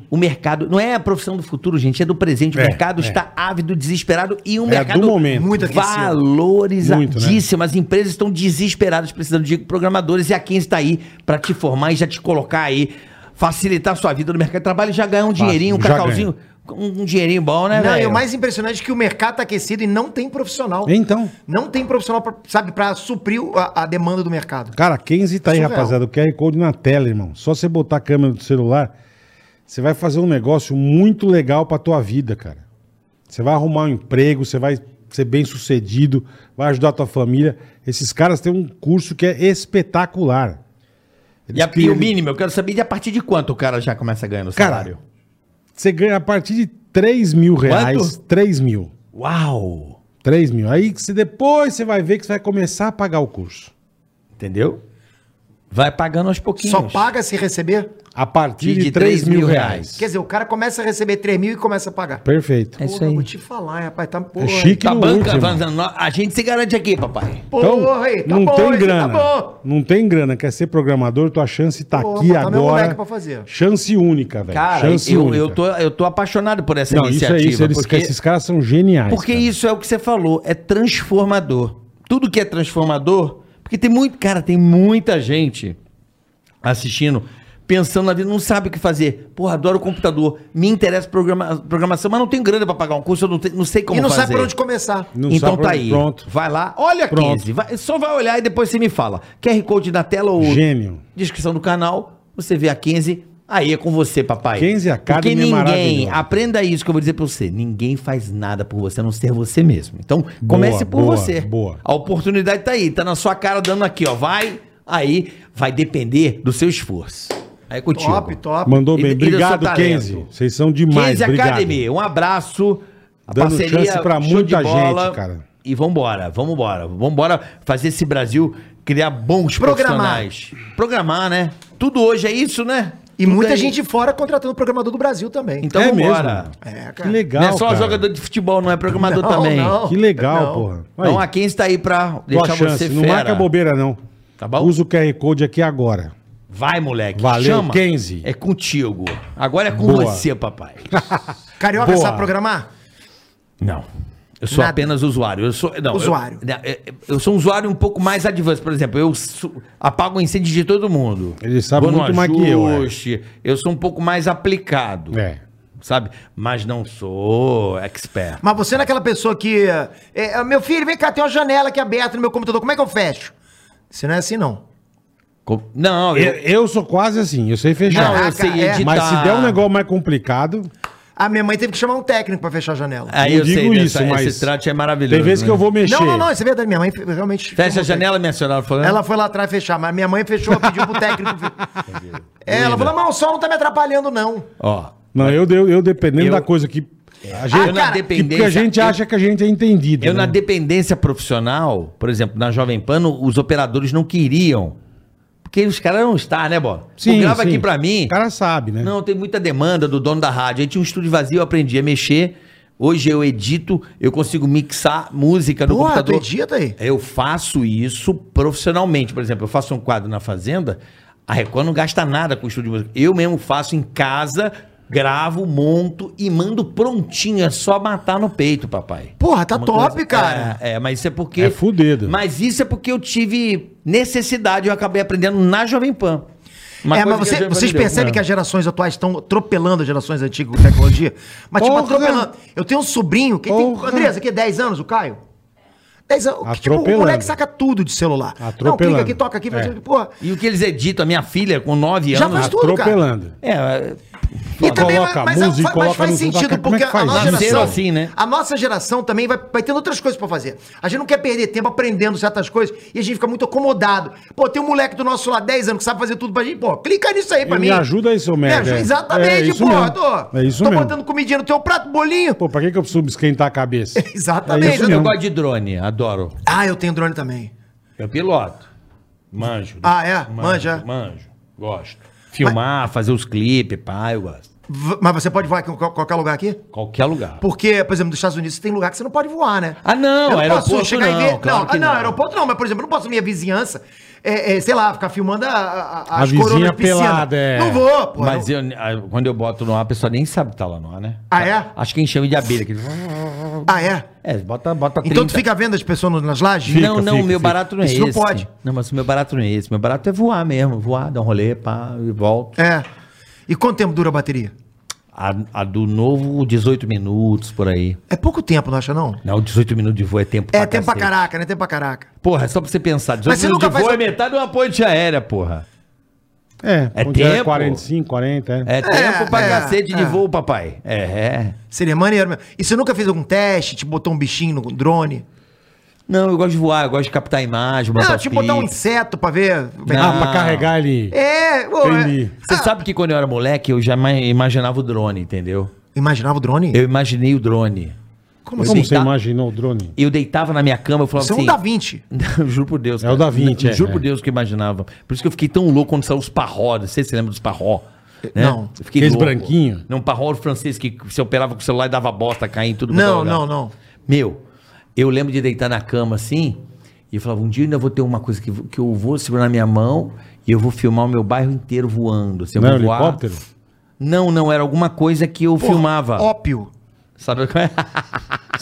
D: O mercado não é a profissão do futuro, gente, é do presente. O
C: Uhum. É,
D: mercado
C: é.
D: está ávido, desesperado e o
C: É,
D: mercado
C: do momento.
B: Muito aquecido.
C: né?
D: valorizadíssimo. As empresas estão desesperadas precisando de programadores e a quem está aí para te formar e já te colocar aí, facilitar a sua vida no mercado de trabalho e já ganhar um dinheirinho, um
C: já ganha.
D: cacauzinho, um, um dinheirinho bom, né,
B: Não, e
D: velho?
B: o mais impressionante é que o mercado tá aquecido e não tem profissional.
C: Então.
B: Não tem profissional, pra, sabe, pra suprir o- a, a demanda do mercado.
C: Cara, 15 tá aí,
B: Surreal.
C: rapaziada. O QR Code na tela, irmão. Só você botar a câmera do celular, você vai fazer um negócio muito legal pra tua vida, cara. Você vai arrumar um emprego, você vai ser bem sucedido, vai ajudar a tua família. Esses caras têm um curso que é espetacular.
D: E,
C: Eles
D: a, e o
C: criam-
D: mínimo, eu quero saber de a partir de quanto o cara já começa ganhando o salário.
C: Você ganha a partir de 3 mil reais. 3 mil.
D: Uau!
C: 3 mil. Aí que você, depois você vai ver que você vai começar a pagar o curso.
D: Entendeu? Vai pagando aos pouquinhos.
B: Só paga se receber.
C: A partir
D: De-
C: de,
D: de
C: 3 mil reais.
B: Quer dizer, o cara começa a receber 3 mil e começa a pagar.
C: Perfeito.
D: É isso
B: Porra,
D: aí.
B: vou te falar, hein, rapaz. Tá porra.
C: É chique
D: Tá
C: no
D: banca,
C: último.
D: vamos- a gente se garante aqui, papai.
B: Porra,
C: então,
B: hein,
C: não
B: bom,
C: tem
B: hein,
C: grana.
B: Tá bom.
C: Não tem grana. Quer ser programador, tua chance tá
B: Pô,
C: aqui
B: botar meu
C: agora.
B: moleque pra fazer.
C: Chance única, velho.
D: Cara,
C: chance
D: eu,
C: única.
D: eu, tô, eu tô apaixonado por essa
C: Não, isso
D: iniciativa.
C: é isso. Eles,
D: porque
C: Esses caras são geniais.
D: porque isso é o que você falou, é transformador. Tudo que é transformador, porque tem muito, cara, tem muita gente assistindo, pensando na vida, não sabe o que fazer. Porra, adoro computador, me interessa programa- programação, mas não tenho grana pra pagar um curso, eu não, te- não sei como
B: E não
D: fazer.
B: sabe por onde começar.
C: Não
D: então
C: sabe
D: tá
C: pra-
D: aí.
C: pronto.
D: Vai lá, olha
C: Pronto.
D: 15. vai- só vai olhar e depois você me fala. QR Code na tela ou
C: Gênio.
D: descrição do canal, você vê a 15. Aí é com você, papai.
C: 15 Academy
D: Porque
C: é
D: ninguém,
C: maravilhoso.
D: aprenda isso que eu vou dizer pra você, ninguém faz nada por você a não ser você mesmo. Então, comece por
C: boa,
D: você.
C: boa.
D: A oportunidade tá aí, tá na sua cara dando aqui, ó. Vai, aí vai depender do seu esforço. Aí é contigo.
B: Top, top.
C: Mandou
D: E-
C: bem.
D: e do é seu
C: Obrigado,
D: talento.
C: Kenzie. Vocês são demais.
D: 15
C: obrigado.
D: Academy, um abraço. A
C: Dando chance pra
D: show
C: muita
D: de
C: gente, cara.
D: E vambora, vambora. Vambora fazer esse Brasil criar bons
B: Programar.
D: profissionais. Programar, né? Tudo hoje é isso, né?
B: E
D: Tudo
B: muita
D: é-
B: gente fora contratando programador do Brasil também.
D: Então
C: é
D: vambora.
C: mesmo.
B: É, cara.
C: Que legal.
D: Não é só
C: cara.
D: jogador de futebol, não é programador
B: Não,
D: também.
B: não.
C: Que legal,
B: Não.
C: porra. Aí,
D: Então a quem está aí pra
C: tua
D: deixar
C: chance.
D: você
C: não marca
D: fera.
C: bobeira, não.
D: Tá bom?
C: Usa o QR Code aqui agora.
D: Vai, moleque.
C: Valeu, 15.
D: É contigo. Agora é com
C: Boa.
D: você, papai.
B: Carioca
C: Boa.
B: sabe programar?
D: Não. Eu sou
B: Nada.
D: apenas usuário. Eu sou, não,
B: Usuário.
D: Eu, né, eu- eu sou um usuário um pouco mais advanced. Por exemplo, eu su- apago o incêndio de todo mundo.
C: Ele sabe
D: Vou no
C: muito mais que eu, é.
D: ajuste. Eu sou um pouco mais aplicado.
C: É.
D: sabe? Mas não sou expert.
B: Mas você não é aquela pessoa que. é, é, meu filho, vem cá, tem uma janela aqui aberta no meu computador, como é que eu fecho? Você não é assim, não.
D: Com- Não,
C: Eu,
D: eu,
C: eu sou quase assim, eu sei fechar.
D: não, tá. eu
B: É, Caraca,
D: sei
B: é.
D: editar.
C: Mas se der um negócio mais complicado,
B: A minha mãe teve que chamar um técnico pra fechar a janela.
D: Aí
C: Não
D: eu sei,
C: digo
D: dessa-
C: isso, mas
D: esse trate é maravilhoso.
C: tem vezes que
D: né?
C: eu vou mexer.
B: Não, não, não, isso é verdade. Minha mãe fe- realmente.
D: Fecha a
B: chamou um técnico.
D: janela, né? minha senhora falando.
B: Ela foi lá atrás fechar, mas minha mãe fechou, pediu pro técnico. É, ela falou: não, o sol não tá me atrapalhando, não.
D: Ó.
C: Não, eu, eu, eu dependendo
D: Eu- É.
C: da coisa que. A
D: Eu
C: gente,
D: na
B: Ah, cara,
C: que, porque
D: dependência.
C: a gente
D: eu-
C: acha que a gente é entendido.
D: Eu,
C: né?
D: na dependência profissional, por exemplo, na Jovem Pan, no- os operadores não queriam. Porque os caras não estão, né, Bó?
C: Sim,
D: tu grava
C: sim.
D: aqui pra mim.
C: O cara sabe, né?
D: Não, tem muita demanda do dono da rádio. Aí tinha um estúdio vazio, eu aprendi a mexer. Hoje eu edito, eu consigo mixar música no
B: Porra, tu
D: computador. É.
B: edita aí.
D: Eu faço isso profissionalmente. Por exemplo, eu faço um quadro na Fazenda, a Record não gasta nada com o estúdio de música. Eu mesmo faço em casa, gravo, monto e mando prontinho. É só matar no peito, papai.
B: Porra, tá
D: Uma
B: top,
D: coisa-
B: cara.
D: É, é, mas isso é porque.
C: É fudido.
D: Mas isso é porque eu tive necessidade, eu acabei aprendendo na Jovem Pan. Uma
B: é, mas
D: coisa que a É.
B: você-
D: Jovem Pan
B: vocês
D: me deu.
B: percebem que as gerações atuais estão atropelando as gerações antigas com tecnologia? Mas, tipo,
C: Porra.
B: atropelando. Eu tenho um sobrinho que tem.
C: Porra.
B: Andrés, aqui, 10 anos, o Caio? 10 anos. Que, tipo, o
C: Atropelando.
B: moleque saca tudo de celular. Não,
C: Atropelando.
B: clica aqui, toca aqui, faz
C: É.
B: aqui, porra.
D: E o que eles editam, a minha filha com 9
B: Já
D: anos.
B: faz tudo, cara.
C: Tá Atropelando.
D: É, é,
B: E também,
C: Coloca
B: mas, é, mas,
C: a música,
B: mas
C: coloca
B: faz
C: no tudo,
B: sentido,
C: cara, como
B: porque
C: é que
B: a
C: faz
B: nossa
D: isso?
B: geração.
D: Nasceram assim, né?
B: A nossa geração também vai, vai tendo outras coisas pra fazer. A gente não quer perder tempo aprendendo certas coisas e a gente fica muito acomodado. Pô, tem um moleque do nosso lado, 10 anos, que sabe fazer tudo pra gente. Pô, clica nisso aí pra
C: Me
B: mim.
C: ajuda aí, seu merda.
B: ajuda-
C: É. É
B: exatamente,
C: isso
B: pô.
C: mesmo.
B: Tô,
C: É isso
B: tô
C: mesmo.
B: botando comidinha no teu prato, bolinho.
C: Pô, pra que, que eu preciso esquentar a cabeça?
B: Exatamente.
C: É isso
D: eu
C: mesmo.
D: gosto de drone, adoro.
B: Ah, eu tenho drone também.
D: Eu piloto. Manjo.
B: Ah, é? Manja.
D: Manjo. Gosto. Filmar, fazer os clipes, pá, eu gosto.
B: V- Mas você pode voar em qual- qualquer lugar aqui?
D: Qualquer lugar.
B: Porque, por exemplo, nos Estados Unidos tem lugar que você não pode voar, né?
D: Ah, não,
B: eu
D: aeroporto
B: posso chegar
D: não,
B: e ver.
D: claro
B: não,
D: que
B: ah, não,
D: não.
B: aeroporto não, mas, por exemplo, eu não posso na minha vizinhança, é, é, sei lá, ficar filmando a, a,
C: A vizinha pelada, é.
B: Não vou, pô.
D: Mas
B: não...
D: eu, ah, quando eu boto no ar, a pessoa nem sabe que tá lá no ar, né?
B: Ah, é?
D: Acho que encheu de abelha. Que...
B: Ah, é?
D: É, bota, bota
B: Então tu
D: 30.
B: fica vendo as pessoas nas lajes?
C: Fica,
D: não, não,
C: fica, fica.
D: meu barato não é
B: Isso
D: esse.
B: não pode.
D: Não, mas o meu barato não é esse. Meu barato é voar mesmo. Voar, dar um rolê, pá, e volto.
B: É. E quanto tempo dura a bateria?
D: A, a do novo, 18 minutos, por aí.
B: É pouco tempo, não acha, não?
D: Não, 18 minutos de voo é tempo
B: É tempo pra
D: cacete.
B: caraca, né? Tempo pra caraca.
D: Porra, é só pra você pensar. 18
B: Mas você
D: minutos
B: nunca
D: de voo
B: faz- um-
D: é metade de uma ponte aérea, porra.
C: É,
D: É
C: onde é
D: tempo.
C: 45, 40, é.
D: É tempo pra
B: é,
D: cacete de
B: é.
D: voo, papai. É, é.
B: Seria maneiro mesmo. E você nunca fez algum teste, tipo, botou um bichinho no drone?
D: Não, eu gosto de voar, eu gosto de captar imagem, botar
B: não,
D: os
B: tipo, botar um
D: clipes.
B: inseto pra ver.
D: Não.
C: Ah, pra carregar ele.
B: É, pô, é-
C: Entendi.
D: Você sabe que quando eu era moleque, eu já ima- imaginava o drone, entendeu?
B: Imaginava o drone?
D: Eu imaginei o drone.
B: Como
C: Como
D: assim?
C: você
D: Tá.
C: imaginou o drone?
D: Eu deitava na minha cama, eu falava
B: Você é um
D: assim...
B: da 20.
D: Não, juro por Deus.
C: É o da 20,
D: Não,
C: é,
D: Juro
C: é.
D: por Deus que eu imaginava. Por isso que eu fiquei tão louco quando saiu os parró. Não sei se você lembra dos parró. Né?
B: Não.
D: Eu fiquei
C: Eh, Aqueles branquinho.
D: Não, parró francês que você operava com o celular e dava bosta, caía em tudo. quanto era
B: Não,
D: lugar.
B: não, não.
D: Meu, eu lembro de deitar na cama assim e eu falava, um dia eu ainda vou ter uma coisa que, que eu vou segurar na minha mão e eu vou filmar o meu bairro inteiro voando. Assim, eu
C: Não é
D: vou voar.
C: helicóptero?
D: Não, não, era alguma coisa que eu filmava.
B: Ópio.
D: Sabe qual é?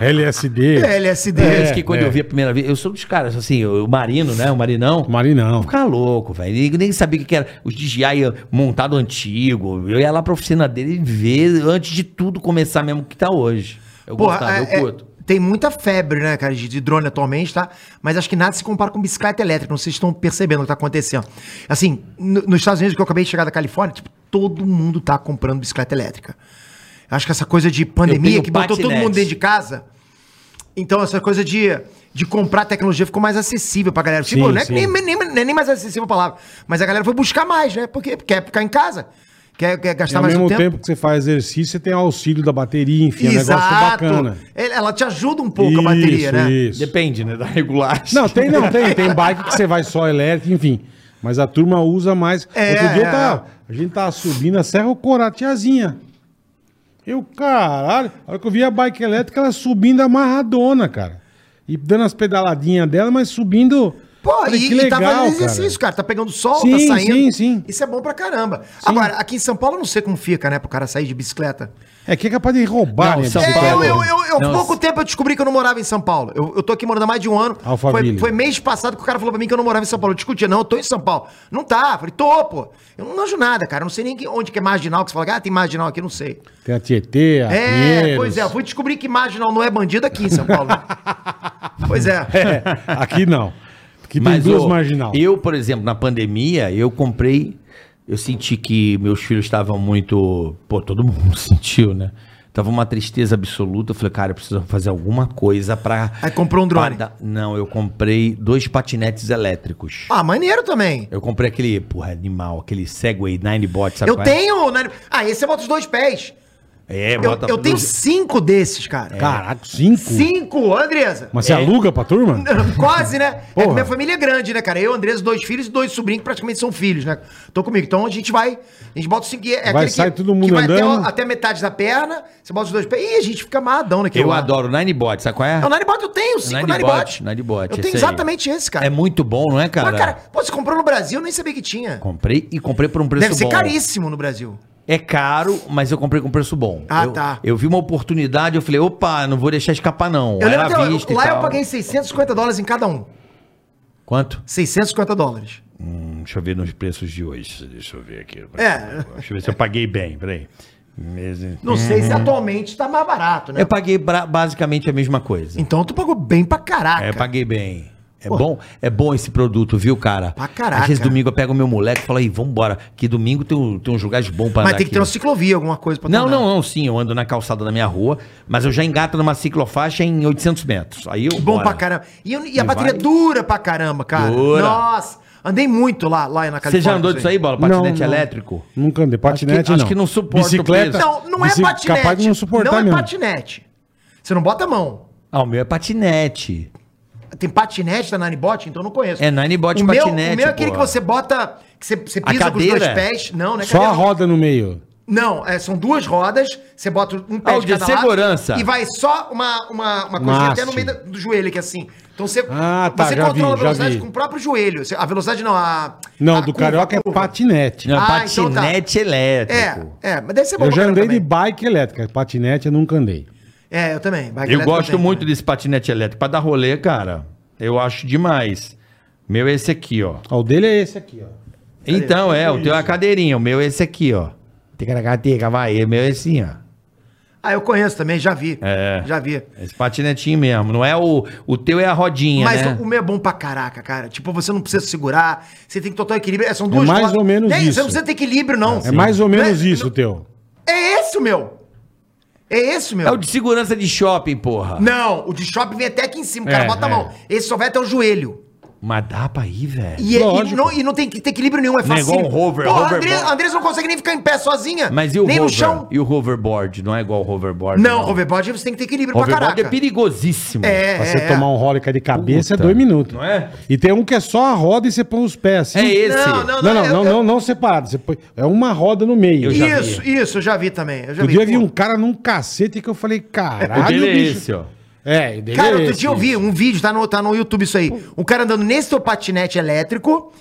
C: LSD.
B: LSD.
D: É,
C: É,
D: que quando
C: é.
D: eu vi a primeira vez, eu sou dos caras, assim, o marinho, né? O marinão.
C: Marinão.
D: Ficar louco, velho. Eu nem sabia o que que era. Os DJI montado antigo. Eu ia lá pra oficina dele e ver antes de tudo começar mesmo o que tá hoje. Eu gostava, eu
B: é- é-
D: curto.
B: tem muita febre, né, cara, de, de drone atualmente, tá? Mas acho que nada se compara com bicicleta elétrica. Não sei se estão percebendo o que tá acontecendo. Assim, no- nos Estados Unidos, que eu acabei de chegar da Califórnia, tipo, todo mundo tá comprando bicicleta elétrica. Acho que essa coisa de pandemia
D: tenho
B: que botou todo
D: patinete.
B: mundo dentro de casa. Então, essa coisa de, de comprar tecnologia ficou mais acessível pra galera. Tipo,
C: Sim,
B: não é que
C: sim.
B: nem, nem, nem- nem mais acessível a palavra. Mas a galera foi buscar mais, né? Porque quer ficar em casa. Quer, quer
C: E
B: gastar
C: ao
B: mais
C: mesmo
B: um
C: tempo. que você faz exercício, você tem auxílio da bateria, enfim,
B: Exato.
C: é um negócio bacana.
B: Ele- Ela te ajuda um pouco a bateria, né?
C: Isso.
D: Depende, né? Da regulagem.
C: Não, tem, não, tem. Tem bike que você vai só elétrico, enfim. Mas a turma usa mais.
B: É,
C: Outro dia eu
B: é.
C: tava- a gente tava subindo a Serra Corá, tiazinha. Eu, caralho, a hora que eu vi a bike elétrica, ela subindo amarradona, cara. E dando as pedaladinhas dela, mas subindo.
B: Pô,
C: Falei,
B: e,
C: que
B: e tá
C: legal,
B: fazendo exercício, cara. Tá pegando sol,
C: Sim,
B: tá saindo.
C: sim, sim.
B: Isso é bom pra caramba. Agora, aqui em São Paulo eu não sei como fica, né? Pro cara sair de bicicleta.
C: É que é capaz de roubar,
D: Não,
C: né?
D: São
B: É, eu,
D: Paulo.
B: eu, eu, eu-
D: Não,
B: pouco tempo eu descobri que eu não morava em São Paulo. Eu, eu tô aqui morando há mais de um ano.
C: Alphaville.
B: Foi, foi mês passado que o cara falou pra mim que eu não morava em São Paulo. Eu discutia, não, eu tô em São Paulo. Não tá. Falei, tô, pô. Eu não manjo nada, cara. Eu não sei nem que- onde que é marginal. Que você fala, ah, tem marginal aqui, eu não sei.
C: Tem a Tietê, a
B: É,
C: Pinheiros.
B: pois é. Eu fui descobrir que marginal não é bandido aqui em São Paulo. né? pois é.
C: É, aqui não. Porque tem
D: Mas,
C: duas
D: ô,
C: marginal.
D: Eu, por exemplo, na pandemia, eu comprei. Eu senti que meus filhos estavam muito. Pô, todo mundo sentiu, né? Tava uma tristeza absoluta. Eu falei, cara, eu preciso fazer alguma coisa pra.
B: Aí comprou um drone.
D: pra dar- Não, eu comprei dois patinetes elétricos.
B: Ah, maneiro também.
D: Eu comprei aquele, porra, animal, aquele Segway Ninebot, sabe?
B: eu
D: qual é?
B: tenho. né? Ah, esse você bota os dois pés.
D: É,
B: Eu,
D: bota É,
B: eu tenho cinco desses, cara.
C: Caraca, cinco?
B: Cinco, Andresa.
C: Mas você aluga pra turma?
B: Quase, né? É
C: Porra.
B: que minha família é grande, né, cara? Eu, Andresa, dois filhos e dois sobrinhos que praticamente são filhos, né? Tô comigo. Então a gente vai. A gente bota o cinco. É
C: Vai,
B: aquele
C: sai
B: que,
C: todo mundo
B: que vai até, o-
C: andando.
B: até metade da perna. Você bota os dois pés. Ih, a gente fica né, amarradão naquele
D: Eu
B: lá.
D: adoro Ninebot, sabe qual é?
B: É o Ninebot, eu tenho cinco
D: Ninebot,
B: Ninebot.
D: Ninebot,
B: Eu tenho
D: esse aí.
B: exatamente esse, cara.
D: É muito bom, não é, cara?
B: Mas, cara, pô, você comprou no Brasil, eu nem sabia que tinha.
D: Comprei e comprei por um preço
B: Deve ser
D: bom.
B: caríssimo no Brasil.
D: É caro, mas eu comprei com preço bom.
B: Ah,
D: Eu-
B: tá.
D: Eu vi uma oportunidade, eu falei, opa, não vou deixar escapar não.
B: Eu
D: Aí
B: lembro
D: na
B: que eu-
D: vista e
B: lá eu
D: tal.
B: paguei 650 dólares em cada um.
D: Quanto?
B: 650 dólares.
D: Hum, deixa eu ver nos preços de hoje. Deixa eu ver aqui.
B: É.
D: Deixa eu ver se eu paguei bem, peraí. Mesmo-
B: Não sei se atualmente tá mais barato, né?
D: É. Eu paguei bra- basicamente a mesma coisa.
B: Então tu pagou bem pra caraca.
D: É, eu paguei bem. É bom, é bom esse produto, viu, cara?
B: Pra caraca.
D: Às vezes domingo eu pego meu moleque e falo aí, vambora, que domingo tem, um- tem uns lugares bons pra
B: Mas
D: andar
B: tem que ter um né? uma
D: aqui.
B: ciclovia, alguma coisa pra tu
D: Não,
B: andar.
D: não, não, sim, eu ando na calçada da minha rua, mas eu já engato numa ciclofaixa em 800 metros. Aí eu.
B: É Bom
D: bora.
B: pra caramba. E, eu- e a
D: E
B: bateria
D: vai.
B: dura pra caramba, cara.
D: Dura.
B: Nossa, andei muito lá, lá na Califórnia. assim.
D: Você já andou disso aí, bola? Patinete
C: Não, não.
D: elétrico?
C: Nunca andei. Patinete
D: Acho que-
C: não.
D: acho que não suporta o
C: Bicicleta.
D: peso.
B: Não, não é
C: bici-
B: patinete.
C: Capaz de não suportar
B: Não é
C: mesmo.
B: patinete. Você não bota a mão.
D: Ah, o meu é patinete.
B: Tem patinete da Ninebot, então eu não conheço.
D: É Ninebot
B: o meu,
D: patinete.
B: O meu é aquele
D: pô.
B: que você bota, que você, você
D: A
B: pisa com os dois
D: cadeira?
B: pés. Não, não é
C: Só a
B: cadeira, não.
C: roda no meio.
B: Não, é, são duas rodas, você bota um pé
D: Ah, o
B: de
D: de
B: cada lado
D: segurança.
B: e vai só uma, uma, uma coisinha
C: Haste.
B: até no meio da- do joelho aqui, assim. Então você,
C: Ah, tá,
B: você
C: já
B: controla
C: vi,
B: a
C: já
B: velocidade
C: vi.
B: com o próprio joelho. Você- A velocidade não, a...
C: Não,
B: a
C: do
B: curva, a
C: carioca é
B: Ah, curva.
C: patinete.
D: Não, é
B: Ah, então tá.
D: patinete elétrico.
B: É, é, mas deve ser bom
C: eu
B: pra
C: já
B: caramba
C: andei de
B: também.
C: bike elétrica. Patinete eu nunca andei.
B: É, eu também. bike
D: Eu
B: elétrica
D: gosto
B: também. né?
D: muito desse patinete elétrico. Pra dar rolê, cara, eu acho demais. Meu é esse aqui, ó.
C: Ó, o dele é esse aqui, ó.
D: Então, é, o teu é a cadeirinha, o meu é esse aqui, ó. Ticaracateca, vai, o meu é assim, ó.
B: Ah, eu conheço também, já vi.
D: É.
B: Já vi.
D: Esse patinetinho mesmo, não é o... O teu é a rodinha,
B: Mas
D: né?
B: o meu é bom pra caraca, cara. Tipo, você não precisa segurar, você tem total equilíbrio. É, São duas
C: mais
B: rodas.
C: ou menos
B: É,
C: isso.
B: Você não precisa ter equilíbrio, não.
C: É mais ou
B: Não é-
C: menos isso, o teu.
B: É esse o meu. É esse o meu.
D: É o de segurança de shopping, porra.
B: Não, o de shopping vem até aqui em cima, cara.
C: É,
B: bota a
C: é.
B: mão. Esse só vai até o joelho.
D: Mas dá pra ir, velho.
B: E, é- e
C: Lógico.
B: não, e não tem que ter equilíbrio nenhum, é
D: Não é
B: fácil.
D: igual um hover,
B: Porra,
D: hover
B: Andrés,
D: bom.
B: Andrés não consegue nem ficar em pé sozinha.
D: Mas e o
B: é- Nem
D: hover?
B: no chão.
D: E o hoverboard? Não é igual o hoverboard?
B: Não, hoverboard você tem que ter equilíbrio pra
D: Hoverboard
B: caraca.
D: é perigosíssimo.
B: É,
C: Pra
B: é,
C: você
B: é.
C: tomar um rolo e cair de cabeça
D: Puta.
C: é dois minutos.
D: Não é?
C: E tem um que é só a roda e você põe os pés assim.
D: É esse.
B: Não, não,
C: Não, não,
B: eu-
C: não,
B: eu-
C: não, não separado. Você põe... É uma roda no meio.
D: Eu já vi.
B: Isso, isso, eu já vi também. Eu já
C: Outro dia eu
B: vi.
C: vi
B: Pô.
C: um cara num cacete que eu falei, caralho,
D: O
B: Ah,
D: dele é
C: bicho.
D: esse, ó.
C: É, o dele
B: Cara,
C: é
B: outro
C: esse.
B: dia eu vi um vídeo, tá no, tá no YouTube isso aí. Um cara andando nesse seu patinete elétrico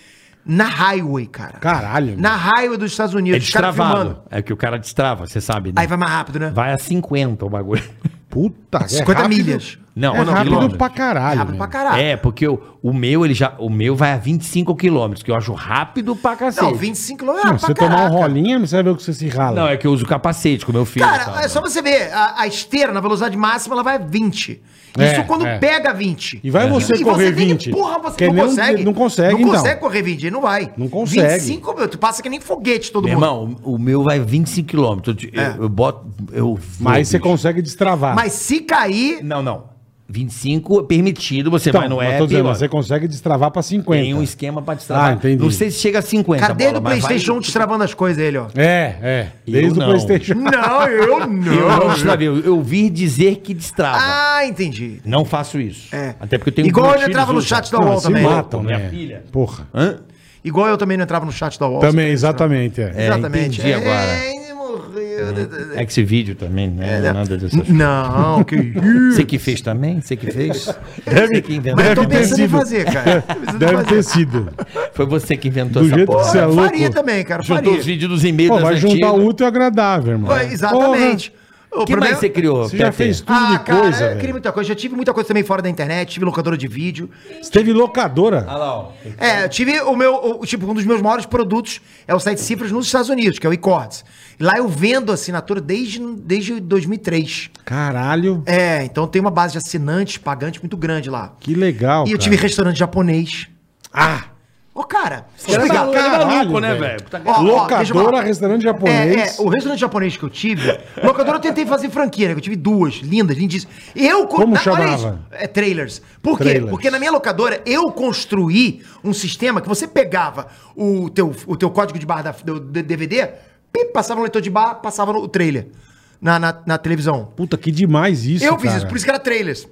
B: na highway, cara.
C: Caralho.
B: Na highway dos Estados
D: É
B: Unidos. os caras
D: destravado.
B: filmando.
D: É que o cara destrava, você sabe, né?
B: Aí vai mais rápido, né?
D: Vai a 50 o bagulho.
C: Puta, é
B: 50
C: rápido-
B: milhas.
D: Não,
C: é
D: não,
C: rápido
D: quilômetros.
C: pra caralho.
B: rápido pra
C: meu.
B: caralho.
D: É, porque o, o meu ele já, o meu vai a 25 km, que eu acho rápido pra cacete.
B: Não, 25 quilômetros.
C: Não,
B: ah, pra
C: você tomar um
B: caraca.
C: rolinho, você vai ver o que você se rala.
D: Não, é que eu uso capacete com meu filho. e tal,
B: Cara, é
D: né?
B: só você ver, a, a esteira na velocidade máxima ela vai a 20.
C: É,
B: Isso quando
C: é.
B: pega É. 20.
C: E vai você
B: tem
C: correr
B: que-
C: 20.
B: porra, você
C: Que
B: não,
C: nem-
B: consegue.
C: não consegue,
B: Não
C: então.
B: consegue correr 20, ele não vai.
C: Não consegue.
B: 25, meu, tu passa que nem foguete todo
D: Meu
B: mundo.
D: irmão, o o meu vai 25 km. Eu, te- eu-
B: É.
D: eu boto. Eu vou,
C: Mas você
D: bicho.
C: consegue destravar.
B: Mas se cair,
D: Não, não. 25 é permitido, você
C: Então,
D: vai no
C: mas
D: app.
C: tô dizendo,
D: ó,
C: você consegue destravar pra 50.
D: é Tem um esquema pra destravar.
C: Ah, entendi.
D: Não sei se chega a 50.
B: cadê
D: bola,
B: do
D: mas
B: PlayStation
D: vai-
B: destravando as coisas ele, ó?
C: É, é.
D: Eu
C: Desde o
D: não.
C: Playstation.
B: Não, eu
D: Eu não
B: não.
D: destravei, eu, eu vi dizer que destrava.
B: ah, entendi.
D: Não faço isso.
B: É.
D: Até porque eu tenho
B: Igual
D: meus
B: eu entrava no
D: filhos usam.
B: chat da
C: Não,
B: UOL
C: se
B: também.
C: matam,
D: Minha
C: né?
D: filha.
C: Porra.
D: Hã?
B: Igual eu também não entrava no chat da UOL.
C: Também, exatamente. É.
D: É,
B: Exatamente.
D: entendi agora.
B: É, ele morreu.
D: É que esse vídeo também, né?
B: É,
D: Nada dessas
B: Não, que isso.
D: Você que fez também? Você que fez? Você que inventou.
B: Mas eu tô
C: Deve ter
B: pensando em
C: sido.
B: fazer, cara. Tô pensando em
C: Deve
B: fazer.
C: ter sido.
D: Foi você que inventou
C: Do
D: essa
C: jeito que
D: porra.
C: Você é
B: eu faria
C: louco?
B: também, cara.
D: Juntou
B: Faria.
D: os vídeos dos e-mails
C: Pô,
D: das
C: vai
D: antigas.
C: juntar útil e é agradável, irmão.
B: Vai, Exatamente.
D: O que mais você criou,
C: Você já fez tudo
B: Ah,
C: de
B: cara,
C: coisa,
B: eu
C: velho.
B: criei muita coisa. Já tive muita coisa também fora da internet, tive locadora de vídeo.
C: Você teve locadora.
D: Olha Ah, lá, ó.
B: É, eu tive o meu, o- tipo, um dos meus maiores produtos é o site Cifras nos Estados Unidos, que é o iCords. Lá eu vendo assinatura desde, desde 2003.
C: Caralho,
B: É, então tem uma base de assinantes, pagantes muito grande lá.
C: que legal,
B: e eu
C: cara.
B: tive restaurante japonês.
C: Ah,
B: Ô, cara,
D: Você é maluco, é
C: Caralho,
D: maluco, né,
C: velho?
D: velho? Puta-
B: tá Ó, ó, deixa eu
C: locadora,
B: falar.
C: restaurante
B: É,
C: japonês.
B: é, o restaurante japonês que eu tive, locadora eu tentei fazer franquia, né? que Eu tive duas, lindas, lindíssimas. Eu co-
C: Como
B: na- olha
C: chamava?
B: isso, É, trailers. Por quê?
C: Trailers.
B: Porque na minha locadora eu construí um sistema que você pegava o teu, o teu código de barra da- do do DVD, pip, passava no leitor de barra, passava no trailer, na, na, na televisão.
C: Puta, que demais isso,
B: eu fiz
C: cara.
B: isso, por isso que era trailers.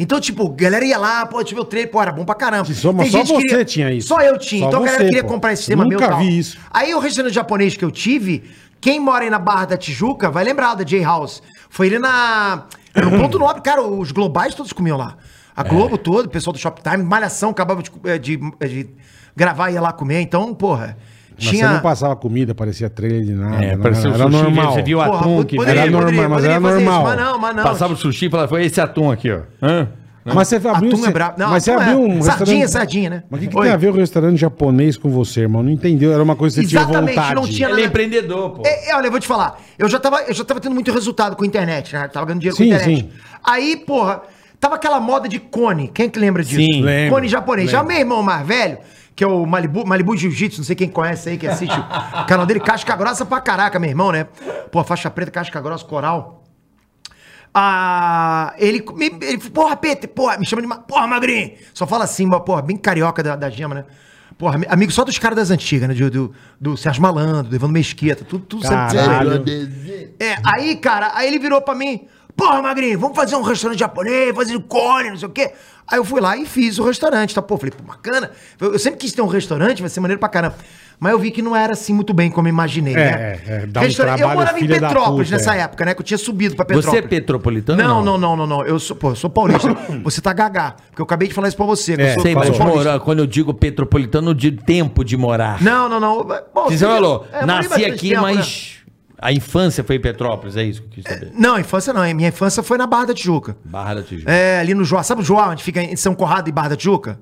B: Então, tipo, a galera ia lá, pô, deixa eu ver o trailer, pô, era bom pra caramba.
C: Só- mas só
B: que
C: você
B: queria-
C: tinha isso.
B: Só eu tinha.
C: Só
B: então a galera
C: você,
B: queria
C: pô.
B: comprar esse sistema
C: Nunca
B: meu e tal.
C: vi isso.
B: Aí o restaurante japonês que eu tive, quem mora aí na Barra da Tijuca, vai lembrar da J House. Foi ele na. No ponto nobre, cara, os globais todos comiam lá.
C: É.
B: A Globo toda, o pessoal do Shoptime, Malhação acabava de, eh, de, eh, de gravar e ia lá comer. Então, porra,
C: Mas
B: tinha. um
C: você não passava comida, parecia trailer de nada.
E: É,
C: não
E: parecia o
C: era, era
E: sushi,
C: normal.
E: você viu a-
B: porra,
E: atum que-
C: Era normal, mas era
B: fazer
C: normal.
B: mas
D: Ah,
B: não, mas não.
E: Passava o sushi e falava, foi esse atum aqui, ó. Hã?
C: Mas você Tá, abriu,
B: Atum é
C: você-
B: brabo. Não,
C: mas você
B: atum é-
C: abriu um
B: sardinha,
C: restaurante-
B: sardinha, né?
C: Mas o que, que
B: Oi.
C: tem a ver o restaurante japonês com você, irmão? Não entendeu, era uma coisa que você
B: Exatamente,
C: tinha vontade.
B: não tinha
D: Ele é empreendedor, pô.
B: É, é, olha, eu vou te falar. Eu já tava, eu já tava tendo muito resultado com a internet, né? Eu tava ganhando dinheiro
C: Sim,
B: com a internet.
C: sim.
B: Aí, porra, tava aquela moda de cone. Quem é que lembra disso?
D: Sim,
C: lembro,
B: cone japonês. Já é meu irmão mais velho, que é o Malibu, Malibu Jiu-Jitsu, não sei quem conhece aí, que assiste o canal dele, casca grossa pra caraca, meu irmão, né? Pô, faixa preta, casca grossa, coral. Ah, ele, me- ele porra, Peter, porra, me chama de, ma- porra, magrinho. Só fala assim, mas, porra, bem carioca da, da gema, né? Porra, ami- amigo só dos caras das antigas, né? Do, do, do Sérgio Malandro, do Evandro Mesquita, tudo, tudo sempre-
C: Caralho.
B: É, aí, cara, aí ele virou pra mim, porra, magrinho, vamos fazer um restaurante japonês, fazer um cone, não sei o quê. Aí eu fui lá e fiz o restaurante, tá? Pô, falei, pô, bacana. Eu, eu sempre quis ter um restaurante, vai ser maneiro pra caramba. Mas eu vi que não era assim muito bem como eu imaginei, né?
C: é, é, dá um
B: Restaurante- eu
C: trabalho,
B: morava em
C: filha da
B: Petrópolis
C: puta,
B: nessa
C: é.
B: época, né? Que eu tinha subido pra Petrópolis.
D: Você é petropolitano?
B: Não, não, não, não, não. Eu sou, pô, eu sou paulista. você tá gagá. Porque eu acabei de falar isso pra você. que eu
C: É,
B: sou-
D: Sei,
B: eu
D: mas
B: sou
C: Paulo.
B: paulista.
D: mora, quando eu digo petropolitano, de tempo de morar.
B: Não, não, não. Bom,
D: Você falou,
B: é, eu morei
D: nasci
B: bastante
D: aqui,
B: tempo, né?
D: mas a infância foi em Petrópolis, é isso que eu quis saber.
B: Não, infância não. hein? Minha infância foi na Barra da Tijuca.
D: Barra da Tijuca.
B: É, ali no Joá. Sabe o Joá, onde fica em São Corrado e Barra da Tijuca?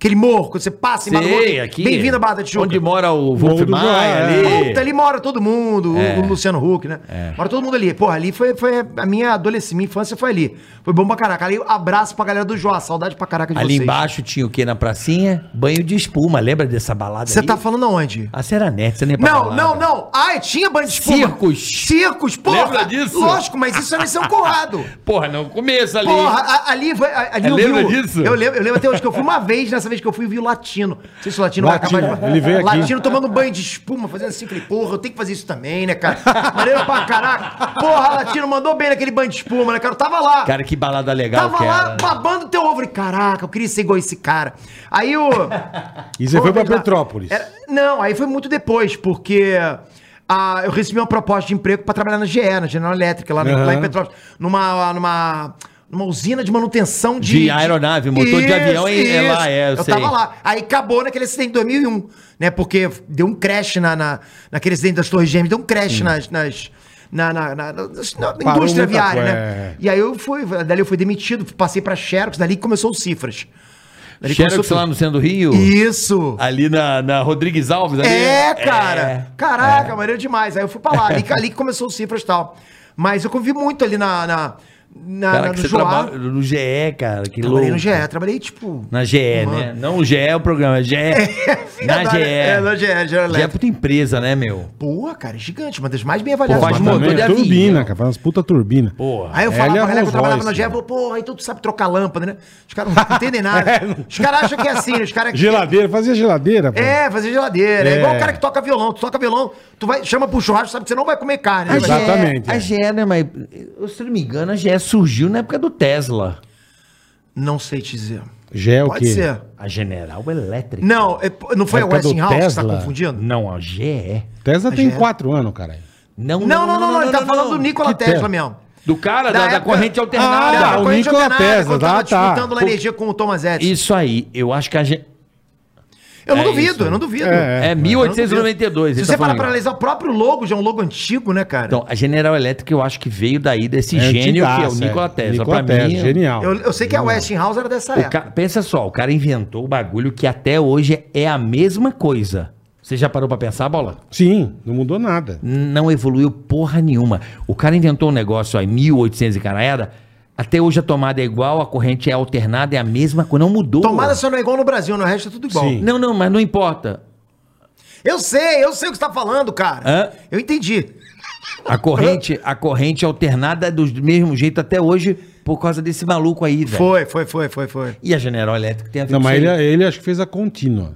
B: Aquele morro, quando você passa em Barra do
D: Sei,
B: Morro.
D: aqui.
B: Bem-vindo à Barra da Tijuca.
D: Onde mora o
C: Morro
D: Wolf
C: do Joá,
D: Maia
C: é.
D: ali.
B: Puta, ali mora todo mundo,
D: É.
B: o- o Luciano Huck, né? Mora todo mundo ali. Porra, ali foi, foi a minha adolescência, minha infância foi ali. Foi bom pra caraca. Ali, abraço pra galera do Joá, saudade pra caraca de
D: Ali
B: vocês.
D: embaixo tinha o que na pracinha? Banho de espuma, lembra dessa balada
B: Você
D: aí?
B: tá falando aonde?
D: A Seranete, você nem é pra
B: Não,
D: balada.
B: não, não. Ai, tinha banho de espuma.
D: Circos.
B: Circos, porra.
D: Lembra disso?
B: Lógico, mas isso era em São Corrado.
D: Porra, não, começa ali.
B: Porra, a- ali vai. a- Ali
D: É,
B: eu vi
D: lembra
B: o-
D: disso?
B: Eu lembro, eu lembro até hoje que eu fui uma vez, nessa vez que eu fui, eu vi o Latino. Não sei se o Latino,
C: Latino,
B: vai acabar de.
C: ele veio aqui.
B: Latino tomando banho de espuma, fazendo assim, falei, porra, eu tenho que fazer isso também, né, cara? Maneiro pra caraca. Porra, Latino mandou bem naquele banho de espuma, né, cara? Eu tava lá.
D: Cara, que balada legal
B: Tava
D: que
B: lá
D: era.
B: babando teu ovo. Eu Falei, caraca, eu queria ser igual esse cara. Aí o.
C: E você foi pra
B: Vamos lá.
C: Petrópolis.
B: Era- não, aí foi muito depois, porque ah, eu recebi uma proposta de emprego pra trabalhar na GE, na General Electric, lá, no-
C: Aham.
B: lá em Petrópolis, numa, numa, numa usina de manutenção de...
D: De aeronave, motor de avião é- é lá, é, eu
B: Eu,
D: sei.
B: tava lá. Aí acabou naquele acidente de 2001, né? Porque deu um crash na, na, naquele acidente das Torres Gêmeas, deu um crash nas... nas na, na, na- na- na indústria
C: muita
B: viária,
C: coisa,
B: né?
C: é.
B: E aí eu fui, dali eu fui demitido, passei pra Xerox, dali que começou os cifras. Dali
D: Xerox
B: começou
D: lá
B: tudo.
D: no centro do Rio.
B: Isso!
D: Ali na, na Rodrigues Alves. Ali.
B: É, cara.
D: É.
B: Caraca, maneiro demais. Aí eu fui pra lá, ali, ali que começou o Cifras e tal. Mas eu convivi muito ali na, na, na,
D: Cara,
B: na-
D: que
B: no
D: você
B: Joá.
D: trabalha no GE, cara. Que
B: Trabalhei
D: louco.
B: no GE, trabalhei tipo...
D: Na GE,
B: Mano.
D: né? Não o GE é o programa, é GE. na
B: Verdade,
D: GE.
B: É, na GE, General
D: GE é
B: Electric.
D: puta empresa, né, meu?
B: Boa, cara, é gigante, uma das mais bem avaliadas.
D: Pô, faz
B: do
C: Mas
D: motor
C: também
D: de
C: é
D: avião.
C: turbina, cara, faz umas puta turbina.
D: Porra.
B: Aí eu
C: É,
B: falava
C: ele é
B: pra galera que eu
C: Rolls
B: trabalhava
C: Royce,
B: na GE, eu
C: cara.
B: falei, porra, então tu sabe trocar lâmpada, né? Os caras não entendem nada. Os caras acham que é assim, os caras...
C: Geladeira, fazia geladeira, pô.
B: É, fazer geladeira. É.
C: É.
B: igual o cara que toca violão. Tu toca violão, tu vai, chama pro churrasco, sabe que você não vai comer carne. né?
D: A
B: Mas-
C: Exato. Exatamente,
D: Exatamente. A
C: é.
D: GE, né, mas se eu não me engano, a GE surgiu na época do Tesla.
B: Não sei te dizer.
C: Já é o
B: Pode
C: quê?
B: ser.
D: A General Electric.
B: Não, é p- não foi a
C: Época do
B: Westinghouse que você tá
C: Tesla?
B: confundindo?
D: Não, a GE.
C: Tesla tem
B: Já é.
C: quatro anos, caralho.
D: Não,
B: Não, não, não, não, ele tá falando do Nikola
C: Que
B: Tesla
C: Tesla?
B: mesmo.
D: Do cara,
B: Da
D: da, da
B: época-
D: corrente alternada.
C: Ah,
B: Não,
C: tá,
B: da
C: o
B: corrente
C: Nikola
B: alternada,
C: Tesla,
B: quando tava
C: tá, tá.
B: disputando lá energia com o Thomas Edison.
D: Isso aí, eu acho que a gente.
B: Eu não
D: É
B: duvido,
D: isso.
B: eu não duvido.
C: É,
D: É 1892.
B: Se
D: ele
B: você
D: tá
B: parar
D: falando.
B: pra analisar, o próprio logo já é um logo antigo, né, cara?
D: Então, a General Electric eu acho que veio daí desse gênio que é o
C: antigaça,
D: Nikola Tesla.
C: Nikola
D: pra
C: Tesla,
D: mim, é um-
C: genial.
B: eu, eu sei que é a Westinghouse era dessa
D: o
B: época.
D: ca- pensa só, o cara inventou o bagulho que até hoje é a mesma coisa. Você já parou pra pensar, Bola?
C: Sim, não mudou nada.
D: Não evoluiu porra nenhuma. O cara inventou um negócio ó, em 1800 e caralhada, até hoje a tomada é igual, a corrente é alternada, é a mesma coisa, não mudou.
B: Tomada só não é igual no Brasil, no resto é tudo igual.
C: Sim.
D: Não, não, mas não importa.
B: Eu sei, eu sei o que você tá falando, cara.
D: Hã?
B: Eu entendi.
D: A corrente, a corrente alternada é do mesmo jeito até hoje por causa desse maluco aí, velho.
B: Foi, foi, foi, foi, foi.
D: E a General Electric tem a ver
C: Não,
D: com
C: mas
D: isso
C: ele,
D: aí.
C: ele acho que fez a contínua.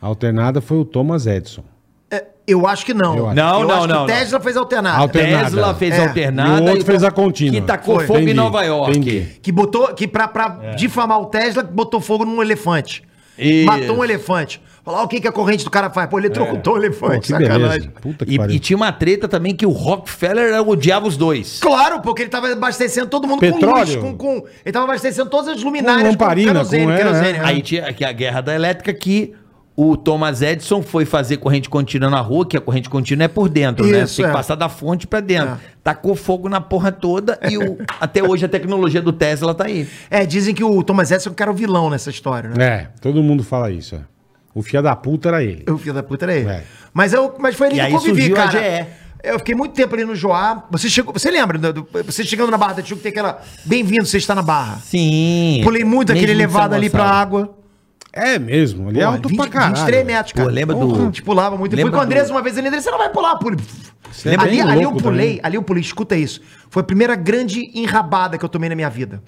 C: A alternada foi o Thomas Edison.
B: É, eu acho que não.
C: Eu acho.
D: Não,
B: eu
D: não,
B: acho que
D: não,
B: o
D: não.
B: Tesla fez alternada.
C: Alternada.
D: Tesla fez
B: É.
D: alternada.
C: E o outro
D: to-
C: fez a contínua.
D: Que tacou
B: Foi.
D: fogo em
C: Entendi,
D: Nova York.
C: entendi.
B: Que botou, que pra, pra
C: É.
B: difamar o Tesla, botou fogo num elefante.
D: Isso.
B: Matou um elefante. Olha lá o que, que a corrente do cara faz. Pô, eletrocutou um
C: É. Pô,
B: elefante.
C: que beleza.
B: sacanagem.
C: Puta que
D: E,
C: pariu.
D: e tinha uma treta também que o Rockefeller odiava os dois.
B: Claro, porque ele tava abastecendo todo mundo
C: Petróleo?
B: com luz, com, com- Ele tava abastecendo todas as luminárias
C: lamparina, com- é, é.
B: né?
D: Aí tinha aqui a guerra da elétrica que o Thomas Edison foi fazer corrente contínua na rua, que a corrente contínua é por dentro, né?
B: Isso,
D: Tem que
B: é.
D: passar da fonte pra dentro.
B: É.
D: Tacou fogo na porra toda e o- até hoje a tecnologia do Tesla tá aí.
B: É, dizem que o Thomas Edison que era o vilão nessa história, né?
C: É, todo mundo fala isso. é. O fia da puta era ele.
B: O filho da puta era ele.
C: É.
B: Mas, eu, mas foi ali
D: E
B: que
D: aí
B: eu convivi,
D: surgiu a
B: cara.
D: GE.
B: Eu fiquei muito tempo ali no Joá. Você, chegou, você lembra? do- do- você chegando na Barra da Tijuca, tem aquela... Bem-vindo, você está na Barra.
D: Sim.
B: Pulei muito aquele elevado ali pra água.
C: É mesmo, ele é
B: Pô,
C: alto pra caralho.
B: 23 metros, cara.
D: Pô, lembra do-
B: Porra, né? A gente pulava muito. Eu fui com
D: Lembra
B: o Andrés
D: do-
B: uma vez, ele Andrés, você não vai pular, pule.
C: é
B: Ali,
C: bem
B: ali eu
C: louco
B: pulei,
C: também.
B: ali eu pulei, escuta isso. Foi a primeira grande enrabada que eu tomei na minha vida.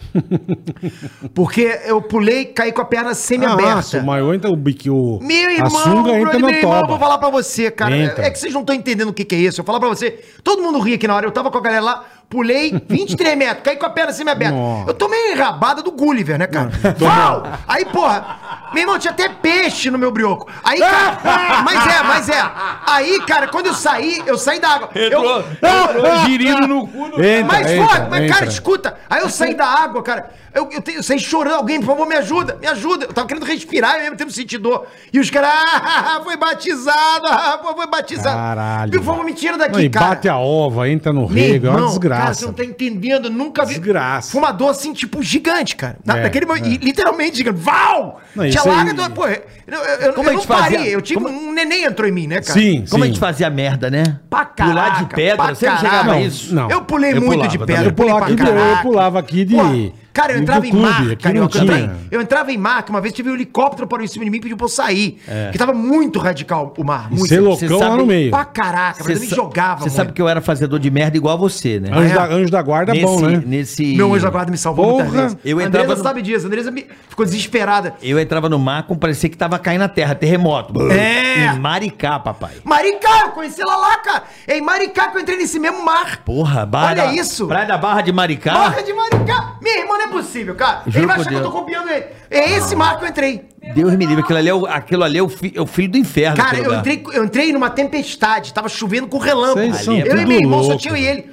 B: Porque eu pulei, caí com a perna
C: Ah,
B: semi-aberta.
C: o maior entra o bico. o-
B: é Meu irmão,
C: a sunga entra
B: meu
C: na
B: irmão, eu vou
C: toba.
B: falar pra você, cara.
C: Entra.
B: É que vocês não estão entendendo o que, que é isso. Eu vou falar pra você. Todo mundo ri aqui na hora. Eu tava com a galera lá, pulei 23 metros, caí com a perna semi-aberta.
C: Nossa.
B: Eu tomei a rabada do Gulliver, né, cara? Uau! Aí, porra, meu irmão, tinha até peixe no meu brioco. Aí, cara, mas é, mas é. Aí, cara, quando eu saí, eu saí da água. Eu,
E: Girino no cu. do-
C: Entra,
B: mas,
C: entra,
B: foda, É mas cara,
C: entra.
B: escuta. Aí eu saí da água, cara. Eu, eu, tenho- eu saí chorando. Alguém, por favor, me ajuda, me ajuda. Eu tava querendo respirar, eu mesmo tempo senti dor. E os caras, ah, foi batizado, ah, foi batizado.
C: Caralho.
B: Por favor, me tira daqui,
C: Não, e
B: cara.
C: bate a ova, entra
B: Meu
C: no rego, é uma
B: irmão, Cara,
C: desgraça.
B: você não tá entendendo, eu nunca vi.
C: Desgraça.
B: Foi uma dor assim, tipo, gigante, cara. Na,
C: É,
B: naquele momento, e literalmente gigante. Val!
C: Não,
B: Tinha
C: isso aí- é
B: larga do. Pô, eu, eu, eu,
D: Como
B: eu
D: a
B: não
D: gente fazia?
B: parei. Eu tive um neném entrou em mim, né, cara?
C: Sim,
D: Como a
C: sim.
D: gente fazia merda, né?
B: Pra caraca,
D: Pular de pedra,
B: pra
D: você não
B: caraca.
D: chegava a
C: Não,
D: isso.
C: não.
B: Eu pulei
D: Eu
B: muito
D: pulava
B: de
D: também.
B: pedra,
C: Eu pulava
B: pra
C: aqui de- eu
B: caraca.
C: pulava aqui de-
B: Porra, cara, eu
C: do
B: entrava em
C: clube,
B: mar,
C: aqui
B: cara,
C: não
B: eu,
C: tinha.
B: entrava em, eu entrava em mar, que uma vez tive um helicóptero parou em cima de mim e pediu pra eu sair.
D: É.
B: Que tava muito radical o mar,
C: E
B: muito.
C: ser loucão lá
D: sabe-
C: no meio.
B: Pra caraca, mas eu me
D: sa-
B: jogava,
D: Você sabe que eu era fazedor de merda igual a você, né?
C: Anjo,
B: é?
C: da, anjo da guarda é bom, né?
D: Nesse...
B: Meu anjo da guarda me salvou
C: Porra,
B: muitas vezes.
D: eu
B: A
D: entrava
B: Andresa
D: no-
B: sabe disso, a Andresa me- ficou desesperada.
D: Eu entrava no mar com parecia que tava caindo a terra, terremoto.
B: É.
D: Em Maricá, papai.
B: Maricá, eu conheci ela lá, cara. É em Maricá que eu entrei nesse mesmo mar.
D: Porra, barra.
B: Olha
D: da-
B: isso.
D: Praia da Barra de Maricá.
B: Barra de Maricá. Meu irmão, não é possível, cara. ele
D: Juro
B: vai
D: por
B: achar que eu tô
D: Deus.
B: copiando ele. É esse mar que eu entrei.
D: Deus me livre, aquilo ali é o, aquilo ali é o, fi- é o filho do inferno.
B: Cara,
D: aquele
B: eu
D: lugar.
B: entrei, eu entrei numa tempestade, tava chovendo com relâmpago.
C: Vocês são
B: eu e
C: tudo
B: meu irmão só
C: louco.
B: tinha eu e ele.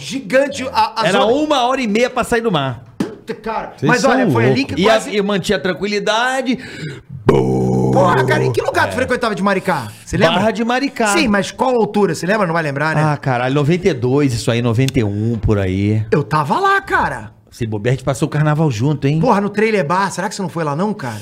B: Gigante, a, a
D: Era
B: zona-
D: uma hora e meia pra sair do mar.
B: Puta, cara.
C: Vocês
B: Mas
C: são
B: olha, foi ali
C: louco.
B: que
D: E
B: quase.
D: a- eu mantinha a tranquilidade.
B: Porra, cara, em que lugar tu frequentava de Maricá? Você lembra?
D: é. Barra de Maricá.
B: Sim, mas qual altura? Você lembra? Não vai lembrar, né?
D: Ah, caralho, 92, isso aí, 91, por aí.
B: Eu tava lá, cara.
D: Se bobear, a gente passou o carnaval junto, hein?
B: Porra, no trailer bar. Será que você não foi lá, não, cara?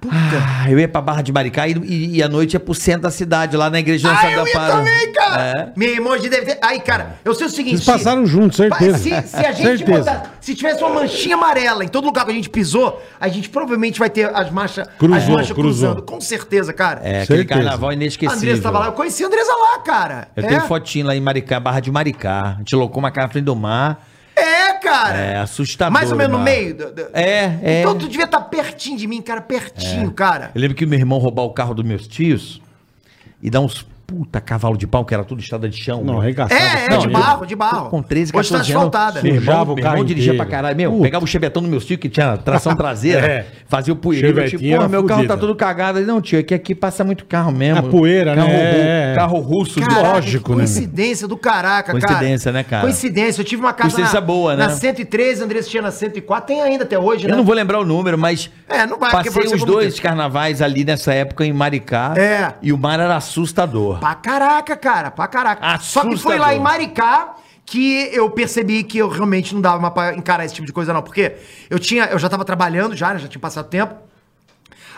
B: Puta.
D: Ah, eu ia pra Barra de Maricá e, e, e à noite ia pro centro da cidade, lá na igreja
B: Ah,
D: Nossa
B: eu
D: da
B: ia
D: Para.
B: também, cara!
D: É.
B: Meu irmão de deve ter. Aí, cara, eu sei o seguinte.
C: Vocês passaram juntos, certeza.
B: Se, se a gente
C: certeza.
B: botar- se tivesse uma manchinha amarela em todo lugar que a gente pisou, a gente provavelmente vai ter as marchas, as
C: Cruzou,
B: manchas
C: cruzou.
B: cruzando. Com certeza, cara.
D: É, aquele
C: Certeza.
D: carnaval
B: a
D: inesquecível.
B: Andressa tava lá. Eu conheci a Andressa lá, cara.
D: Eu
B: é.
D: tenho fotinho lá em Maricá, Barra de Maricá. A gente locou uma cara na frente do mar.
B: É, cara.
D: É, assustador.
B: Mais ou menos no
D: mar.
B: meio. do- do-
D: É, é.
B: Então tu devia estar pertinho de mim, cara. Pertinho, cara.
D: Eu lembro que meu irmão roubou o carro dos meus tios e dar uns puta cavalo de pau, que era tudo estrada de chão.
C: Não,
D: meu.
C: arregaçava.
B: É, é,
C: Não,
B: de
C: eu-
B: barro, de barro.
D: Com 13,
B: Hoje
D: 14
B: tá
D: anos.
B: asfaltada.
D: Meu irmão,
C: Sujava o
D: meu irmão
C: carro
D: dirigia pra
C: inteiro.
D: caralho. Meu,
C: Puta.
D: pegava o chebetão do meu tio, que tinha tração traseira,
C: É.
D: fazia o poeiro. Tipo,
C: Chevetinho era
D: pô, meu carro tá
C: fudido.
D: todo cagado. Ele, Não, tio, é que aqui passa muito carro mesmo.
C: É poeira, né?
D: carro,
C: É, é.
D: Carro russo,
B: Caraca,
C: lógico,
B: que
C: né?
B: coincidência do caraca, cara.
D: Coincidência, né, cara?
B: Coincidência. Eu tive uma casa
D: Coincidência
B: na,
D: boa, né?
B: na 103, Andressa tinha na 104. Tem ainda até hoje, né?
D: Eu não vou lembrar o número, mas
B: É, não vai, porque
D: passei
B: você
D: os
B: foi
D: dois
B: muito-
D: carnavais ali nessa época em Maricá.
B: É.
D: E o mar era assustador.
B: Pra caraca, cara, pra caraca. Só que foi
D: Assustador.
B: lá em Maricá que eu percebi que eu realmente não dava mais pra encarar esse tipo de coisa, não. Porque eu tinha, eu já tava trabalhando já, né, já tinha passado tempo.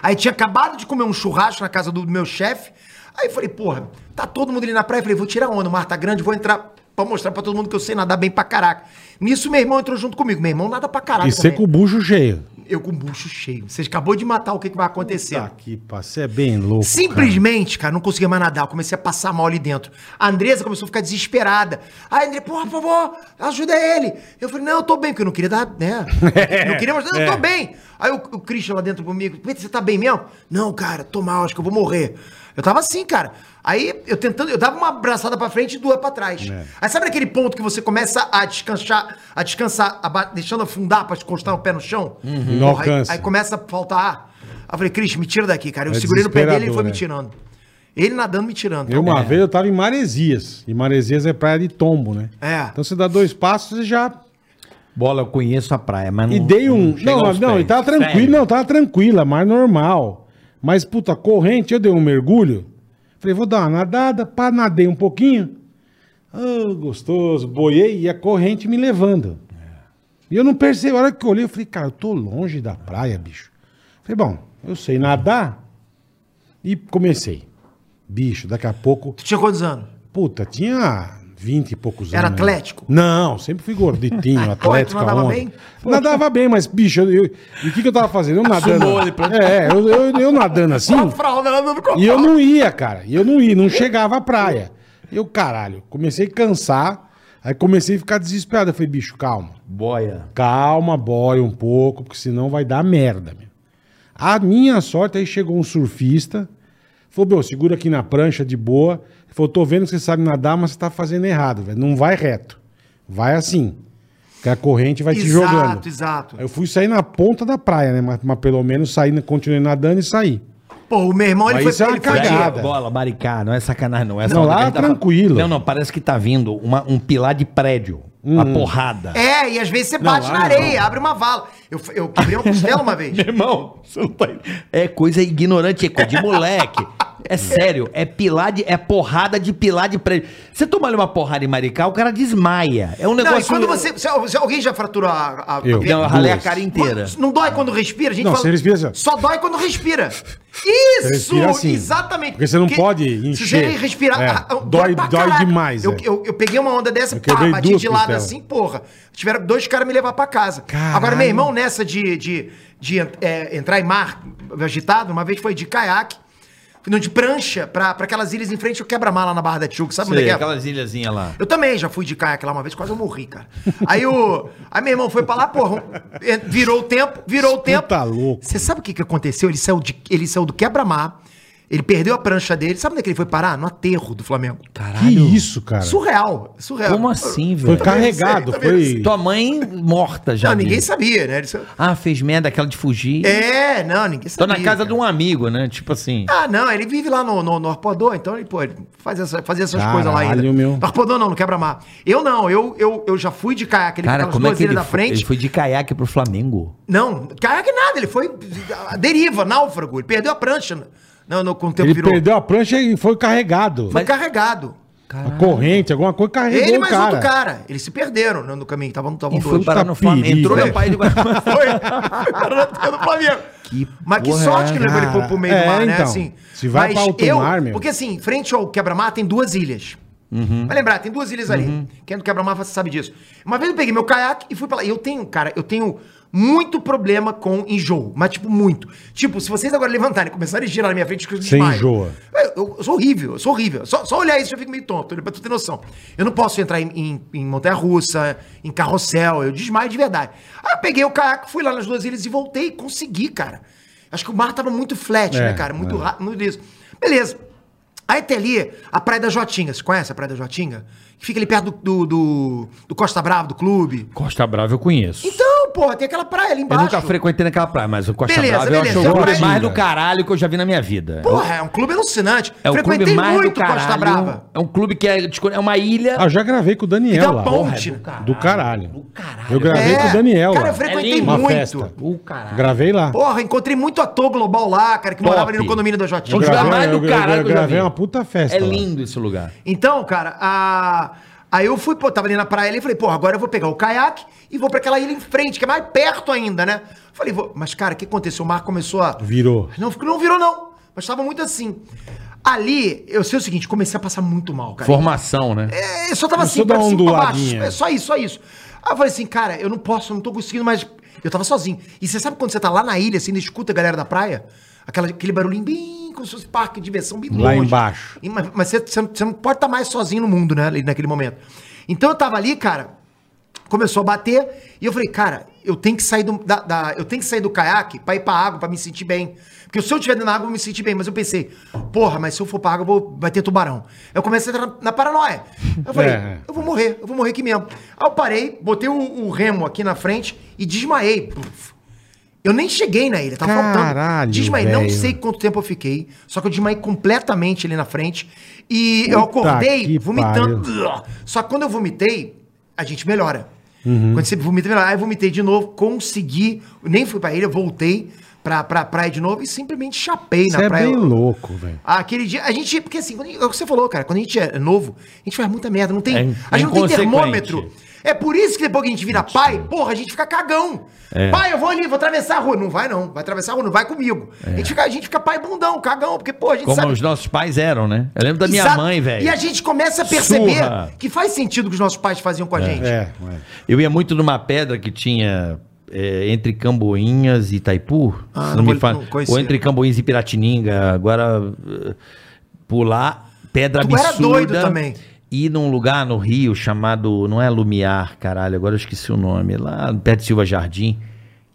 B: Aí tinha acabado de comer um churrasco na casa do meu chefe. Aí eu falei, porra, tá todo mundo ali na praia. Eu falei, vou tirar onda, o mar tá grande, vou entrar pra mostrar pra todo mundo que eu sei nadar bem pra caraca. Nisso, meu irmão entrou junto comigo. Meu irmão nada pra caraca.
C: E você
B: também.
C: com o bucho cheio.
B: Eu com o bucho cheio. Você acabou de matar o que, que vai acontecer.
C: Tá aqui, pá, você é bem louco.
B: Simplesmente, cara, não conseguia mais nadar. Eu comecei a passar mal ali dentro. A Andresa começou a ficar desesperada. Aí, André, porra, por favor, ajuda ele. Eu falei, não, eu tô bem, porque eu não queria dar, né? não queria, mas
C: É.
B: eu tô bem. Aí o, o Christian lá dentro comigo, Pedro, você tá bem mesmo? Não, cara, tô mal, acho que eu vou morrer. Eu tava assim, cara. Aí eu tentando, eu dava uma abraçada pra frente e duas pra trás.
C: É.
B: Aí sabe aquele ponto que você começa a descansar, a descansar, a ba- deixando afundar pra encostar o pé no chão?
C: Uhum. Não
B: Porra, aí-
C: alcança.
B: Aí, começa a faltar ar. Aí eu falei, Cris, me tira daqui, cara. Eu
C: É
B: segurei no pé dele e ele
C: desesperador,
B: foi me
C: né?
B: tirando. Ele nadando me tirando. tá?
C: Eu, uma vez eu tava em Maresias. E Maresias é praia de tombo, né?
B: É.
C: Então você dá dois passos e já.
D: Bola, eu conheço a praia, mas
C: E dei um.
D: chega
C: Não,
D: aos
C: não,
D: pés.
C: e tava tranquilo,
D: Sério.
C: não, tava tranquila, mar normal. Mas, puta, corrente, eu dei um mergulho. Falei, vou dar uma nadada, pá, nadei um pouquinho. Ah, gostoso, boiei e a corrente me levando.
D: É.
C: E eu não percebi, a hora que eu olhei, eu falei, cara, eu tô longe da praia, bicho. Falei, bom, eu sei nadar. E comecei. Bicho, daqui a pouco
B: Tu tinha quantos anos?
C: Puta, tinha 20 e poucos
B: Era
C: anos. né?
B: atlético?
C: Não, sempre fui gorditinho, atlético.
B: Pô, tu nadava
C: aonde?
B: bem?
C: Nadava bem, mas, bicho, eu, eu- e o que, que eu tava fazendo? Eu nadando.
D: ele
C: É, eu, eu, eu nadando assim.
B: Uma fralda nadando com a
C: E eu não ia, cara. E eu não ia, não chegava à praia. Eu, caralho, comecei a cansar. Aí comecei a ficar desesperado. Eu falei, bicho, calma.
D: Boia.
C: Calma, boia um pouco, porque senão vai dar merda, meu. A minha sorte, aí chegou um surfista, falou, meu, segura aqui na prancha de boa. Ele falou, tô vendo que você sabe nadar, mas você tá fazendo errado, velho. Não vai reto. Vai assim. Que a corrente vai te
B: Exato,
C: jogando.
B: exato.
C: Aí eu fui sair na ponta da praia, né? Mas, mas pelo menos saí, né, continuei nadando e saí.
B: Pô, o meu irmão, ele
C: Mas
B: foi,
C: isso é uma
B: ele foi
C: cagada.
B: de-
C: Nada.
D: Bola, Maricá, não é sacanagem, não. É
C: Não, lá
D: sacanagem.
C: é tranquilo.
D: Não, não, parece que tá vindo uma- um pilar de prédio. Uma porrada.
B: É, e às vezes você bate
C: lá
B: na
C: não.
B: areia, abre uma vala. Eu, f- eu quebrei uma costela uma vez.
D: Meu irmão, você não tá... É coisa ignorante, é coisa de moleque. É sério, é pilar de. É porrada de pilar de prédio. Você tomar uma porrada em Maricá, o cara desmaia. É um
B: Não,
D: negócio.
B: e quando você. se- se alguém já fraturou a. a-
C: Eu.
B: a-
D: Não, eu ralei a
C: Duas.
D: cara inteira.
B: Não dói quando respira, a gente
C: Não, você respira assim, ó.
B: Só dói quando respira. Isso!
C: respira assim.
B: Exatamente.
C: Porque você não pode
B: Se
C: encher.
B: você respirar...
C: É,
B: ah, ah,
C: dói-
B: pra
C: dói
B: caraca.
C: demais,
B: Eu,
C: é.
B: eu, eu peguei uma onda dessa,
C: Eu
B: pá,
C: quebrei
B: bati
C: duas
B: de lado
C: costelas.
B: assim, porra. Tiveram dois caras me levar pra casa.
C: Caralho.
B: Agora, meu irmão, nessa de, de, de é, entrar em mar agitado, uma vez foi de caiaque, não, de prancha, pra, pra aquelas ilhas em frente ao quebra-mala na Barra da Tijuca, sabe onde é que é?
D: aquelas ilhazinhas lá.
B: Eu também já fui de caiaque lá uma vez, quase eu morri, cara. Aí o. Aí meu irmão foi pra lá, porra. eh, Virou o tempo, virou o tempo.
C: Puta tá louco.
B: Você sabe o que, que aconteceu? Ele saiu, de, ele saiu do quebra-mar, ele perdeu a prancha dele. Sabe onde é que ele foi parar? No aterro do Flamengo.
C: Que isso, cara?
B: Surreal, surreal.
D: Como assim,
C: Foi
D: velho?
C: carregado,
B: também é não sei.
C: foi...
D: Tua mãe morta já.
B: Não, ninguém
D: amigo.
B: sabia, né? Ele saiu-
D: Ah, fez merda aquela de fugir.
B: É, não, ninguém
D: Tô
B: sabia.
D: na casa
B: cara.
D: de um amigo, né? Tipo assim.
B: Ah, não, ele vive lá no, no, no Arpoador, então ele, pô, ele faz, essa, fazia essas coisas lá ainda.
C: Caralho, meu.
B: No Arpoador não, no quebra-mar. Eu não, eu, eu, eu já fui de caiaque, ele
D: Cara,
B: ficava
D: como é
B: duas
D: que ele,
B: ilhas da
D: foi,
B: frente.
D: ele foi de caiaque pro Flamengo?
B: Não, caiaque nada, ele foi a deriva, náufrago, ele perdeu a prancha. Não, não com o tempo
C: Ele
B: virou.
C: perdeu a prancha e foi carregado.
B: Foi carregado.
C: A corrente, alguma coisa carregou
B: Ele
C: o
B: mais
C: um cara.
B: outro cara. Eles se perderam né, no caminho, estavam estavam
D: E foi
B: dois.
D: parar
C: tá
D: no Flamengo.
C: perigo,
D: Entrou
C: velho.
D: no país de Guatemala.
B: Foi, foi parar no- no Flamengo.
D: Que
B: Mas que
D: porra
B: sorte que
D: é,
B: levou ele pro,
C: cara?
B: pro meio
C: É,
B: do mar, né?
C: então.
B: Assim.
C: Se vai
B: Mas
C: pra alto
B: eu-
C: mar, meu. Uhum.
B: Porque assim, frente ao quebra-mar tem duas ilhas. Vai lembrar, tem duas ilhas ali. Quem é do quebra-mar você sabe disso. Uma vez eu peguei meu caiaque e fui pra lá. E eu tenho, cara, eu tenho muito problema com enjoo. Mas, tipo, muito. Tipo, se vocês agora levantarem e começarem a girar na minha frente, eu
C: Você enjoa.
B: eu, É, eu- eu sou horrível, eu sou horrível. Só, só olhar isso eu fico meio tonto, pra tu ter noção. Eu não posso entrar em, em, em montanha-russa, em carrossel, eu desmaio de verdade. Aí eu peguei o caiaque, fui lá nas duas ilhas e voltei, e consegui, cara. Acho que o mar tava muito flat,
C: É,
B: né, cara? Muito
C: é.
B: rápido, muito isso. Beleza. A Eteli, a Praia da Jotinga, você conhece a Praia da Jotinga? Que fica ali perto do, do, do- do Costa Bravo, do clube.
E: Costa Brava eu conheço.
B: Então, porra, tem aquela praia ali
D: Eu
B: embaixo.
D: nunca frequentei naquela praia, mas o Costa
B: Beleza,
D: Brava eu
B: beleza,
D: acho o
B: é
D: clube
B: uma
D: mais
C: ginga.
D: do caralho que eu já vi na minha vida.
B: Porra, é um clube alucinante.
D: É o clube
B: Frequentei
D: mais
B: muito
D: do caralho.
B: Costa Brava.
D: É um clube que é, descone- é uma ilha.
C: Ah, eu já gravei com
B: E
C: o
B: da
C: Daniel lá.
B: ponte.
C: Do caralho.
D: Do caralho.
C: Eu gravei É, com o Daniel
B: É, Cara,
C: lá.
B: eu frequentei
D: lindo.
C: Uma
B: muito.
C: festa.
D: Do caralho.
C: Gravei lá.
B: Porra, encontrei muito ator global lá, cara, que
D: Top.
B: morava ali no condomínio da Jotinha.
D: Eu
C: Eu
D: Os
C: gravei,
D: trabalhos
C: eu,
D: um do
C: eu-
D: caralho
C: eu
D: que eu já
C: gravei
D: vi.
C: uma puta festa.
D: É
C: lá.
D: lindo esse lugar.
B: Então, cara, a... aí eu fui, pô, tava ali na praia ali, falei, porra, agora eu vou pegar o caiaque e vou pra aquela ilha em frente, que é mais perto ainda, né? Falei, vou... mas cara, o que aconteceu? O mar começou a...
C: Virou.
B: Não, ficou- não virou não, mas tava muito assim. Ali, eu sei o seguinte, comecei a passar muito mal, cara.
D: Formação, né?
B: É, eu só tava assim,
C: Começou a dar
B: pra cima, pra baixo.
C: onduladinha.
B: É só isso, só isso. Aí eu falei assim, cara, eu não posso, eu não tô conseguindo mais. Eu tava sozinho. E você sabe quando você tá lá na ilha, assim, ainda escuta a galera da praia? Aquela, aquele barulhinho bem como se fosse parque de diversão, bem
C: Lá
B: longe.
C: embaixo.
B: E- mas mas você, você não- você não pode estar mais sozinho no mundo, né? ali Naquele momento. Então eu tava ali, cara, começou a bater e eu falei, cara, eu tenho que sair do, da, da- eu tenho que sair do caiaque pra ir pra água pra me sentir bem. Porque se eu estiver dentro da água, eu vou me sentir bem. Mas eu pensei, porra, mas se eu for pra água, eu vou, vai ter tubarão. Eu comecei a entrar na, na paranoia. Eu falei,
C: É.
B: eu vou morrer, eu vou morrer aqui mesmo. Aí eu parei, botei o, o remo aqui na frente e desmaiei. Puf. Eu nem cheguei na ilha, tava faltando.
C: Caralho,
B: Desmaiei, não
C: velho.
B: sei quanto tempo eu fiquei, só que eu desmaiei completamente ali na frente. E eu
C: Puta que
B: acordei vomitando.
C: pariu.
B: Só que quando eu vomitei, a gente melhora.
C: Uhum.
B: Quando você vomita, melhora. Aí eu vomitei de novo, consegui, nem fui pra ilha, voltei pra, pra praia de novo e simplesmente chapei
C: Você
B: na
C: é
B: praia.
C: bem louco, velho.
B: Aquele dia, a gente, porque assim, quando, é o que você falou, cara, quando a gente é novo, a gente faz muita merda, não tem,
D: É
B: a gente não tem
D: inconsequente.
B: termômetro. É por isso que depois que a gente vira pai, porra, a gente fica cagão.
C: É.
B: Pai, eu vou ali, vou atravessar a rua. Não vai não, vai atravessar a rua, não vai comigo.
C: É.
B: A, gente fica, a gente fica pai bundão, cagão, porque, porra, a gente
D: Como os nossos pais eram, né? Eu lembro da minha
B: Exato.
D: mãe,
B: E a
D: velho.
B: gente começa a perceber
D: Surra.
B: que faz sentido o que os nossos pais faziam com a gente.
C: É, é.
D: Eu ia muito numa pedra que tinha é, entre Camboinhas e Itaipu.
B: Ah,
D: se não
B: não
D: me
B: vou-
D: fala.
B: não conhecia.
D: Ou entre Camboinhas e Piratininga. Agora, eh, por lá, pedra
B: Tu era
D: absurda.
B: doido também.
D: E num lugar no Rio chamado. Não é Lumiar, caralho, agora eu esqueci o nome. Lá perto de Silva Jardim,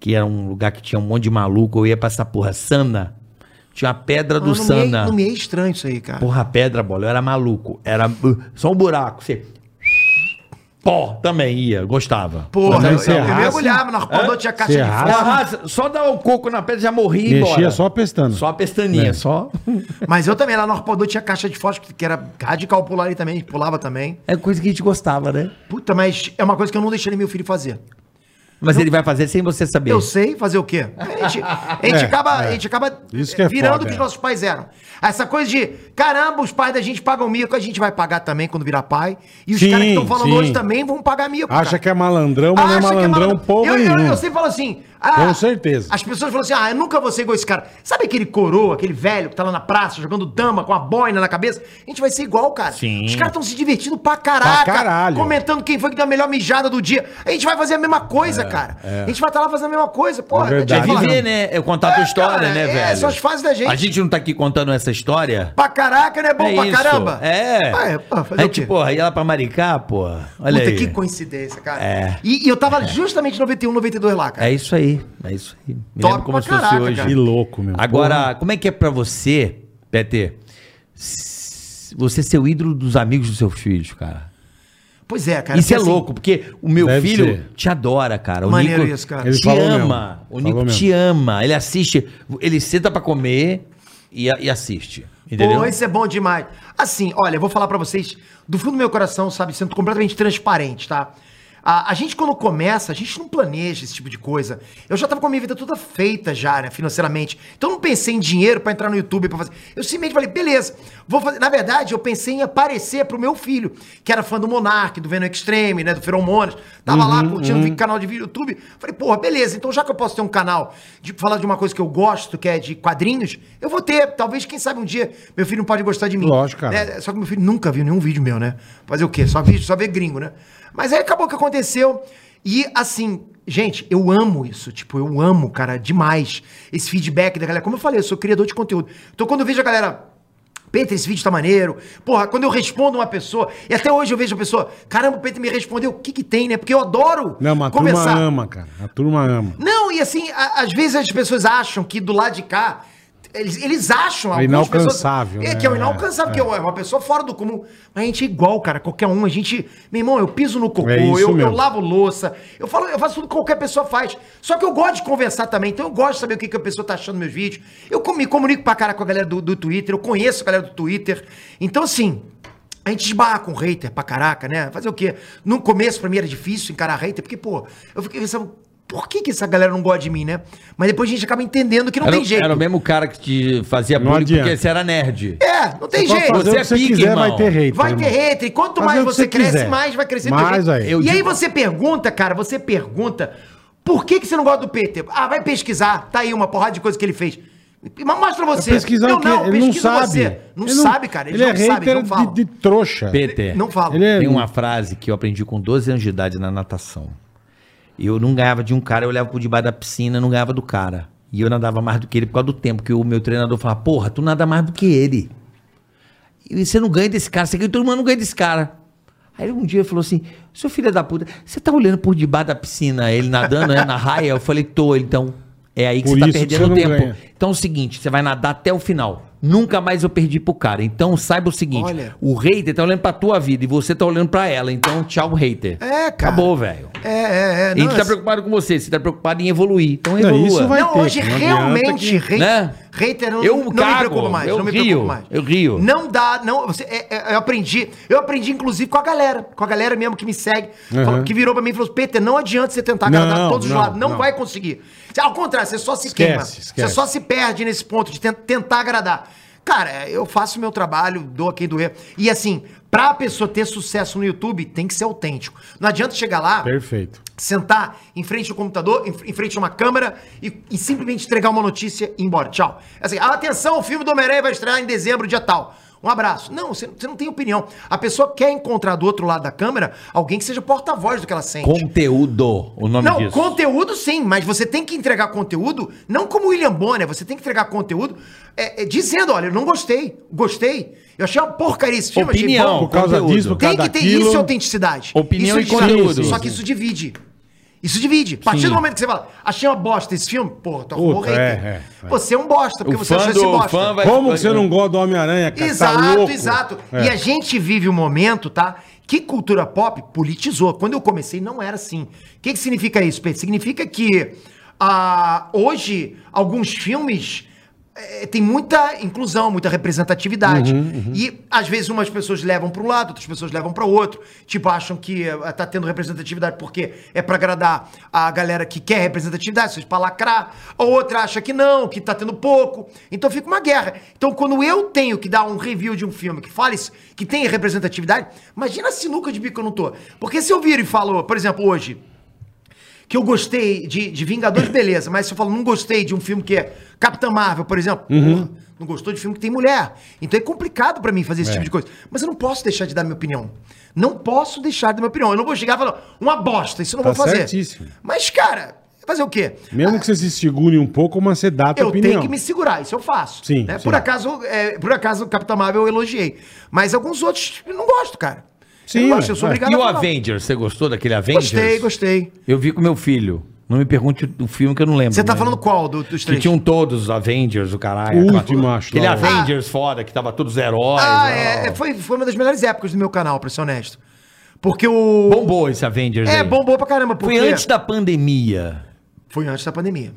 D: que era um lugar que tinha um monte de maluco. Eu ia pra essa porra Sana. Tinha a pedra do
B: não, me é,
D: Sana.
B: não me é estranho isso aí, cara.
D: Porra, pedra, bola. Eu era maluco. Era uh, só um buraco. Você. Pó, também ia, gostava.
B: Porra,
C: Mas
B: eu,
C: você
D: é
B: eu, eu
C: errasse?
B: mergulhava na quando tinha caixa
C: Você
B: de
D: Eu
B: fósforo.
C: errasse?
D: arrasa- só dar o coco na pedra já morri e
C: Mexia
D: embora.
C: só pestando.
D: Só a pestaninha,
C: É.
D: só.
B: Mas eu também, lá no Arpoador tinha caixa de fósforo, que era radical pular ali também, pulava também.
D: É coisa que a gente gostava, né?
B: Puta, mas é uma coisa que eu não deixaria meu filho fazer.
D: Mas ele vai fazer sem você saber.
B: Eu sei fazer o quê? A gente, a gente
C: É,
B: acaba,
C: é.
B: A gente acaba
C: Isso que é
B: virando
C: foda,
B: o que os
C: é.
B: nossos pais eram. Essa coisa de, caramba, os pais da gente pagam mico, a gente vai pagar também quando virar pai. E os
C: Sim,
B: caras que estão falando
C: sim.
B: hoje também vão pagar mico.
C: Acha
B: cara.
C: que é malandrão, mas não é
B: Acha que
C: malandrão
B: malandro.
C: porra
B: eu, eu,
C: nenhuma.
B: eu sempre falo assim. ah,
C: Com certeza.
B: As pessoas falam assim: ah, eu nunca vou ser igual esse cara. Sabe aquele coroa, aquele velho que tá lá na praça jogando dama com a boina na cabeça? A gente vai ser igual, cara.
D: Sim.
B: Os caras estão se divertindo pra caraca.
C: Pra caralho.
B: Comentando quem foi que deu a melhor mijada do dia. A gente vai fazer a mesma coisa, cara. A gente vai estar lá fazendo a mesma coisa. Porra,
C: É, verdade.
B: a
D: É
B: gente vai
D: viver,
B: falar,
D: né? É contar a tua
B: É,
D: história,
B: cara,
D: né,
B: é,
D: velho?
B: são as fases da gente.
D: A gente não tá aqui contando essa história.
B: Pra caraca, não é bom
D: É
B: pra
D: isso.
B: caramba?
D: É.
B: Ah, é pô, fazer
D: a
B: o
D: gente,
B: quê?
D: porra, ia lá pra Maricá, porra. Olha
B: Puta,
D: aí.
B: que coincidência, cara.
D: É.
B: E, e eu tava justamente em 91, 92 lá, cara.
D: É isso aí. É isso aí. Me
B: Top
D: lembro como
B: pra
D: se fosse
B: caraca,
D: hoje.
B: cara.
C: Que louco, meu.
D: Agora, como é que é pra você, PT, s- você ser o ídolo dos amigos dos seus filhos, cara?
B: Pois é, cara.
D: isso é
B: porque assim,
D: louco, porque o meu
C: Deve
D: filho
C: ser.
D: te adora, cara. O
B: Maneiro
D: Nico
B: isso, cara.
C: Ele
D: te
C: falou mesmo.
D: ama. O
C: Falou
D: Nico
C: mesmo.
D: te ama. Ele assiste, ele senta pra comer e, a- e assiste. Entendeu?
B: Pô, isso é bom demais. Assim, olha, eu vou falar pra vocês do fundo do meu coração, sabe, sendo completamente transparente, tá? A, a gente, quando começa, a gente não planeja esse tipo de coisa. Eu já tava com a minha vida toda feita já, né, financeiramente. Então eu não pensei em dinheiro pra entrar no YouTube pra fazer. Eu simplesmente falei, beleza, vou fazer. Na verdade, eu pensei em aparecer pro meu filho, que era fã do Monark, do Venom Extreme, né, do Feromonas. Tava
C: Uhum,
B: lá curtindo o canal de vídeo do YouTube. Falei, porra, beleza, então já que eu posso ter um canal de falar de uma coisa que eu gosto, que é de quadrinhos, eu vou ter. Talvez, quem sabe um dia, meu filho não pode gostar de mim.
C: Lógico, cara.
B: Né? Só que meu filho nunca viu nenhum vídeo meu, né? Fazer o quê? Só vídeo, só ver gringo, né? Mas aí acabou que aconteceu. E assim, gente, eu amo isso. Tipo, eu amo, cara, demais esse feedback da galera. Como eu falei, eu sou criador de conteúdo. Então quando eu vejo a galera. Peter, esse vídeo tá maneiro. Porra, quando eu respondo uma pessoa, e até hoje eu vejo a pessoa, caramba, o Peter me respondeu, o que que tem, né? Porque eu adoro
C: Não, mas a turma ama, cara. A turma ama.
B: não, e assim, a- às vezes as pessoas acham que do lado de cá Eles, eles acham algumas
C: inalcançável,
B: pessoas- É,
C: né?
B: que é o inalcançável,
C: É,
B: que é uma pessoa fora do comum. Mas a gente é igual, cara, qualquer um. A gente. Meu irmão, eu piso no cocô,
C: É isso
B: eu, eu
C: mesmo.
B: lavo louça, eu falo, eu faço tudo que qualquer pessoa faz. Só que eu gosto de conversar também, então eu gosto de saber o que, que a pessoa tá achando dos meus vídeos. Eu com- me comunico pra cara com a galera do, do Twitter, eu conheço a galera do Twitter. Então, assim. A gente esbarra com hater pra caraca, né? Fazer o quê? No começo, pra mim, era difícil encarar hater, porque, pô, eu fiquei pensando, por que, que essa galera não gosta de mim, né? Mas depois a gente acaba entendendo que não
D: era,
B: tem jeito.
D: era o mesmo cara que te fazia
C: Não
D: bullying porque
C: adianta.
D: você era nerd.
B: É, não tem
C: Pode
B: jeito.
C: fazer o
D: Você
C: que
D: é
C: você
D: pique,
C: quiser,
D: irmão.
C: vai ter hater.
B: Vai ter
C: irmão.
B: hater. E quanto
C: Fazer
B: mais
C: o que
B: você,
C: você
B: cresce,
C: quiser.
B: mais vai crescer.
C: Mais
B: teu
C: aí.
B: jeito.
C: Eu
B: E aí
D: digo-
B: você pergunta, cara, você pergunta, por que, que você não gosta do Peter? Ah, vai pesquisar. Tá aí uma porrada de coisa que ele fez. Mas mostra você.
C: Pesquisar
B: eu
C: o quê? Ele não sabe.
B: Não sabe, cara. Ele,
C: Ele é
B: não sabe,
C: hater
B: não fala.
C: de, de trouxa.
D: Peter.
B: Não fala.
C: Ele é-
D: Tem uma frase que eu aprendi com 12 anos de idade na natação. Eu não ganhava de um cara, eu olhava por debaixo da piscina, não ganhava do cara. E eu nadava mais do que ele por causa do tempo, que o meu treinador falava, porra, tu nada mais do que ele. E você não ganha desse cara, você ganha, todo mundo não ganha desse cara. Aí um dia ele falou assim, seu filho da puta, você tá olhando por debaixo da piscina, ele nadando, né, na raia? Eu falei, tô, ele, então, é aí que
C: Por
D: você tá
C: isso que você
D: perdendo
C: não
D: tempo.
C: ganha.
D: Então é o seguinte, você vai nadar até o final. Nunca mais eu perdi pro cara. Então saiba o seguinte,
B: Olha.
D: o hater tá olhando pra tua vida e você tá olhando pra ela. Então tchau, hater.
B: É, cara.
D: Acabou, velho.
B: É, é, é.
D: Ele
B: não,
D: tá
B: é-
D: preocupado com você, você tá preocupado em evoluir. Então
C: Não,
D: evolua.
C: isso vai-
B: Não,
C: ter,
B: hoje
C: não adianta
B: realmente
C: que-
B: hate,
D: Né?
B: hater não,
D: Eu
B: não me
D: cago,
B: preocupa mais.
D: eu
B: não me
D: rio,
B: preocupa mais.
D: eu rio.
B: Não dá, não. Você, é- é- eu aprendi, eu aprendi inclusive com a galera, com a galera mesmo que me segue,
C: Uhum.
B: falou- que virou pra mim e falou: Peter, não adianta você tentar
C: Não,
B: agradar todos
C: não,
B: os lados, não,
C: não.
B: vai conseguir. Você- Ao contrário, você só se
C: Esquece,
B: queima,
C: esquece.
B: você só se perde nesse ponto de ten- tentar agradar. Cara, eu faço o meu trabalho, dou a quem doer. E assim, pra pessoa ter sucesso no YouTube, tem que ser autêntico. Não adianta chegar lá
C: Perfeito.
B: sentar em frente ao computador, em, em frente a uma câmera e, e simplesmente entregar uma notícia e ir embora. Tchau. É Assim, atenção, o filme do Homem-Aranha vai estrear em dezembro, dia tal. Um abraço. Não, você, você não tem opinião. A pessoa quer encontrar do outro lado da câmera alguém que seja porta-voz do que ela sente.
D: Conteúdo, é o nome
B: não,
D: disso.
B: conteúdo sim, mas você tem que entregar conteúdo, não como William Bonner, você tem que entregar conteúdo é, é, dizendo, olha, eu não gostei, gostei, eu achei uma porcaria esse filme, achei
D: Opinião,
C: Por causa
D: conteúdo.
C: disso, por
B: tem
C: causa
B: que ter
C: daquilo.
B: isso é autenticidade.
D: Opinião
B: isso
D: e
B: é autenticidade.
D: conteúdo.
B: Só que isso divide. Isso divide. A partir
D: Sim.
B: do momento que você fala, achei uma bosta esse filme, pô, tu arrumou
C: Puta,
B: hater.
C: é, é, é.
B: Você é um bosta, porque
D: O
B: você
D: fã
B: achou esse
D: do- o
B: bosta.
D: fã vai-
C: Como que você não gosta do Homem-Aranha, cara? Tá
B: Exato,
C: louco?
B: exato.
C: É.
B: E a gente vive um momento, tá? Que cultura pop politizou. Quando eu comecei, não era assim. O que, que significa isso, Pedro? Significa que ah, hoje alguns filmes eh, têm muita inclusão, muita representatividade.
D: Uhum,
B: E às vezes umas pessoas levam para um lado, outras pessoas levam para outro. Tipo, acham que eh, tá tendo representatividade porque é para agradar a galera que quer representatividade, vocês para lacrar. A outra acha que não, que tá tendo pouco. Então fica uma guerra. Então quando eu tenho que dar um review de um filme que fale isso, que tem representatividade, imagina a sinuca de bico que eu não tô. Porque se eu viro e falo, por exemplo, hoje, que eu gostei de, de Vingadores, beleza, mas se eu falo, não gostei de um filme que é Capitã Marvel, por exemplo,
C: Uhum.
B: porra, não gostou de filme que tem mulher. Então é complicado pra mim fazer
C: É.
B: esse tipo de coisa. Mas eu não posso deixar de dar minha opinião. Não posso deixar de dar minha opinião. Eu não vou chegar e falar, uma bosta, isso eu não
C: Tá
B: vou fazer.
C: certíssimo.
B: Mas, cara, fazer o quê?
C: Mesmo que você se segure um pouco, mas você dá a tua
B: Eu
C: opinião.
B: tenho que me segurar, isso eu faço.
C: Sim,
B: né?
C: sim.
B: Por acaso, é, por acaso, o Capitã Marvel eu elogiei. Mas alguns outros eu não gosto, cara.
C: Sim, é.
B: eu não gosto, eu
C: ué,
B: sou
C: ué.
B: obrigado
D: E
B: a
D: o
B: falar.
D: Avengers, você gostou daquele Avengers?
B: Gostei, gostei.
D: Eu vi com meu filho. Não me pergunte o filme que eu não lembro.
B: Você
C: Hum.
B: tá
D: mas-
B: falando qual do- dos
C: um
D: Que
B: três?
D: tinham todos os Avengers, o caralho.
C: O
D: aquela-
C: último, acho,
D: Aquele
C: lá, o-
D: Avengers foda, que tava todos heróis.
B: Ah,
D: ó.
B: é, é, foi, foi uma das melhores épocas do meu canal, pra ser honesto. Porque o.
D: Bombou esse Avengers
B: É,
D: aí.
B: bombou pra caramba. Porque...
D: Foi antes da pandemia.
B: Foi antes da pandemia.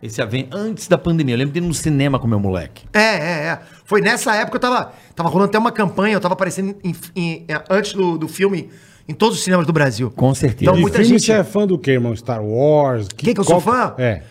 D: Esse Aven antes da pandemia. Eu lembro de ir no cinema com meu moleque.
B: É, é, é. Foi nessa época eu tava. Tava rolando até uma campanha, eu tava aparecendo em- em- é, antes do, do filme em todos os cinemas do Brasil.
D: Com certeza.
B: Então,
C: De
B: muita
C: filme
B: gente.
C: você é fã do quê, irmão? Star Wars?
B: Que que eu sou fã?
C: É.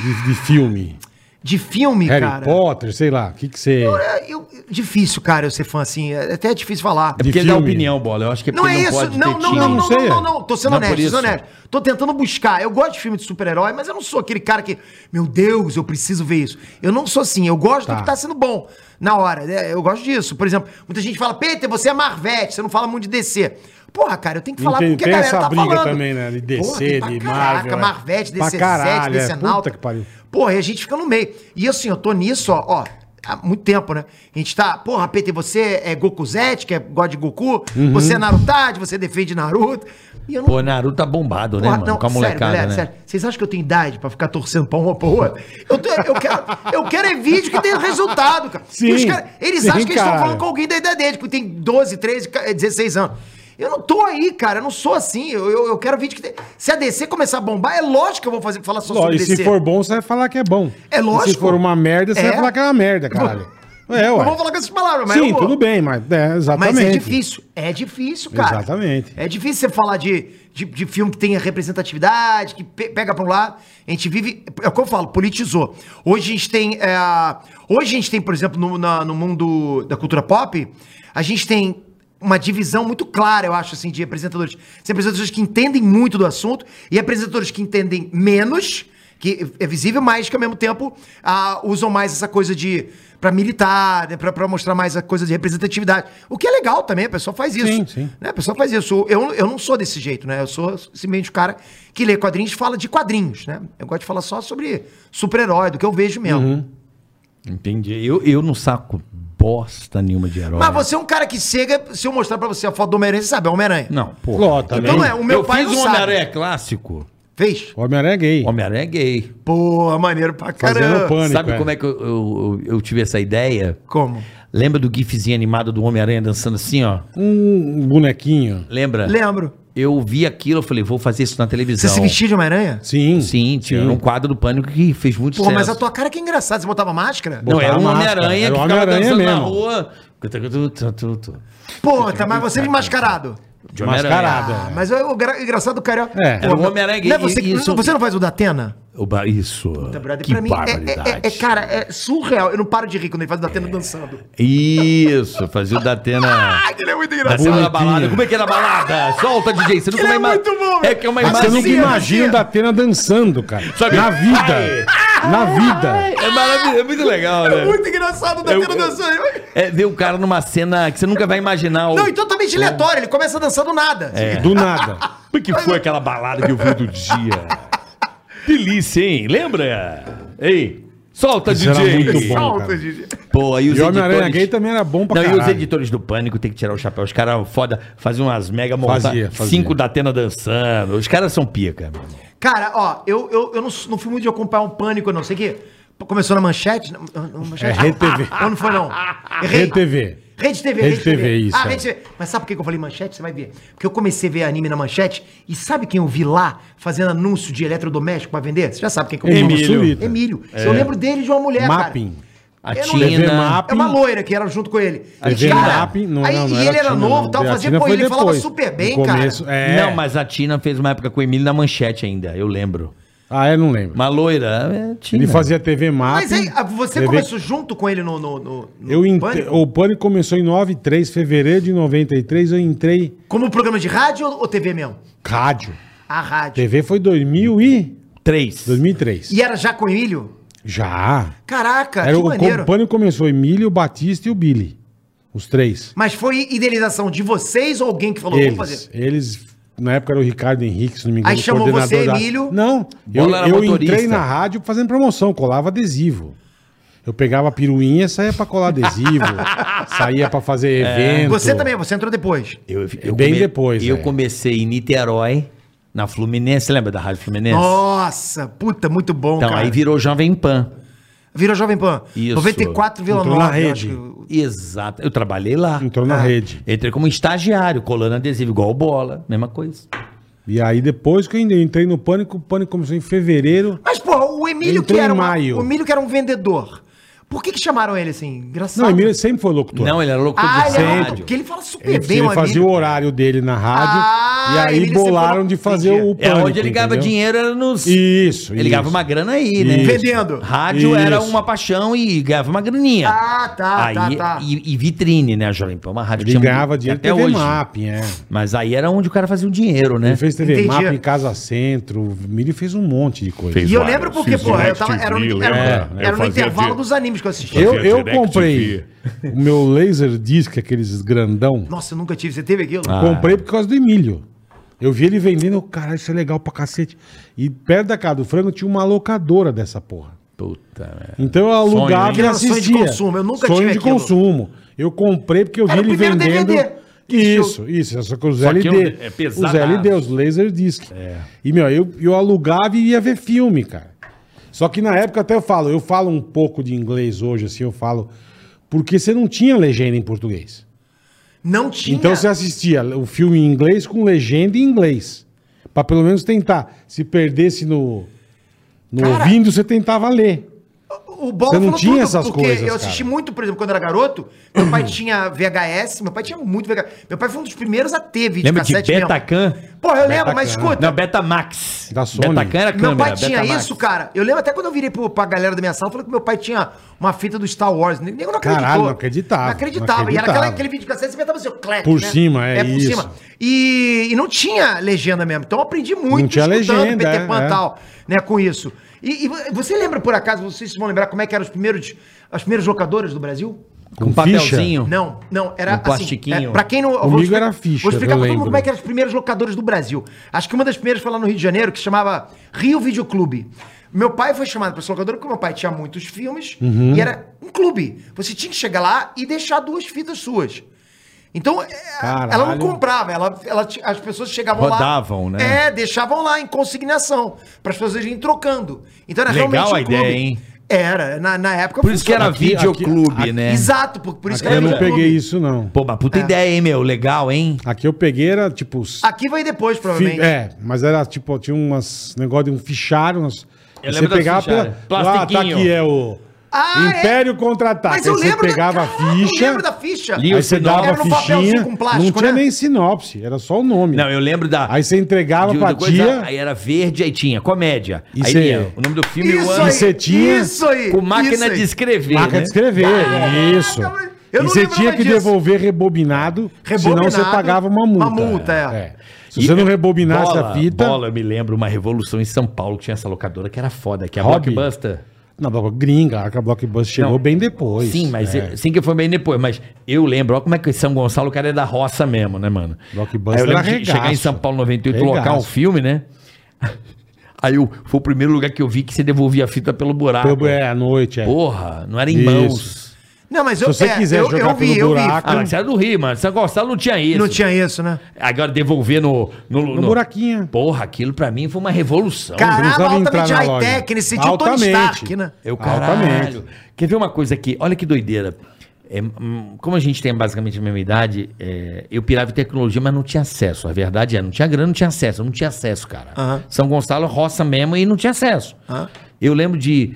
C: De, de filme.
B: De filme,
C: Harry
B: cara.
C: Potter, sei lá. O que, que você...
B: é, eu- difícil, cara, eu ser fã assim. É até difícil falar.
D: É
C: De
D: porque ele dá
C: filme.
D: opinião, bola. Eu acho que é
B: Não
D: porque
B: é
D: ele
B: isso,
D: pode
B: não,
D: ter
B: não,
D: time.
B: não, não,
C: Não é
B: não,
C: sei.
B: não, não. Tô sendo
D: Não, por
B: honesto,
D: isso.
B: sendo honesto. Tô tentando buscar. Eu gosto de filme de super-herói, mas eu não sou aquele cara que, meu Deus, eu preciso ver isso. Eu não sou assim. Eu gosto
C: Tá.
B: do que tá sendo bom na hora. né? Eu gosto disso. Por exemplo, muita gente fala, Peter, você é Marvete, você não fala muito de DC. Porra, cara, eu tenho que falar
C: Tem-
B: com o que a
C: tem
B: galera
C: essa
B: tá
C: briga
B: falando.
C: também, né? De DC,
B: tem
C: de Marvel, é.
B: Caraca, Marvete,
C: Pra
B: DC7,
C: caralho, é.
B: DC
C: Puta
B: Nauta.
C: que pariu.
B: Porra, e a gente fica no meio. E assim, eu tô nisso, ó, ó. há muito tempo, né? A gente tá, porra, Peter, você é Goku Zete, que é God de Goku, você é Narutade, você defende Naruto. E eu não.
D: Pô, Naruto tá bombado, né,
B: porra,
D: mano? Com a molecada, né?
B: Vocês acham que eu tenho idade pra ficar torcendo pra uma ou pra outra? Eu, tô- eu quero, eu quero é vídeo que dê resultado, cara.
C: Sim,
B: E os cara- eles
C: sim,
B: acham que eles estão
C: cara.
B: falando com alguém da idade dele, porque tem 12, 13, ca- 16 anos. Eu não tô aí, cara. Eu não sou assim. Eu, eu, eu quero vídeo que. dê- Se a DC começar a bombar, é lógico que eu vou fazer, falar só
C: Ó,
B: sobre
C: e se
B: DC.
C: for bom, você vai falar que é bom.
B: É
C: E se
B: lógico.
C: for uma merda, você
B: É.
C: vai falar que é uma merda, caralho. É,
B: Não
C: ué.
B: vou falar com essas palavras, mas.
C: Sim,
B: eu vou.
C: tudo bem, mas é, exatamente.
B: Mas é difícil, é difícil, cara.
C: Exatamente.
B: É difícil você falar de, de, de filme que tenha representatividade, que pe- pega pra um lado. A gente vive, é o que eu falo, politizou. Hoje a gente tem, é, hoje a gente tem por exemplo, no, na- no mundo da cultura pop, a gente tem uma divisão muito clara, eu acho, assim, de apresentadores. Tem apresentadores que entendem muito do assunto e apresentadores que entendem menos, que é visível, mas que ao mesmo tempo ah, usam mais essa coisa de pra militar, né, pra, pra mostrar mais a coisa de representatividade. O que é legal também, a pessoa faz isso.
C: Sim, sim.
B: Né? A pessoa faz isso. Eu, eu não sou desse jeito, né? Eu sou simplesmente o cara que lê quadrinhos e fala de quadrinhos, né? Eu gosto de falar só sobre super-herói, do que eu vejo mesmo.
C: Uhum.
D: Entendi. Eu, eu não saco bosta nenhuma de herói.
B: Mas você é um cara que chega, se eu mostrar pra você a foto do Homem-Aranha, você sabe, é Homem-Aranha.
D: Não, pô.
C: Ló, também.
B: Então é, o meu
D: eu
B: pai
D: fiz
B: não
D: um
B: sabe.
D: Homem-Aranha clássico.
B: Fez?
C: Homem-Aranha é gay.
D: Homem-Aranha é gay.
B: Porra, maneiro pra
C: Fazendo
B: caramba.
C: pânico,
D: Sabe
C: é.
D: como é que eu, eu, eu- eu tive essa ideia?
B: Como?
D: Lembra do gifzinho animado do Homem-Aranha dançando assim, ó?
C: Um bonequinho.
D: Lembra?
B: Lembro.
D: Eu vi aquilo, eu falfalei, vou fazer isso na
B: Você
D: televisão.
B: se vestia de Homem-Aranha?
C: Sim.
D: Sim, tinha um quadro do Pânico que fez muito
B: Porra,
D: sucesso.
B: mas a tua cara que é engraçada. Você botava máscara?
D: Não, era um
C: Botava
D: Homem-Aranha
C: máscara,
D: que
C: era um
D: ficava
C: Homem-Aranha
D: dançando na
C: mesmo.
D: rua. Tu, tu, tu, tu.
B: Porra, tá, mas você de mascarado.
D: De Homem-Aranha.
C: Mascarado.
B: Ah, mas é o gra- engraçado do carioca.
C: É.
D: Era o
B: mas-
D: Homem-Aranha
B: não é
D: e-
B: você,
D: e isso-
B: não, você não faz o da Atena?
D: O ba- Isso.
B: brother,
D: que
B: pra mim é- é,
D: barbaridade.
B: é- é, cara, é surreal. Eu não paro de rir quando ele faz o da Atena dançando.
D: Isso, fazia o da Atena.
B: Ah, que ele é muito
D: Da
B: engraçado.
D: cena da
C: Bonitinho.
D: balada. Como é que era a balada? Solta, DJ. Você não
B: Ele
D: uma
B: é
D: ima-
B: muito bom,
D: É que é uma
B: velho.
C: Mas você
B: Macia,
C: nunca
D: imagem.
C: imagina o
B: macia.
C: da Atena dançando, cara.
D: Sabe?
C: Na vida.
D: Ai.
C: Na vida.
D: É maravilhoso. É muito legal,
B: É
D: né?
B: muito engraçado o da
D: Eu-
B: Atena dançando.
D: É ver o cara numa cena que você nunca vai imaginar. O...
B: Não, então- e totalmente aleatório. Ele começa a dançar do nada.
C: Do nada.
D: Como é que foi aquela balada que eu vi do dia? Delícia, hein? Lembra? Ei, solta,
C: Isso era
D: DJ.
C: muito bom.
B: Salta,
C: cara.
B: Gigi.
D: Pô, aí os
C: E o Homem-Aranha
D: editores-
C: gay também era bom pra
D: Não, e os
C: caralho.
D: editores do Pânico tem que tirar o chapéu. Os caras foda, faziam umas mega montagens.
C: Fazia, fazia.
D: Cinco da Atena dançando. Os caras são pica. meu irmão.
B: Cara, ó, eu, eu, eu não, não fui muito de acompanhar um pânico, não. Sei que começou na manchete. Na, na manchete. Ah,
C: É Rede TV.
B: Ou não foi, não? Errei.
C: Rede TV.
B: Rede TV,
C: Rede TV, isso,
B: Ah,
C: é.
B: Rede TV. Mas sabe por que que eu falei manchete? Você vai ver. Porque eu comecei a ver anime na manchete e sabe quem eu vi lá fazendo anúncio de eletrodoméstico pra vender? Você já sabe quem que eu vi.
C: Emílio É. Surita.
B: Emílio. Eu lembro dele de uma mulher,
C: Mapping.
B: cara.
D: A
B: Eu não
D: Tina.
C: lembro. Map.
B: É uma loira que era junto com ele.
C: A
B: E,
C: Tina
B: cara,
C: Mapping, não-
B: aí,
C: não, não
B: e
C: era
B: ele era
C: Tina,
B: novo,
C: não.
B: tal,
C: A
B: fazia,
C: Tina
B: pô,
C: foi
B: ele falava
C: depois.
B: super bem,
C: No
B: cara.
C: começo, É.
D: Não, mas a Tina fez uma época com o Emílio na manchete ainda, eu lembro.
C: Ah, eu não lembro.
D: Uma loira. É, Tina.
C: Ele fazia TV Map.
B: Mas aí, a- você
C: TV
B: começou junto com ele no. no, no- no
C: Eu ent-
B: Pânico?
C: O Pânico começou em 9 3, fevereiro de 93. Eu entrei.
B: Como um programa de rádio ou ou TV mesmo?
C: Rádio.
B: A rádio.
C: TV foi 2000 e...
D: Três.
C: 2003.
B: E era já com Emílio?
C: Já.
B: Caraca,
C: Era
B: que
C: o,
B: maneiro.
C: o Pânico começou Emílio, Batista e o Billy. Os três.
B: Mas foi idealização de vocês ou alguém que falou, vamos
C: Eles,
B: fazer?
C: eles, na época era o Ricardo Henrique, se não me engano,
B: Aí chamou
C: coordenador
B: você, Emílio.
C: Não, eu,
D: Bola era
C: eu
D: motorista.
C: entrei na rádio fazendo promoção, colava adesivo. Eu pegava a piruinha e saía pra colar adesivo, saía pra
D: É.
C: fazer evento.
B: Você também, você entrou depois.
D: Eu, eu
C: Bem depois,
D: Eu
C: é.
D: comecei em Niterói, na Fluminense. Você lembra da Rádio Fluminense?
B: Nossa, puta, muito bom,
D: então,
B: cara.
D: aí virou Jovem Pan.
B: Virou Jovem Pan.
D: Isso.
B: 94,9.
C: Entrou na
B: eu
C: rede.
B: acho que-
D: Exato. Eu trabalhei lá.
C: Entrou
B: Ah.
C: na rede.
D: Entrei como estagiário, colando adesivo, igual bola, mesma coisa.
C: E aí depois que eu entrei no Pânico, o Pânico começou em fevereiro.
B: Mas, porra, o Emílio que
C: Entrou
B: era
C: em
B: um,
C: maio.
B: o Emílio que era um vendedor. Por que, que chamaram ele assim? Engraçado.
C: Não, o Emílio sempre foi locutor.
D: Não, ele era louco
B: Ah, ele é
D: rádio.
B: louco, porque ele fala super
C: ele,
B: bem,
C: ele
B: o
C: fazia o horário dele na rádio.
B: um Ah,
C: e aí
B: Emílio sempre
C: bolaram
B: foi-
C: de fazer
B: Entendi.
C: o
D: É
C: Pânico.
D: onde ele ganhava
C: entendeu?
D: dinheiro era nos.
C: Isso,
D: Ele ganhava
C: isso.
D: uma grana aí, né?
C: Isso.
B: Vendendo.
D: Rádio era
C: Isso.
D: uma paixão e ganhava uma graninha.
B: Ah, tá,
D: aí,
B: tá, tá.
D: E, e vitrine, né, Jovem Pan? Uma rádio que
C: Ele
D: tinha
C: ganhava
D: muito-
C: dinheiro
D: até
C: TV
D: hoje.
C: Mapping, é.
D: Mas aí era onde o cara fazia o dinheiro, né?
C: Ele fez TV
B: Entendi.
C: Map em Casa Centro, o Emílio fez um monte de coisa.
E: Fez.
B: E eu
E: Vários.
B: lembro porque,
E: Sim,
B: pô, eu
E: Direct
B: tava, era,
E: TV,
B: no,
E: lembra?
B: era,
E: É,
B: era no
E: eu fazia
B: intervalo
E: de-
B: dos animes que eu assistia.
C: Eu, eu
E: Direct
C: comprei o meu laser disc, aqueles grandão.
B: Nossa, eu nunca tive. Você teve aquilo?
C: Comprei por causa do Emílio. Eu vi ele vendendo, eu, caralho, isso é legal pra cacete. E perto da casa do Frango tinha uma locadora dessa porra.
D: Puta merda.
C: Então eu
E: né?
C: alugava
D: hein?
C: e
B: Era sonho de
C: assistia.
B: consumo, eu nunca
C: Sonho
B: tive
C: de
B: aquilo.
C: consumo. Eu comprei porque eu vi
B: Era o
C: ele
B: primeiro
C: vendendo.
B: DVD.
C: Isso, isso. Só que os
E: Só
C: LD.
E: que é um- é pesadaço.
C: os LD, os laser disc. E, meu, eu, eu alugava e ia ver filme, cara. Só que na época até eu falo, eu falo um pouco de inglês hoje, assim, eu falo. Porque você não tinha legenda em português.
B: Não tinha.
C: Então você assistia o filme em inglês com legenda em inglês. Pra pelo menos tentar. Se perdesse no, no
B: Cara,
C: ouvindo, você tentava ler.
B: O Bola
C: Você não
B: falou
C: tinha
B: tudo,
C: essas
B: porque
C: coisas,
B: eu assisti
C: cara.
B: muito, por exemplo, quando eu era garoto, meu pai tinha VHS, meu pai tinha muito VHS. Meu pai foi um dos primeiros a ter vídeo
D: Lembra de
B: mesmo.
D: Betacam?
B: Porra, eu lembro, mas
C: Betacam.
B: escuta.
D: Não, Betamax.
C: Da Sony.
D: Betacam era câmera.
B: Meu pai tinha
D: Betamax.
B: isso, cara. Eu lembro até quando eu virei pro, pra galera da minha sala, eu falei que meu pai tinha uma fita do Star Wars. Ninguém não acreditou.
C: Caralho, não acreditava,
B: Não acreditava.
C: não
B: E era aquela-
C: acreditava.
B: aquele vídeo que você né? inventava seu clack,
C: Por cima, é isso.
B: E, e não tinha legenda mesmo. Então eu aprendi muito
C: Não tinha
B: PT
C: legenda, é,
B: Pantal, né, com isso. E, e vo- você lembra, por acaso, vocês vão lembrar como é que eram os primeiros, as primeiras locadoras do Brasil?
D: Com,
C: Com
D: papelzinho.
B: Não, não, era
D: Um plastiquinho.
B: é, pra quem não... eu
C: Comigo
B: expli-
C: era ficha,
B: Vou explicar pra
C: eu
B: todo
C: lembro.
B: mundo como é que eram os primeiros locadores do Brasil. Acho que uma das primeiras foi lá no Rio de Janeiro, que se chamava Rio Videoclube. Meu pai foi chamado pra esse locador porque meu pai tinha muitos filmes
C: Uhum.
B: e era um clube. Você tinha que chegar lá e deixar duas fitas suas. Então, é,
C: Caralho.
B: ela não comprava, ela, ela ti- as pessoas chegavam lá.
D: Rodavam, né?
B: É, deixavam lá em consignação, para as pessoas irem trocando. Então era
D: Legal
B: realmente
D: a ideia, hein?
B: Era, na, na época
D: Por isso que era
B: funcionava.
C: Aqui,
D: videoclube,
C: aqui,
D: né?
B: Exato, É. por, por isso que um
C: Eu não
B: videoclube.
C: peguei isso, não.
D: Pô, mas puta ideia, hein, meu? Legal, hein?
C: Aqui eu peguei era tipo. os
B: Aqui vai depois,
C: fi-
B: provavelmente.
C: É, mas era tipo, tinha umas negócio de um fichário. Umas,
D: Eu lembro das fichárias.
C: Ah, tá
D: Plastiquinho.
C: aqui, é o.
B: Ah, é.
C: Império contra-ataque.
B: Mas eu
C: Aí tá, você
B: lembro
C: pegava
B: da...
C: a
B: Caralho,
C: ficha.
B: Eu lembro da ficha.
D: Li
C: Aí você
D: Sinopse.
C: dava
B: Era
C: a
B: no papelzinho
C: fichinha.
B: com plástico,
C: não tinha
B: né?
C: nem sinopse, era só o nome.
D: Não, eu lembro da.
C: Aí você entregava
D: de
C: pra
D: uma coisa-
C: tia.
D: Aí era verde, aí tinha comédia.
C: E
D: aí
C: cê-
D: tinha o nome do filme e o
B: Isso
D: ano.
B: aí,
C: você tinha
B: isso aí.
D: Com máquina
B: isso aí.
D: de escrever.
C: Marca
D: né?
C: de escrever, isso.
B: mas Ah, é, eu
C: e
B: não
C: você
B: lembro
C: tinha
B: mais
C: que
B: disso.
C: devolver rebobinado,
B: Rebobinado,
C: senão você pagava uma multa.
B: uma multa, é.
C: Se você
D: E-
C: não rebobinasse
D: bola,
C: a fita...
D: Bola, eu me lembro uma revolução em São Paulo que tinha essa locadora que era foda, que é a
C: Hobby?
D: Blockbuster.
C: Na bloco gringa, a Blockbuster chegou
D: Não.
C: bem depois.
D: Sim, mas
C: É.
D: eu- sim que foi bem depois, mas eu lembro, ó como é que São Gonçalo, o cara é da roça mesmo, né, mano?
C: Blockbuster
D: Aí eu lembro
C: era
D: de chegar em
C: regaço.
D: São Paulo 98,
C: Regaço.
D: locar um filme, né? Aí eu, foi o primeiro lugar que eu vi que você devolvia a fita pelo buraco.
C: Pelo- É, à noite, é.
D: Porra, não era em
C: Isso.
D: mãos.
B: Não, mas
C: Se
B: eu, é,
C: você quiser
B: eu,
C: jogar
B: eu vi,
C: pelo
B: eu
C: buraco,
B: vi.
D: Ah, mas você era do Rio, mano. São Gonçalo não tinha isso.
B: Não tinha isso, né?
D: Agora devolver no... No,
C: No buraquinho. né?
D: Porra, aquilo pra mim foi uma revolução.
B: Caralho,
C: precisava entrar
B: altamente
C: na
B: high-tech,
C: loja.
B: nesse sentido Tony
C: Altamente.
B: Stark, né?
D: Eu,
C: Altamente.
D: caralho. Quer ver uma coisa aqui? Olha que doideira. É, hum, como a gente tem basicamente a mesma idade, é, eu pirava em tecnologia, mas não tinha acesso. A verdade é, não tinha grana, não tinha acesso. Não tinha acesso, cara.
B: Aham.
D: São Gonçalo, roça mesmo e não tinha acesso.
B: Aham.
D: Eu lembro de...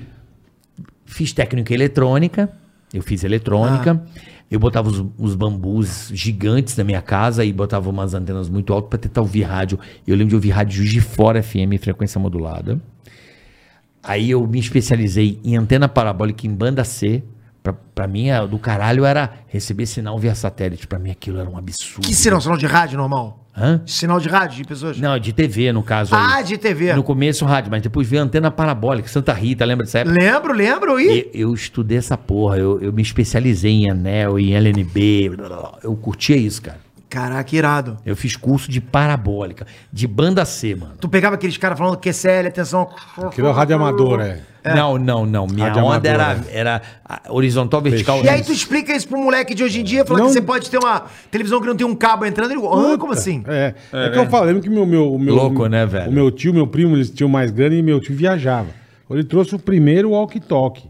D: Fiz técnica em eletrônica. Eu fiz eletrônica. Eu botava os, os bambus gigantes da minha casa e botava umas antenas muito altas pra tentar ouvir rádio. Eu lembro de ouvir rádio Juiz de Fora FM, frequência modulada. Aí eu me especializei em antena parabólica em banda C. Pra, pra mim, a do caralho era receber sinal via satélite. Pra mim, aquilo era um absurdo.
B: Que sinal? Sinal de rádio normal?
D: Hã?
B: Sinal de rádio de pessoas?
D: Não, de TV, no caso.
B: Ah,
D: aí.
B: de TV.
D: No começo, rádio, mas depois veio antena parabólica. Santa Rita, lembra dessa época?
B: Lembro, lembro. E...
D: E eu estudei essa porra. Eu, eu me especializei em anel, em LNB. blá, blá, blá. Eu curtia isso, cara.
B: Caraca, irado.
D: Eu fiz curso de parabólica, de banda C, mano.
B: Tu pegava aqueles caras falando QCL, atenção.
C: Aquilo é o rádio amador, é.
D: Não, não, não. Minha
C: Rádio
D: onda era,
C: amadora.
D: era ah, horizontal, vertical.
B: E aí tu explica isso pro moleque de hoje em dia, fala
C: Não.
B: que você pode ter uma televisão que não tem um cabo entrando. Ele, ah, como assim?
C: É, é, que eu falei lembro que meu, meu, o meu.
D: Louco, né, velho?
C: O meu tio, meu primo, eles tinham mais grana e meu tio viajava. Ele trouxe o primeiro walkie-talkie.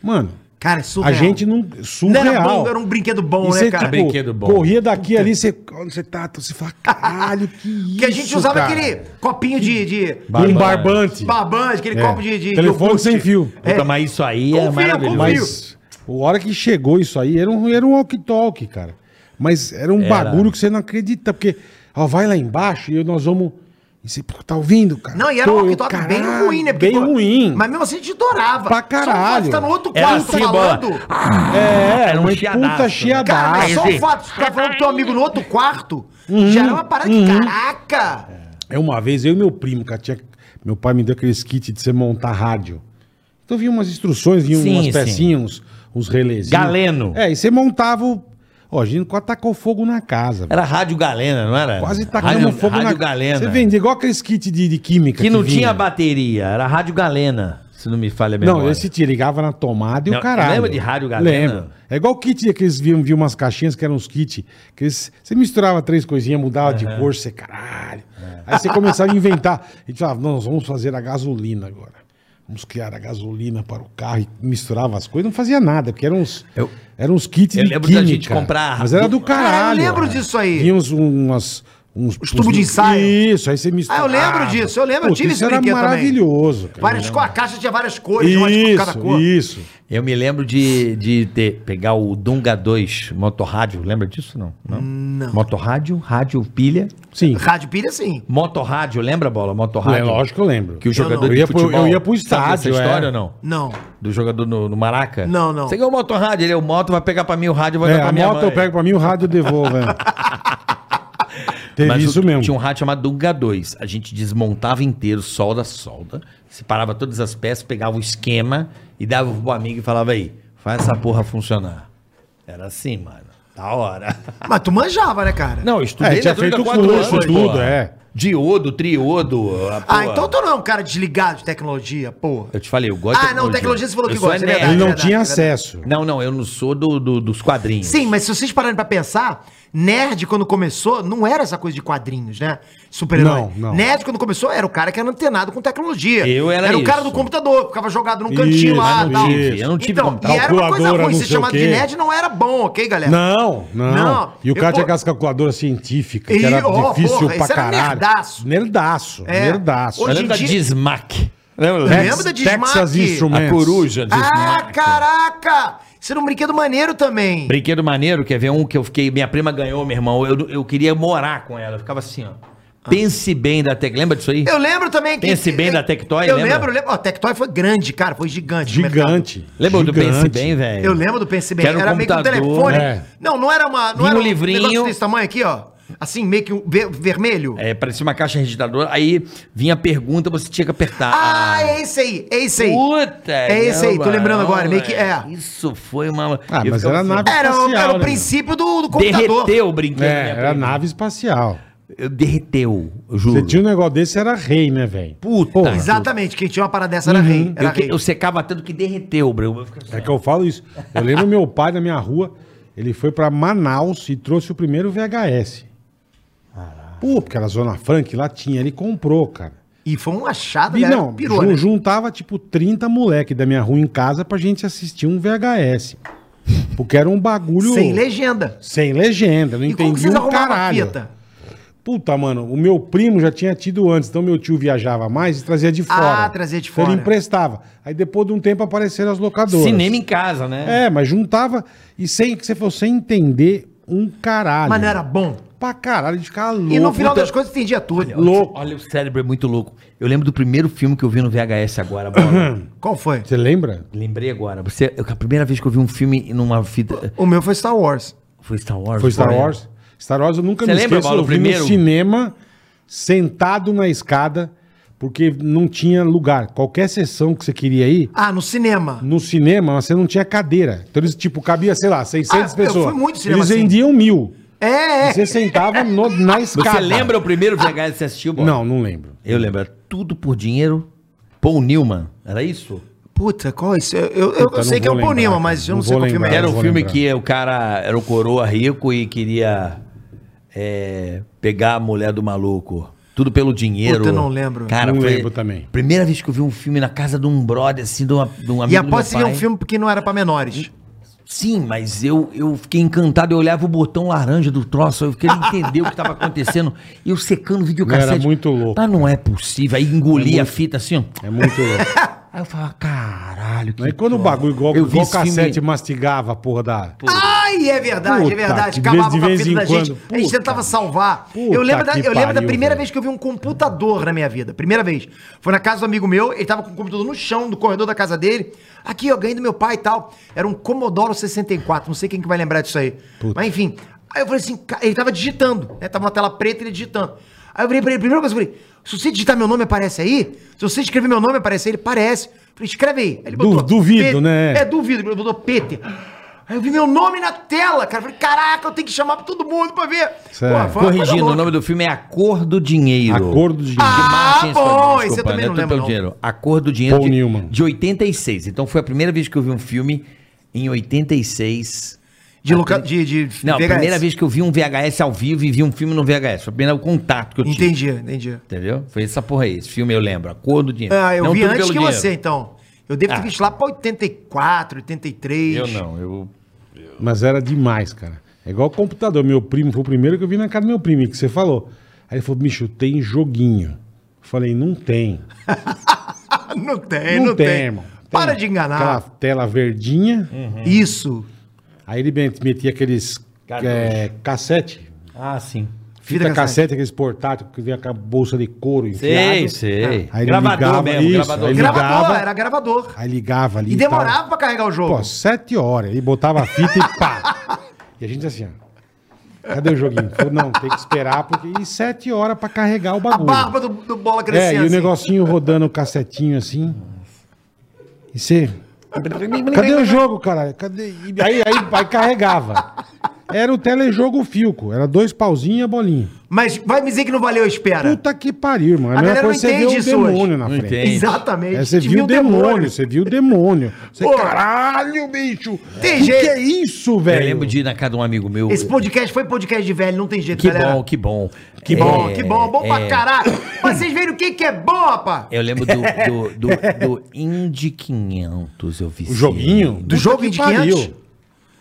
C: Mano,
B: Cara, é
C: a
B: surreal.
C: gente não. é Surreal.
B: Não era bom, era um brinquedo bom,
C: E
B: né,
C: você,
B: cara?
C: tipo,
D: Brinquedo bom.
C: Corria daqui ali, você, onde você tá, você fala, caralho, que isso.
B: Porque a gente usava
C: cara.
B: aquele copinho de, de
C: Um barbante.
B: barbante, aquele
C: É.
B: copo de, de
C: Telefone
B: de iogurte.
C: sem fio.
D: Puta, mas isso aí é
B: Confio,
D: maravilhoso.
B: confio.
C: Mas a hora que chegou isso aí, era um, era um walkie-talkie, cara. Mas era um bagulho que você não acredita, porque ó, vai lá embaixo e nós vamos. E você, pô, tá ouvindo, cara?
B: Não, e era
C: Tô,
B: um
C: eu,
B: walkie-talkie bem
C: caralho,
B: ruim, né? Porque,
C: Bem
B: pô,
C: ruim.
B: Mas mesmo assim a gente adorava.
C: Pra caralho.
B: Só o fato de estar no outro
D: Era
B: quarto
D: assim,
B: falando.
D: bola.
C: É,
D: Era
C: era
D: um
C: uma
D: chiadaço, né?
C: puta chiadaço.
B: Cara, mas só
D: esse-
B: o fato de estar falando com teu amigo no outro quarto já era uma parada de caraca.
C: Uhum. É uma vez, eu e meu primo, cara, tinha- meu pai me deu aqueles kits de você montar rádio. Então vinha umas instruções, vinha
D: Sim,
C: umas
D: sim.
C: pecinhas, uns, uns relezinhos.
D: Galeno.
C: É, e você montava o... Ó, a gente quase tacou fogo na casa. velho.
D: Era Rádio Galena, não era?
C: Quase tacamos
D: Rádio,
C: fogo
D: Rádio
C: na
D: Galena.
C: Você vendia igual aqueles kits de, de química.
D: Que não
C: vinha.
D: tinha bateria, era Rádio Galena. Se não me falha a memória.
C: Não, esse te ligava na tomada e
D: Não,
C: o caralho.
D: lembra de rádio galena?
C: Lembro. É igual kit que eles viam, viam umas caixinhas que eram uns kits. Que eles, você misturava três coisinhas, mudava de cor, você caralho. Aí você começava a inventar. E falava, não, nós vamos fazer a gasolina agora. Vamos criar a gasolina para o carro e misturava as coisas. Não fazia nada, porque eram uns,
D: Eu-
C: eram uns kits
D: Eu
C: de
D: lembro da
C: química,
D: gente comprar-
C: Mas era do caralho.
B: Ah, eu lembro disso aí.
C: Vinha uns, umas... Uns,
B: Os tubos de ensaio.
C: Isso, aí você misturava.
B: lembro disso, eu lembro, eu
C: Puta,
B: tive
C: isso
B: esse
C: era
B: brinquedo também.
C: maravilhoso. cara.
B: Várias cores, a caixa tinha várias cores, uma de cada
C: Isso,
B: cor.
C: isso.
D: Eu me lembro de, de ter, pegar o Dunga 2 motorrádio, lembra disso não? Não.
C: Hum,
D: Motorrádio, rádio pilha.
C: Sim.
B: Rádio pilha, sim.
D: Motorrádio, lembra bola?
C: É
D: Motorrádio.
C: lógico que eu lembro.
D: Que o jogador
B: não.
C: Eu
D: de
C: ia pro-
D: futebol.
C: eu ia pro
D: Sabe dessa
C: estádio, é.
D: história ou não?
B: Não.
D: Do jogador no, no Maraca?
B: Não, não.
D: Você ganhou o motorrádio, ele é o moto, vai pegar pra mim o rádio, vai
C: É,
D: dar pra
C: a
D: minha
C: moto
D: mãe.
C: eu pego pra mim, o rádio eu devolvo. é. Teve
D: Mas
C: É isso
D: o-
C: mesmo.
D: Tinha um rádio chamado Dunga 2. A gente desmontava inteiro, solda a solda, separava todas as peças, pegava o esquema e dava pro amigo e falava aí, faz essa porra funcionar. Era assim, mano. Da hora.
B: Mas tu manjava, né, cara?
D: Não, eu
C: É, tinha
D: eletrônica
C: feito
D: há quatro
C: curso, tudo,
D: porra.
C: é.
D: Diodo, triodo. a
B: Ah,
D: porra.
B: então tu não é um cara desligado de tecnologia, porra.
D: Eu te falei, eu gosto
B: Ah, não, tecnologia você falou
D: Eu
B: que
D: sou
B: gosta, é
D: nerd.
B: verdade.
C: Ele não
B: verdade,
C: tinha
B: verdade.
C: acesso.
D: Não, não, eu não sou do, do- dos quadrinhos.
B: Sim, mas se vocês pararem pra pensar, nerd quando começou não era essa coisa de quadrinhos, né? Super-herói.
C: Não, não.
B: Nerd quando começou era o cara que era antenado com tecnologia.
D: Eu era
B: o cara
D: isso.
B: do computador, ficava jogado num cantinho
C: Isso,
B: lá
C: mas
B: e
C: não
B: tal.
C: tive,
D: eu não tive
B: então,
D: computador.
B: e era uma coisa
C: Calculadora,
B: ruim,
C: não
B: ser
C: sei o
B: chamado de
C: quê.
B: nerd não era bom, ok, galera?
C: Não, não,
B: Não,
C: E
B: eu
C: o cara tinha
B: co-
C: aquelas calculadoras científicas, que
B: Ih,
C: era
B: ó,
C: difícil
B: porra,
C: pra
B: isso era
C: caralho.
B: nerdaço.
C: Nerdaço,
B: É.
C: nerdaço.
B: Hoje
D: Eu lembro
B: em
D: da
B: dia-
D: Dismac.
B: Lembra da
C: Texas
B: Dismac?
C: Instruments.
D: A coruja.
B: Ah,
D: Dismac.
B: caraca! Isso era um brinquedo maneiro também.
D: Brinquedo maneiro, quer ver um que eu fiquei. Minha prima ganhou, meu irmão. Eu, eu queria morar com ela. Eu ficava assim, ó. Pense bem da Tec. Lembra disso aí?
B: Ah. Eu lembro também que.
D: Pense bem
B: eu-
D: da Tectoy,
B: Eu
D: lembra?
B: lembro, eu lembro. Ó, a Tectoy foi grande, cara, foi gigante. no mercado.
C: Gigante.
D: Lembra do
C: gigante.
D: Pense bem, velho?
B: Eu lembro do Pense Bem.
D: Que era um
B: Era meio que um
D: computador,
B: telefone.
C: é.
B: Não, não era uma. Não
D: Vinha
B: era
D: um livrinho.
B: negócio desse tamanho aqui, ó. Assim, meio que um ver- vermelho.
D: É, parecia uma caixa registradora. Aí vinha a pergunta, você tinha que apertar.
B: Ah, é esse aí, é esse aí.
D: Puta!
B: É esse aí, tô lembrando agora, meio que- é.
D: Isso foi uma.
C: Ah,
D: Eu
C: mas
D: ficava assim,
C: era nave
B: Era, o-
C: espacial,
B: era o
C: né,
B: princípio do, do
D: Derreteu
B: computador.
D: o brinquedo.
C: meu?
D: minha
C: É, era
D: prima.
C: nave espacial.
D: Eu derreteu, eu juro.
C: Você tinha um negócio desse, era rei, né, velho?
D: Puta.
C: Porra.
B: Exatamente, quem tinha uma parada dessa
C: Uhum.
B: era rei. Era
D: eu, que-
B: rei.
D: eu secava tanto que derreteu, Bruno. Eu ficava assim,
C: É que eu falo isso. Eu lembro meu pai na minha rua, ele foi pra Manaus e trouxe o primeiro VHS. Pô, porque era Zona Frank, lá tinha, ele comprou, cara.
B: E foi um achado,
C: E
B: galera,
C: não,
B: pirou,
C: jun-
B: né?
C: juntava tipo 30 moleque da minha rua em casa pra gente assistir um VHS. Porque era um bagulho.
B: Sem legenda.
C: Sem legenda, não
B: E como que
C: entendi
B: vocês
C: um
B: arrumavam a
C: caralho.
B: fita?
C: Puta, mano, o meu primo já tinha tido antes, então meu tio viajava mais e trazia de fora.
B: Ah, trazia de
C: Então
B: fora.
C: Ele emprestava. Aí depois de um tempo apareceram as locadoras.
D: Cinema em casa, né?
C: É, mas juntava e sem que você fosse entender um caralho.
B: Mas não era bom.
C: Pra caralho de ficar louco.
B: E no final
C: Puta,
B: das coisas entendia tudo.
C: Louco.
D: Olha, o cérebro é muito louco. Eu lembro do primeiro filme que eu vi no VHS agora, bola.
C: Uhum.
B: Qual foi?
C: Você lembra?
D: Lembrei agora. Você, eu- a primeira vez que eu vi um filme numa fita.
B: O meu foi Star Wars.
D: Foi Star Wars.
C: Foi Star
D: né?
C: Wars. Star Wars eu nunca
D: Você
C: me
D: lembra,
C: esqueço.
D: Paulo,
C: eu
D: o
C: vi
D: primeiro?
C: no cinema, sentado na escada, porque não tinha lugar. Qualquer sessão que você queria ir,
B: Ah, no cinema.
C: no cinema, mas você não tinha cadeira. Então eles, tipo, cabia, sei lá, 600
B: Ah, eu
C: pessoas.
B: fui muito cinema
C: Eles
B: assim.
C: vendiam mil.
B: É,
C: E
B: é.
C: Você sentava no- na escada.
D: Você lembra o primeiro VHS que você assistiu, bola?
C: ah, Não, não lembro.
D: Eu lembro. era Tudo por dinheiro. Paul Newman. Era isso?
B: Puta, qual é isso? Eu, eu, eu
C: Puta,
B: sei
C: não
B: que é
C: vou
B: o Bonima,
C: lembrar,
B: mas eu não,
C: não
B: sei
C: vou
B: qual filme é.
C: lembrar.
D: Era
C: não
D: um
C: vou
D: filme
C: lembrar.
D: que o cara era o coroa rico e queria é, pegar a mulher do maluco. Tudo pelo dinheiro.
B: Puta, eu não lembro.
D: Cara,
C: Não
D: foi
C: lembro também.
D: Primeira vez que eu vi um filme na casa de um brother, assim, de, uma, de um amigo
B: E
D: do
B: após
D: meu
B: seria
D: pai.
B: um filme que não era pra menores.
D: Sim, mas eu, eu fiquei encantado. Eu olhava o botão laranja do troço, eu queria entender o que estava acontecendo. E eu secando o videocassete.
C: Era muito louco,
D: Ah, não é possível. Aí engoli a fita assim, ó.
C: É muito louco.
D: Aí eu falava, caralho. Que
C: Aí Né? quando o
D: troço.
C: bagulho, igual,
D: Eu vi
C: igual o
D: esse filme-
C: cassete mastigava a porra da...
B: Ai, é verdade,
C: Puta,
B: é verdade.
C: que de
B: Acabava
C: vez-
B: com a
C: de
B: vida
C: vez
B: da
C: em
B: gente.
C: quando.
B: a gente
C: Puta.
B: tentava salvar. eu
C: Puta
B: lembro, da,
C: que
B: eu lembro da
C: pariu,
B: primeira
C: velho.
B: vez que eu vi um computador na minha vida. Primeira vez. Foi na casa do amigo meu, ele tava com o computador no chão do corredor da casa dele. Aqui, ó, ganhei do meu pai e tal. Era um Commodore 64, não sei quem que vai lembrar disso aí. Mas enfim. Aí eu falei assim, ca- ele tava digitando, né? Tava na tela preta ele digitando. Aí eu virei pra ele, primeira coisa, eu falei, se você digitar meu nome aparece aí? Se você escrever meu nome aparece aí? Ele, parece. Eu falei, escreve aí. Aí ele
C: Du- duvido,
B: Pe-
C: né?
B: É, duvido. Ele botou Peter. Aí eu vi meu nome na tela, cara. Falei, caraca, eu tenho que chamar pra todo mundo pra ver.
C: Sério?
B: foi uma coisa
D: Corrigindo, o
B: louca.
D: nome do filme é A Cor do Dinheiro.
C: Acordo de.
B: Ah,
D: Martin Scorsese,
B: bom,
D: desculpa,
B: esse eu também
D: né?
B: não
D: Tudo
B: lembro,
D: pelo
B: não.
D: Dinheiro. A Cor do Dinheiro
C: Paul
D: de,
C: Newman.
D: de 86. Então foi a primeira vez que eu vi um filme em 86.
B: De, loca... de, de
D: Não, a
B: VHS.
D: primeira vez que eu vi um VHS ao vivo e vi um filme no VHS. Foi o primeiro contato que eu tive.
B: Entendi, entendi.
D: Entendeu? Foi essa porra aí. Esse filme eu lembro. A Cor do Dinheiro.
B: Ah, eu
D: Não
B: vi
D: Tudo
B: antes que
D: Pelo Dinheiro.
B: você, então. Eu devo ter
D: Ah.
B: visto lá pra 84, 83.
D: Eu não. Eu...
C: Mas era demais, cara. É igual computador. Meu primo foi o primeiro que eu vi na casa do meu primo, que você falou. Aí ele falou, bicho, tem joguinho. Eu falei, não tem.
B: Ah, não tem, não, tem. Para de enganar. Hum.
C: Aquela tela verdinha.
D: Uhum.
B: Isso.
C: Aí ele met- metia aqueles
D: Cartucho.
C: é, cassete.
D: Ah, sim.
B: Fita
C: Fita, cassete,
B: cassete,
C: aqueles portáteis que vinha com a bolsa de couro enfiada.
D: Sei, sei.
C: Aí ele ligava, isso, aí ele-
B: Gravador,
C: ligava.
B: era gravador.
C: Aí ligava ali.
B: E
C: tal.
B: demorava pra carregar o jogo.
C: Pô, sete horas. Ele botava a fita e pá. e a gente assim, ó. Cadê o joguinho? Falou, não, tem que esperar, porque. E sete horas pra carregar o
B: A
C: bagulho.
B: barba do, do bola
C: É,
B: crescendo.
C: e o
B: assim.
C: negocinho rodando o cacetinho assim. E você. Cadê o jogo, caralho? Cadê? E aí, aí, aí carregava. Era o telejogo Filco. Era dois pauzinhos e a bolinha.
B: Mas vai me dizer que não valeu a espera.
C: Puta que pariu, irmão.
B: É.
C: É
B: A
C: A mesma
B: galera
C: coisa
B: não
C: você vê
B: entende
C: o
B: isso
C: demônio
B: hoje.
C: na
D: Não
C: frente.
D: entende.
B: Exatamente.
C: É, você
B: Te
C: viu o demônio,
B: demônio.
C: você viu o demônio. Você,
B: Pô.
C: caralho, bicho!
B: Tem
C: o
B: jeito.
C: que é isso,
D: Eu
C: velho?
D: lembro de ir na casa de um amigo meu.
B: Esse podcast foi podcast de velho, não tem jeito,
D: Que
B: galera.
D: bom, que bom.
B: Que bom,
D: É,
B: que bom. Bom pra
D: é.
B: caralho. Mas vocês viram o que que é bom, rapaz?
D: Eu lembro do, do, do, do Indy 500, eu vi.
C: O joguinho?
D: sempre.
B: Do jogo
C: que
B: de
C: pariu.
B: 500?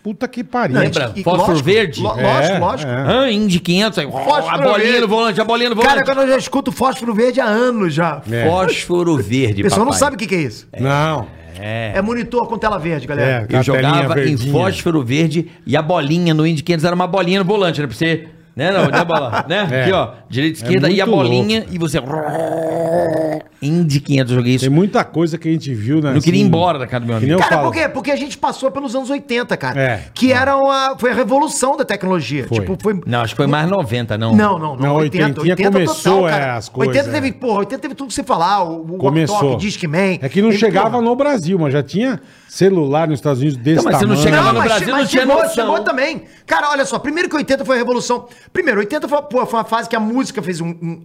C: Puta que pariu.
B: Não,
D: Lembra?
B: gente, e-
D: Fósforo
B: lógico,
D: verde?
B: lo-
C: É,
B: Lógico, lógico.
C: é.
D: Ah, Indy 500, aí, a
B: Fósforo
D: bolinha
B: verde.
D: no volante, a bolinha no
B: Cara,
D: volante.
B: quando eu já escuto fósforo verde há anos já.
C: É.
D: Fósforo verde,
B: O pessoal não
D: papai.
B: sabe o que que é isso.
C: Não.
B: É monitor com tela verde,
C: É,
B: galera.
C: com a
D: Eu jogava
C: telinha
D: em
C: verdinha.
D: fósforo verde e a bolinha no Indy 500 era uma bolinha no volante, era pra você... Né, não, né, bola? Né?
C: É.
D: Aqui, ó, direita,
C: É
D: esquerda e a
C: muito
D: bolinha e você... Indy 500, eu joguei isso.
C: Tem muita coisa que a gente viu, né?
D: Não queria ir
C: assim,
D: embora da casa do meu
C: que nem
D: amigo.
C: eu
B: Cara,
C: falo.
B: por quê? Porque a gente passou pelos anos 80, cara.
C: É.
B: Que era uma. Foi a revolução da tecnologia.
C: Foi.
B: Tipo, foi.
D: Não, acho que foi mais 90, não.
B: Não, não,
C: Não,
B: não.
C: 80, começou, é, as coisas,
B: 80
C: é.
B: teve, porra, 80 teve tudo que você falar, o, o
C: Começou.
D: né?
B: Discman.
C: É que não
B: Teve,
C: chegava
B: porra.
C: no Brasil, mas já tinha celular nos Estados Unidos desse
D: Então, mas você não
C: tamanho.
B: Não,
D: chegava no
B: mas,
D: Brasil,
B: mas
D: não tinha
B: chegou,
D: noção.
B: chegou também. Cara, olha só, primeiro que 80 foi a revolução. Primeiro, 80 foi, pô, foi uma fase que a música fez um. um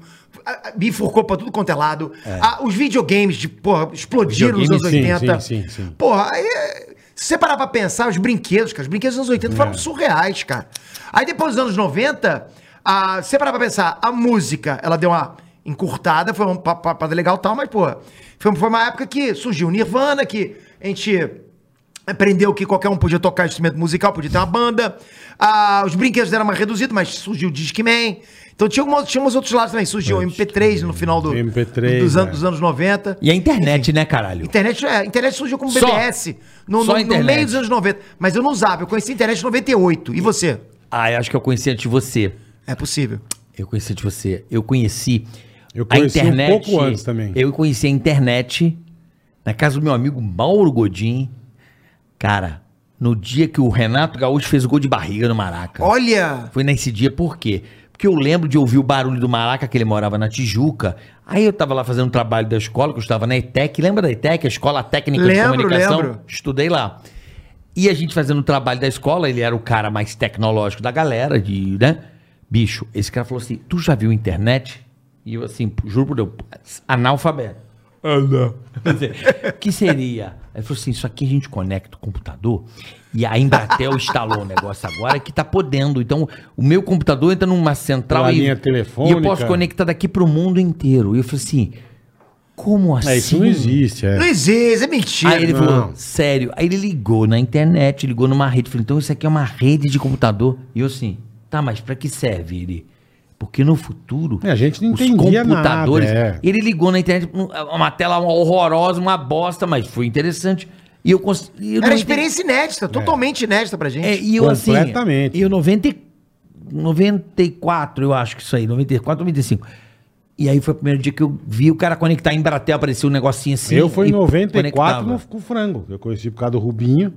B: a- a- bifurcou pra tudo quanto é lado. Ah, os videogames de, porra, explodiram nos anos
C: Videogame, sim,
B: 80.
C: sim, sim, sim.
B: Porra, aí. é, Se você parar pra pensar, os brinquedos, cara, os brinquedos dos anos 80
D: É.
B: foram surreais, cara. Aí depois dos anos 90, a, se você parar pra pensar, a música, ela deu uma encurtada, foi uma pa- pa- parada legal e tal, mas, porra, foi, foi uma época que surgiu o Nirvana, que a gente aprendeu que qualquer um podia tocar instrumento musical, podia ter uma banda. Ah, os brinquedos deram uma reduzida, mas surgiu o Discman. Então tinha, uma, tinha uns outros lados também. Surgiu o MP3 no final do,
C: MP3,
B: dos, an-
C: é.
B: dos anos 90.
D: E a internet, né, caralho?
B: Internet, é, internet surgiu como
D: Só.
B: BBS no,
D: Só
B: no- no
D: internet.
B: meio dos anos 90. Mas eu não usava, eu conheci a internet em 98. E você?
D: Ah, eu acho que eu conheci antes de você.
B: É possível.
D: Eu conheci antes de você. Eu conheci,
C: Eu conheci um pouco antes também.
D: Eu conheci a internet na casa do meu amigo Mauro Godin. Cara, no dia que o Renato Gaúcho fez o gol de barriga no Maraca.
B: Olha!
D: Foi nesse dia, por quê? Porque eu lembro de ouvir o barulho do Maraca, que ele morava na Tijuca. Aí eu tava lá fazendo um trabalho da escola, que eu estava na ETEC. Lembra da ETEC, a Escola Técnica de
B: Lembro,
D: Comunicação?
B: lembro.
D: Estudei lá. E a gente fazendo o trabalho da escola, ele era o cara mais tecnológico da galera, de, né? Bicho, esse cara falou assim, tu já viu internet? E eu assim, juro por Deus, analfabeto. Quer dizer, que seria? Ele falou assim: isso aqui a gente conecta o computador e a Embratel instalou um negócio agora que tá podendo. Então, o meu computador entra numa central
C: Pela
D: e,
C: linha telefônica.
D: e eu posso conectar daqui pro mundo inteiro. E eu falei assim: como assim?
C: É, isso não existe, é.
B: Não existe, é mentira.
D: Aí ele
C: Não.
D: falou, sério. Aí ele ligou na internet, ligou numa rede. Falei, então isso aqui é uma rede de computador. E eu assim, tá, mas pra que serve ele? Porque no futuro,
C: É, a gente não entendia nada, é.
D: Ele ligou na internet, um- uma tela horrorosa, uma bosta, mas foi interessante. E eu consegui.
B: Era experiência inédita, totalmente inédita pra gente.
D: É, e eu assim.
C: Completamente.
D: E eu 90, e- 94, eu acho que isso aí, 94, 95. E aí foi o primeiro dia que eu vi o cara conectar a Embratel, apareceu um negocinho assim.
C: eu fui em
D: e
C: 94
D: conectava.
C: no Fico Frango. Eu conheci por causa do Rubinho.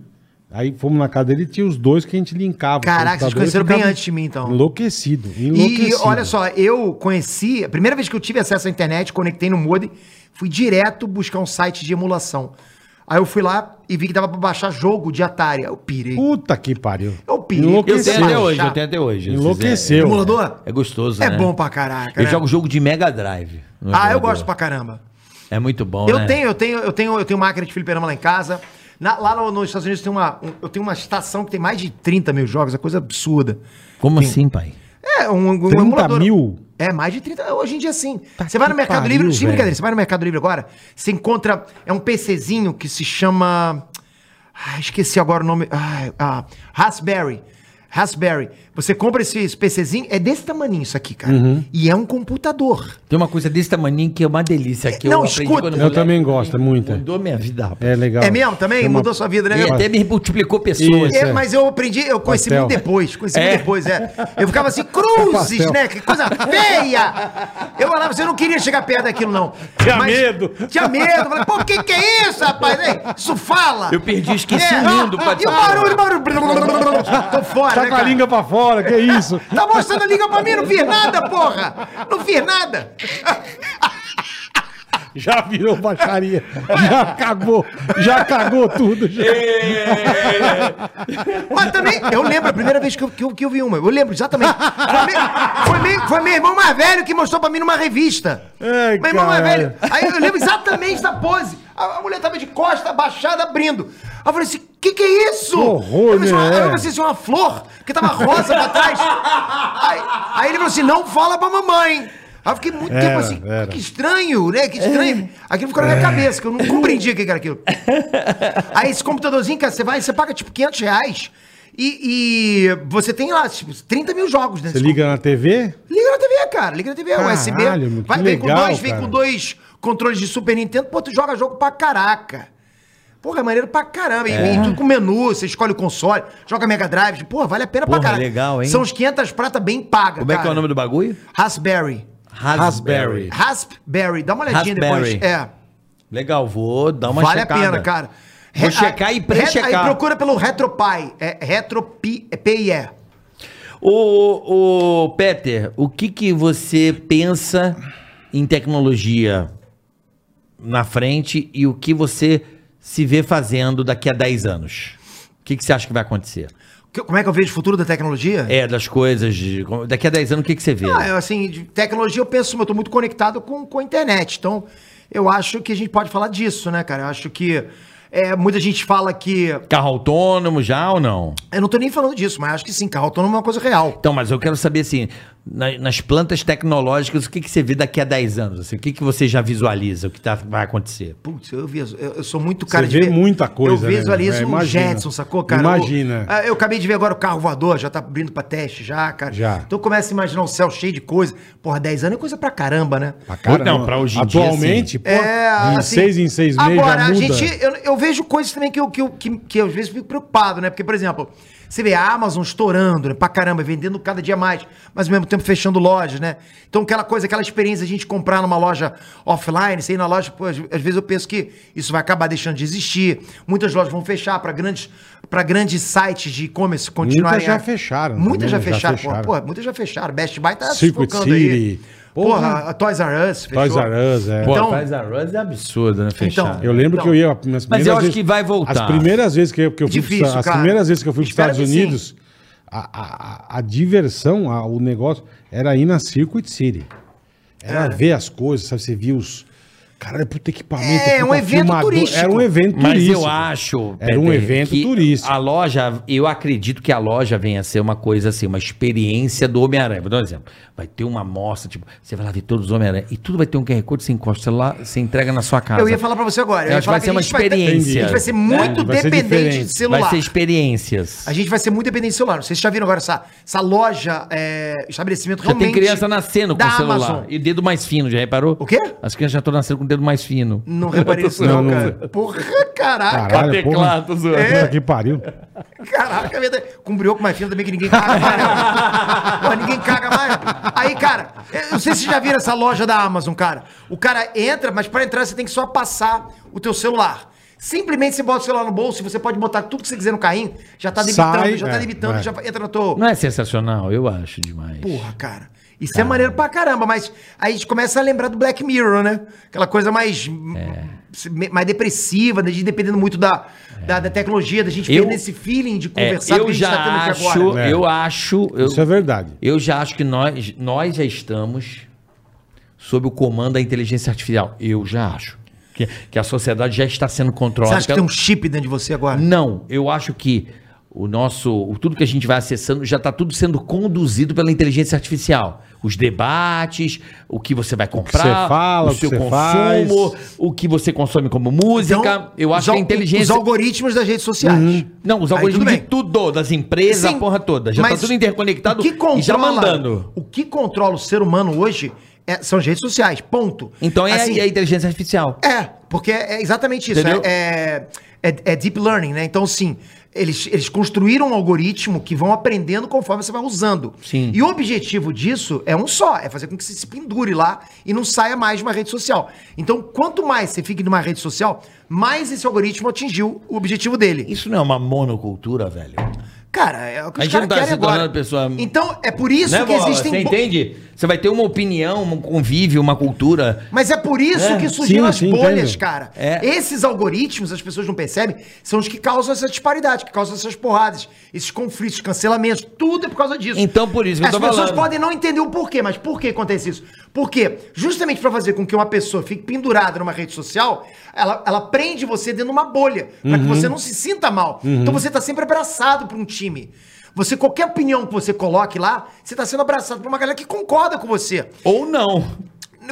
C: Aí fomos na casa dele e tinha os dois que a gente linkava.
B: Caraca, vocês
C: computador, e
B: conheceram bem
C: ficava
B: antes de mim, então.
C: Enlouquecido, enlouquecido.
B: E olha só, eu conheci, a primeira vez que eu tive acesso à internet, conectei no modem, fui direto buscar um site de emulação. Aí eu fui lá e vi que dava pra baixar jogo de Atari. Aí Eu pirei.
C: Puta que pariu.
B: É Eu pirei.
D: Eu
C: Enlouqueceu.
D: tenho até hoje,
B: Chato.
D: eu tenho até hoje.
C: Enlouqueceu.
B: Emulador?
D: É gostoso,
B: É
D: né?
B: bom pra caraca.
D: Eu
B: né?
D: jogo jogo de Mega Drive. no
B: Ah, eu
D: emulador.
B: gosto pra caramba.
D: É muito bom,
B: Eu
D: né?
B: tenho, eu tenho, eu tenho, eu tenho máquina de fliperama lá em casa. Na- lá no- nos Estados Unidos tem uma, um- eu tenho uma estação que tem mais de 30 mil jogos, é coisa absurda.
D: Como assim, pai?
B: É, um, um
C: 30 mil?
B: É, mais de 30. Hoje em dia, sim.
C: Tá
B: você vai
C: que
B: no Mercado
C: pariu,
B: Livre, sem
C: velho.
B: brincadeira, você vai no Mercado Livre agora, você encontra, é um PCzinho que se chama, ah, esqueci agora o nome, ah, ah, Raspberry. Raspberry. Você compra esse, esse PCzinho, é desse tamaninho isso aqui, cara.
C: Uhum.
B: E é um computador.
D: Tem uma coisa desse tamanho que é uma delícia. Que
B: Não,
D: eu aprendi
B: escuta.
D: quando
B: Eu
D: moleque,
C: também gosto, é muito.
D: Mudou minha vida, rapaz.
C: É legal.
B: né? É mesmo também?
C: Chama-
B: Mudou sua vida, né?
D: E até me multiplicou pessoas.
C: Isso.
B: É, mas eu aprendi, eu conheci
C: Pastel. É
B: muito depois, conheci
D: É.
B: muito depois, é. Eu ficava assim,
C: Pastel.
B: cruzes, né? Que coisa feia! Eu falava, você não queria chegar perto daquilo, não.
C: Tinha medo.
B: Tinha medo. Eu Falei, pô, o que, que é isso, rapaz? Ei, Isso fala! É.
D: Eu perdi, esqueci um o mundo pra
B: E o barulho, barulho. Tô fora,
C: Tá
B: né,
C: com a
B: cara?
C: língua pra fora, que é isso?
B: Tá mostrando a língua pra mim, não fiz nada, porra! Não fiz nada!
C: Já virou baixaria. Já cagou. Já cagou tudo. já.
B: Mas também, eu lembro a primeira vez que eu, que eu, que eu vi uma. Eu lembro exatamente. Foi meu, foi, meu, foi meu irmão mais velho que mostrou pra mim numa revista.
C: Ai,
B: meu irmão mais
C: caralho.
B: velho. Aí eu lembro exatamente da pose. A, a mulher tava de costa, abaixada, abrindo. Aí eu falei assim: que que é isso?
C: horror,
B: eu pensei,
C: né?
B: uma, eu pensei assim, uma flor, que tava rosa pra trás. Aí, aí ele falou assim: não fala pra mamãe. Aí eu fiquei muito tempo
C: Era,
B: assim,
C: era. É.
B: que estranho, né? Que estranho. Aquilo ficou na minha cabeça, que eu não compreendia o que era aquilo. Aí esse computadorzinho, cara, você vai, você paga tipo 500 reais e, e você tem lá, tipo, 30 mil jogos nesse
C: Você liga na TV?
B: Liga na TV, cara. Liga na TV,
C: Caralho,
B: USB.
C: meu, que
B: Vai, vem com
C: legal,
B: dois, vem
C: cara.
B: com dois controles de Super Nintendo, pô, tu joga jogo pra caraca. Porra, é maneiro pra caramba. E-
D: É.
B: E, tudo com menu, você escolhe o console, joga Mega Drive. Porra, vale a pena
D: Porra,
B: pra caralho.
D: legal, hein?
B: São os 500 prata bem paga,
D: Como é que é o nome do bagulho?
B: Raspberry.
D: Raspberry.
B: Raspberry. Dá uma olhadinha
D: Raspberry.
B: depois. É.
D: Legal, vou dar uma
B: vale
D: checada.
B: a pena, cara.
D: Vou
B: Re-
D: checar e
B: re-
D: pré-checar.
B: Aí procura pelo RetroPie. É RetroPie. É PIE.
D: Ô, ô, Peter, o que que você pensa em tecnologia na frente e o que você se vê fazendo daqui a 10 anos? O que, que você acha que vai acontecer?
B: Que- Como é que eu vejo o futuro da tecnologia?
D: É, das coisas. de- Daqui a 10 anos, o que, que você vê?
B: Ah, eu, assim, de tecnologia eu penso, eu estou muito conectado com, com a internet. Então, eu acho que a gente pode falar disso, né, cara? Eu acho que é, muita gente fala que.
D: Carro autônomo já ou não?
B: Eu não tô nem falando disso, mas acho que sim, carro autônomo é uma coisa real.
D: Então, mas eu quero saber assim, na- nas plantas tecnológicas, o que, que você vê daqui a 10 anos? Assim, o que, que você já visualiza, o que tá- vai acontecer?
B: Putz, eu, viso, eu, eu sou muito cara
C: Você vê
B: ver-
C: muita coisa,
B: Eu
C: né?
B: visualizo
C: É,
B: um
C: imagina.
B: Jetson, sacou, cara?
C: Imagina.
B: Eu, ah, eu acabei de ver agora o carro voador, já tá abrindo pra teste, já, cara.
C: Já.
B: Então começa a imaginar um céu cheio de coisa. Porra, 10 anos é coisa pra caramba, né?
C: Pra caramba.
D: Não, pra hoje em dia,
C: Atualmente, pô,
B: É,
C: de
B: assim,
C: seis em seis meses
B: Agora,
C: já
B: a
C: muda.
B: gente, eu, eu vejo coisas também que eu, que, eu, que, que eu às vezes fico preocupado, né? Porque, por exemplo, você vê a Amazon estourando, né? Pra caramba, vendendo cada dia mais, mas ao mesmo tempo fechando lojas, né? Então, aquela coisa, aquela experiência de a gente comprar numa loja offline, você ir na loja, pô, às, às vezes eu penso que isso vai acabar deixando de existir. Muitas lojas vão fechar pra grandes, pra grandes sites de e-commerce continuarem.
C: já
B: a-
C: fecharam também,
B: Muitas já
C: já
B: fecharam,
C: fecharam.
B: Porra, porra, muitas já fecharam. Best Buy tá se
C: Circuit
B: focando aí.
C: City.
B: Porra,
C: Porra.
B: a Toys R Us fechou.
C: Toys R Us, é.
D: Pô,
B: Então-
D: faz a Rose é absurdo, né? Fechar.
B: Então,
C: Eu lembro
B: Não.
C: que eu ia. Mas
D: eu acho que vai voltar.
C: As primeiras vezes que eu, que eu fui
B: Difícil,
C: pros- as
B: cara.
C: primeiras vezes que eu fui
B: Espero
C: para os Estados
B: que sim.
C: Unidos, a, a- a- a diversão, a- o negócio, era ir na Circuit City.
B: É.
C: Era ver as coisas, sabe? Você viu os. Caralho, puta equipamento.
B: É,
C: puta
B: um evento turístico.
C: Era um evento
D: Mas eu
C: turístico.
D: acho.
C: Era um evento
D: que
C: turístico.
D: A loja, eu acredito que a loja venha a ser uma coisa assim, uma experiência do Homem-Aranha. Vou dar um exemplo. Vai ter uma amostra, tipo, você vai lá ver todos os Homem-Aranha e tudo vai ter um QR Code, você encosta o celular, você entrega na sua casa.
B: Eu ia falar pra você agora.
D: Eu
B: ia
D: acho que
B: falar
D: vai ser uma
B: a gente vai ter-
D: experiência.
B: a gente vai ser muito
C: É, Vai ser
B: dependente
C: diferente.
B: de celular.
D: Vai ser experiências.
B: A gente vai ser muito dependente de celular. Vocês já viram agora essa, essa loja, é, estabelecimento
D: Já tem
B: realmente
D: criança nascendo com
B: da
D: o celular.
B: Amazon.
D: E dedo mais fino, já reparou?
B: O quê?
D: As crianças já estão nascendo com o dedo mais fino.
B: Não reparei isso não,
C: zoando.
B: cara. Porra, caraca.
C: Caralho, porra.
D: tá Teclado, zoando.
C: Puta que pariu.
B: Caraca, é verdade. Com brioco mais fino também que ninguém caga mais. né? Pô, ninguém caga mais. Aí, cara, eu não sei se vocês já viram essa loja da Amazon, cara. O cara entra, mas pra entrar você tem que só passar o teu celular. Simplesmente você bota o celular no bolso e você pode botar tudo que você quiser no carrinho. Já tá debitando,
C: Sai,
B: já tá
C: é,
B: debitando,
C: é.
B: já entra no teu...
D: Não é sensacional, eu acho demais.
B: Porra, cara. Isso é maneiro pra caramba, mas aí a gente começa a lembrar do Black Mirror, né? Aquela coisa mais,
D: É.
B: me- mais depressiva, da gente dependendo muito da, da, da tecnologia, da gente
D: Eu-
B: perdendo esse feeling de
D: É,
B: conversar
D: eu
B: que a gente tá
D: já acho,
C: É.
D: eu acho, eu,
C: Isso é verdade.
D: eu já acho que nós, nós já estamos sob o comando da inteligência artificial. Eu já acho que, que a sociedade já está sendo
B: Você
D: controlada.
B: acha que tem um chip dentro de você agora?
D: Não, eu acho que o nosso, o- tudo que a gente vai acessando já está tudo sendo conduzido pela inteligência artificial. Os debates, o que você vai comprar,
C: você fala, o que
D: seu
C: você
D: consumo, o que você consome como música. eu
B: Então, os
D: acho que a
B: al- Os
D: inteligência Uhum.
B: algoritmos das redes sociais.
D: não, os
B: Aí tudo
D: algoritmos de
B: bem.
D: tudo, das empresas,
B: Sim,
D: a porra toda. Já tá
B: mas
D: tudo interconectado
B: o que controla,
D: e já mandando.
B: O que controla o ser humano hoje é- são as redes sociais, ponto.
D: Então é
B: Assim,
D: aí a inteligência artificial.
B: É, porque é exatamente isso.
D: Entendeu?
B: É, é, é- é deep learning, né? Então, assim, eles, eles construíram um algoritmo que vão aprendendo conforme você vai usando.
D: Sim.
B: E o objetivo disso é um só: é fazer com que você se pendure lá e não saia mais de uma rede social. Então, quanto mais você fique numa rede social, mais esse algoritmo atingiu o objetivo dele.
D: Isso não é uma monocultura, velho.
B: Cara, é o que os
D: A
B: caras
D: gente não tá
B: querem
D: se tornando
B: agora.
D: pessoa-
B: Então, é por isso
D: né,
B: que
D: Bola?
B: existem... um
D: Você
B: bo-
D: entende? Você vai ter uma opinião, um convívio, uma cultura.
B: Mas é por isso
D: É,
B: que surgiram
C: sim,
B: as
C: sim,
B: bolhas,
C: entendo.
B: cara.
D: É.
B: Esses algoritmos, as pessoas não percebem, são os que causam essa disparidade, que causam essas porradas, esses conflitos, cancelamentos, tudo é por causa disso.
D: Então, por isso que eu
B: as
D: tô
B: pessoas
D: falando.
B: podem não entender o porquê, mas por que acontece isso? Porque, justamente pra fazer com que uma pessoa fique pendurada numa rede social, ela, ela prende você dentro de uma bolha, pra
D: Uhum.
B: que você não se sinta mal. Então você tá sempre abraçado por um time. Você, qualquer opinião que você coloque lá, você tá sendo abraçado por uma galera que concorda com você.
D: Ou não.